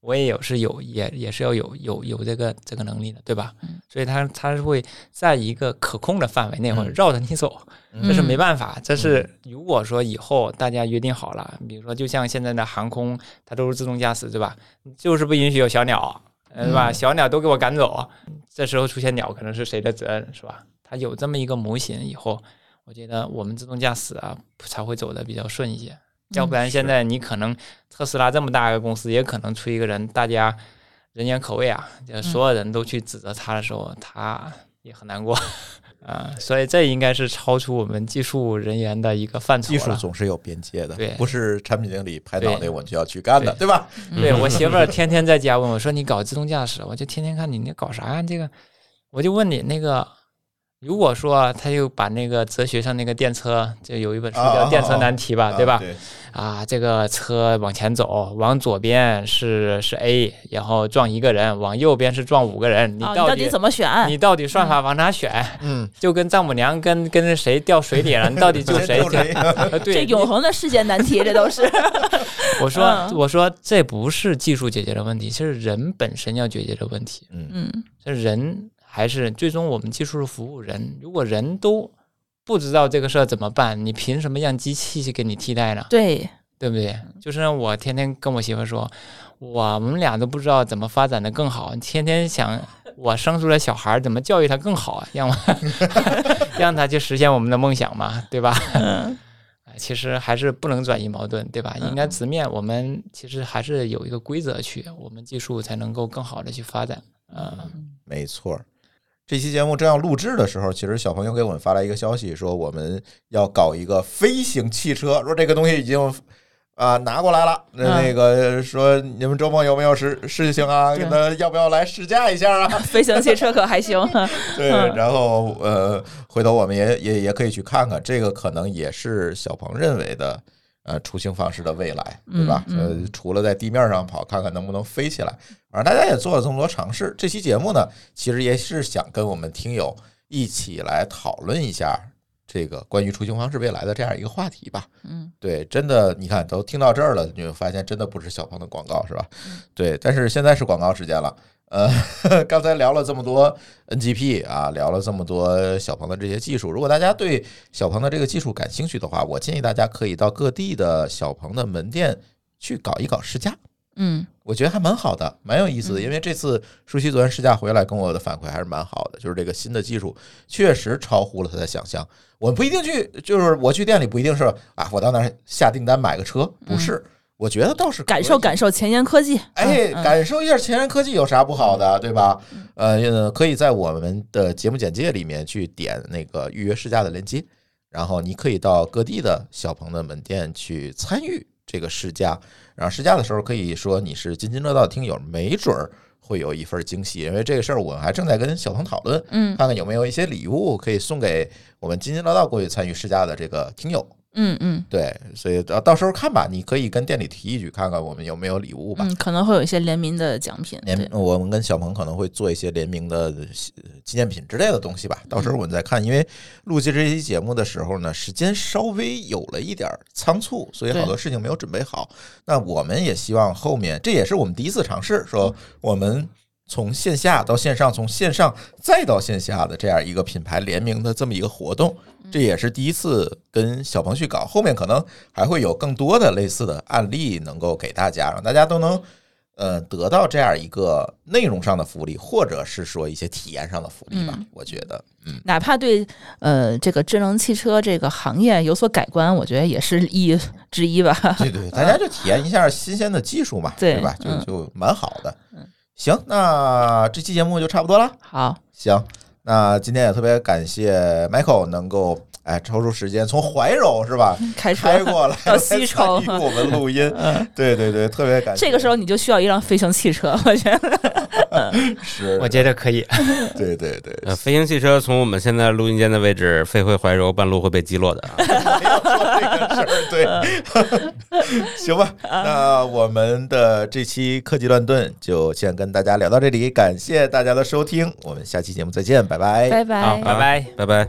[SPEAKER 6] 我也有是有也也是要有有有这个这个能力的，对吧？所以它它是会在一个可控的范围内，或者
[SPEAKER 5] 嗯
[SPEAKER 6] 绕着你走。这是没
[SPEAKER 2] 办
[SPEAKER 6] 办法，这是如果说以后大家约定好了，比如说就像现在的航空，它都是自动驾驶，对吧？就是不允许有小鸟，呃是
[SPEAKER 5] 嗯
[SPEAKER 6] 吧？小鸟都给我赶走，这时候出现鸟可能是谁的责任，是吧？它有这么一个模型以后，我觉得我们自动驾驶啊才会走的比较顺一些，要不然现在你可能特斯拉这么大一个公司，也可能出一个人，大家人言可畏啊，就所有人都去指责他的时候，他也很难过。 啊、所以这应该是超出我们技术人员的一个范畴
[SPEAKER 5] 技术
[SPEAKER 6] 了。
[SPEAKER 5] 总是有边界的
[SPEAKER 6] 对，
[SPEAKER 5] 不是产品经理拍脑袋
[SPEAKER 6] 对
[SPEAKER 5] 我就要去干的，对吧？
[SPEAKER 6] 对我媳 妇儿天天在家问我说：“你搞自动驾驶？”我就天天看你那搞啥呀、这个我就问你那个，如果说他就把那个哲学上那个电车，就有一本书
[SPEAKER 5] 啊
[SPEAKER 6] 叫
[SPEAKER 5] 啊
[SPEAKER 6] 《电车
[SPEAKER 5] 啊
[SPEAKER 6] 难题》吧，
[SPEAKER 5] 啊
[SPEAKER 6] 对吧？
[SPEAKER 5] 对，
[SPEAKER 6] 啊，这个车往前走，往左边是是 A，然后撞一个人；往右边是撞五个人。你
[SPEAKER 2] 哦，你
[SPEAKER 6] 到
[SPEAKER 2] 到
[SPEAKER 6] 底、
[SPEAKER 2] 底怎么选？
[SPEAKER 6] 你到底算法往哪选？
[SPEAKER 5] 嗯，？
[SPEAKER 6] 就跟丈母娘跟跟那谁掉水里了，你到底救谁
[SPEAKER 5] 谁
[SPEAKER 6] 呃
[SPEAKER 2] 这
[SPEAKER 6] 对，你
[SPEAKER 2] 永恒的世界难题，这都是。
[SPEAKER 6] 我说、
[SPEAKER 2] 嗯
[SPEAKER 6] 我说这不是技术解决的问题，是人本身要解决的问题。
[SPEAKER 5] 嗯，
[SPEAKER 2] 嗯，
[SPEAKER 6] 这人还是最终我们技术是服务人，如果人都不知道这个事儿怎么办，你凭什么让机器去给你替代呢？
[SPEAKER 2] 对，
[SPEAKER 6] 对不对？
[SPEAKER 2] 嗯
[SPEAKER 6] 就是我天天跟我媳妇说，我们俩都不知道怎么发展的更好，天天想我生出来小孩儿怎么教育他更好，让我 让他去实现我们的梦想嘛，对吧？ 哎
[SPEAKER 2] 嗯
[SPEAKER 6] 其实还是不能转移矛盾，对吧？
[SPEAKER 2] 嗯
[SPEAKER 6] 应该直面，我们其实还是有一个规则去，我们技术才能够更好的去发展。呃，
[SPEAKER 2] 嗯
[SPEAKER 5] 没错儿。这期节目正要录制的时候，其实小朋友给我们发来一个消息，说我们要搞一个飞行汽车，说这个东西已经啊、拿过来了。那
[SPEAKER 6] 嗯
[SPEAKER 5] 那个说你们周末有没有事事情啊？
[SPEAKER 2] 对
[SPEAKER 5] 那要不要来试驾一下啊？
[SPEAKER 2] 飞行汽车可还行。
[SPEAKER 5] 对，
[SPEAKER 2] 嗯
[SPEAKER 5] 然后呃，回头我们也也也可以去看看，这个可能也是小鹏认为的呃出行方式的未来，对吧？
[SPEAKER 2] 嗯嗯
[SPEAKER 5] 呃，除了在地面上跑，看看能不能飞起来。反正大家也做了这么多尝试，这期节目呢，其实也是想跟我们听友一起来讨论一下这个关于出行方式未来的这样一个话题吧。
[SPEAKER 2] 嗯，
[SPEAKER 5] 对，真的，你看都听到这儿了，你会发现真的不是小鹏的广告是吧？对，但是现在是广告时间了。呃， 刚才聊了这么多 NGP 啊，聊了这么多小鹏的这些技术。如果大家对小鹏的这个技术感兴趣的话，我建议大家可以到各地的小鹏的门店去搞一搞试驾。
[SPEAKER 2] 嗯
[SPEAKER 5] 我觉得还蛮好的，蛮有意思的。因为这次舒淇昨天试驾回来跟我的反馈还是蛮好的，就是这个新的技术确实超乎了他的想象。我不一定去，就是我去店里不一定是啊，我到那儿下订单买个车，不是。我觉得倒是
[SPEAKER 2] 嗯感受
[SPEAKER 5] 可以
[SPEAKER 2] 感受前沿科技。
[SPEAKER 5] 哎，
[SPEAKER 2] 嗯
[SPEAKER 5] 感受一下前沿科技有啥不好的，对吧？呃，可以在我们的节目简介里面去点那个预约试驾的链接，然后你可以到各地的小鹏的门店去参与这个试驾。然后试驾的时候可以说你是津津乐道的听友，没准儿会有一份惊喜，因为这个事儿我还正在跟小鹏讨论，
[SPEAKER 2] 嗯
[SPEAKER 5] 看看有没有一些礼物可以送给我们津津乐道过去参与试驾的这个听友。
[SPEAKER 2] 嗯嗯
[SPEAKER 5] 对，所以到到时候看吧，你可以跟店里提一句，看看我们有没有礼物吧。
[SPEAKER 2] 嗯，可能会有一些联名的奖品。
[SPEAKER 5] 联
[SPEAKER 2] 对，
[SPEAKER 5] 我们跟小鹏可能会做一些联名的呃纪念品之类的东西吧，到时候我们再看。因为录制这期节目的时候呢，时间稍微有了一点儿仓促，所以
[SPEAKER 2] 对
[SPEAKER 5] 好多事情没有准备好。那我们也希望后面，这也是我们第一次尝试，说我们从线下到线上，从线上再到线下的这样一个品牌联名的这么一个活动，
[SPEAKER 2] 嗯
[SPEAKER 5] 这也是第一次跟小鹏去搞。后面可能还会有更多的类似的案例能够给大家，让大家都能。呃，得到这样一个内容上的福利，或者是说一些体验上的福利吧，
[SPEAKER 2] 嗯
[SPEAKER 5] 我觉 得，嗯，
[SPEAKER 2] 哪怕对呃这个智能汽车这个行业有所改观，我觉得也是一之一吧。
[SPEAKER 5] 对对，大家就体验一下新鲜的技术嘛，
[SPEAKER 2] 对
[SPEAKER 5] 对吧？就
[SPEAKER 2] 嗯
[SPEAKER 5] 就蛮好的。行，那这期节目就差不多了。
[SPEAKER 2] 好，
[SPEAKER 5] 行，那今天也特别感谢 Michael 能够
[SPEAKER 7] 哎，抽出时间从怀柔是吧，
[SPEAKER 2] 嗯开车
[SPEAKER 7] 开过来
[SPEAKER 2] 到西城嗯
[SPEAKER 7] 来参与我们录音，对对对，特别感谢。
[SPEAKER 2] 这个时候你就需要一辆飞行汽车，我觉得
[SPEAKER 7] 是，
[SPEAKER 6] 我觉得可以。
[SPEAKER 7] 对对对，
[SPEAKER 4] 呃，飞行汽车从我们现在录音间的位置飞回怀柔，半路会被击落的啊。
[SPEAKER 7] 没有说这个事儿，对，
[SPEAKER 2] 嗯
[SPEAKER 7] 行吧，那我们的这期科技乱炖就先跟大家聊到这里，感谢大家的收听，我们下期节目再见，拜
[SPEAKER 5] 哎
[SPEAKER 7] 拜。
[SPEAKER 4] 啊
[SPEAKER 6] 好，拜拜。
[SPEAKER 4] 拜拜。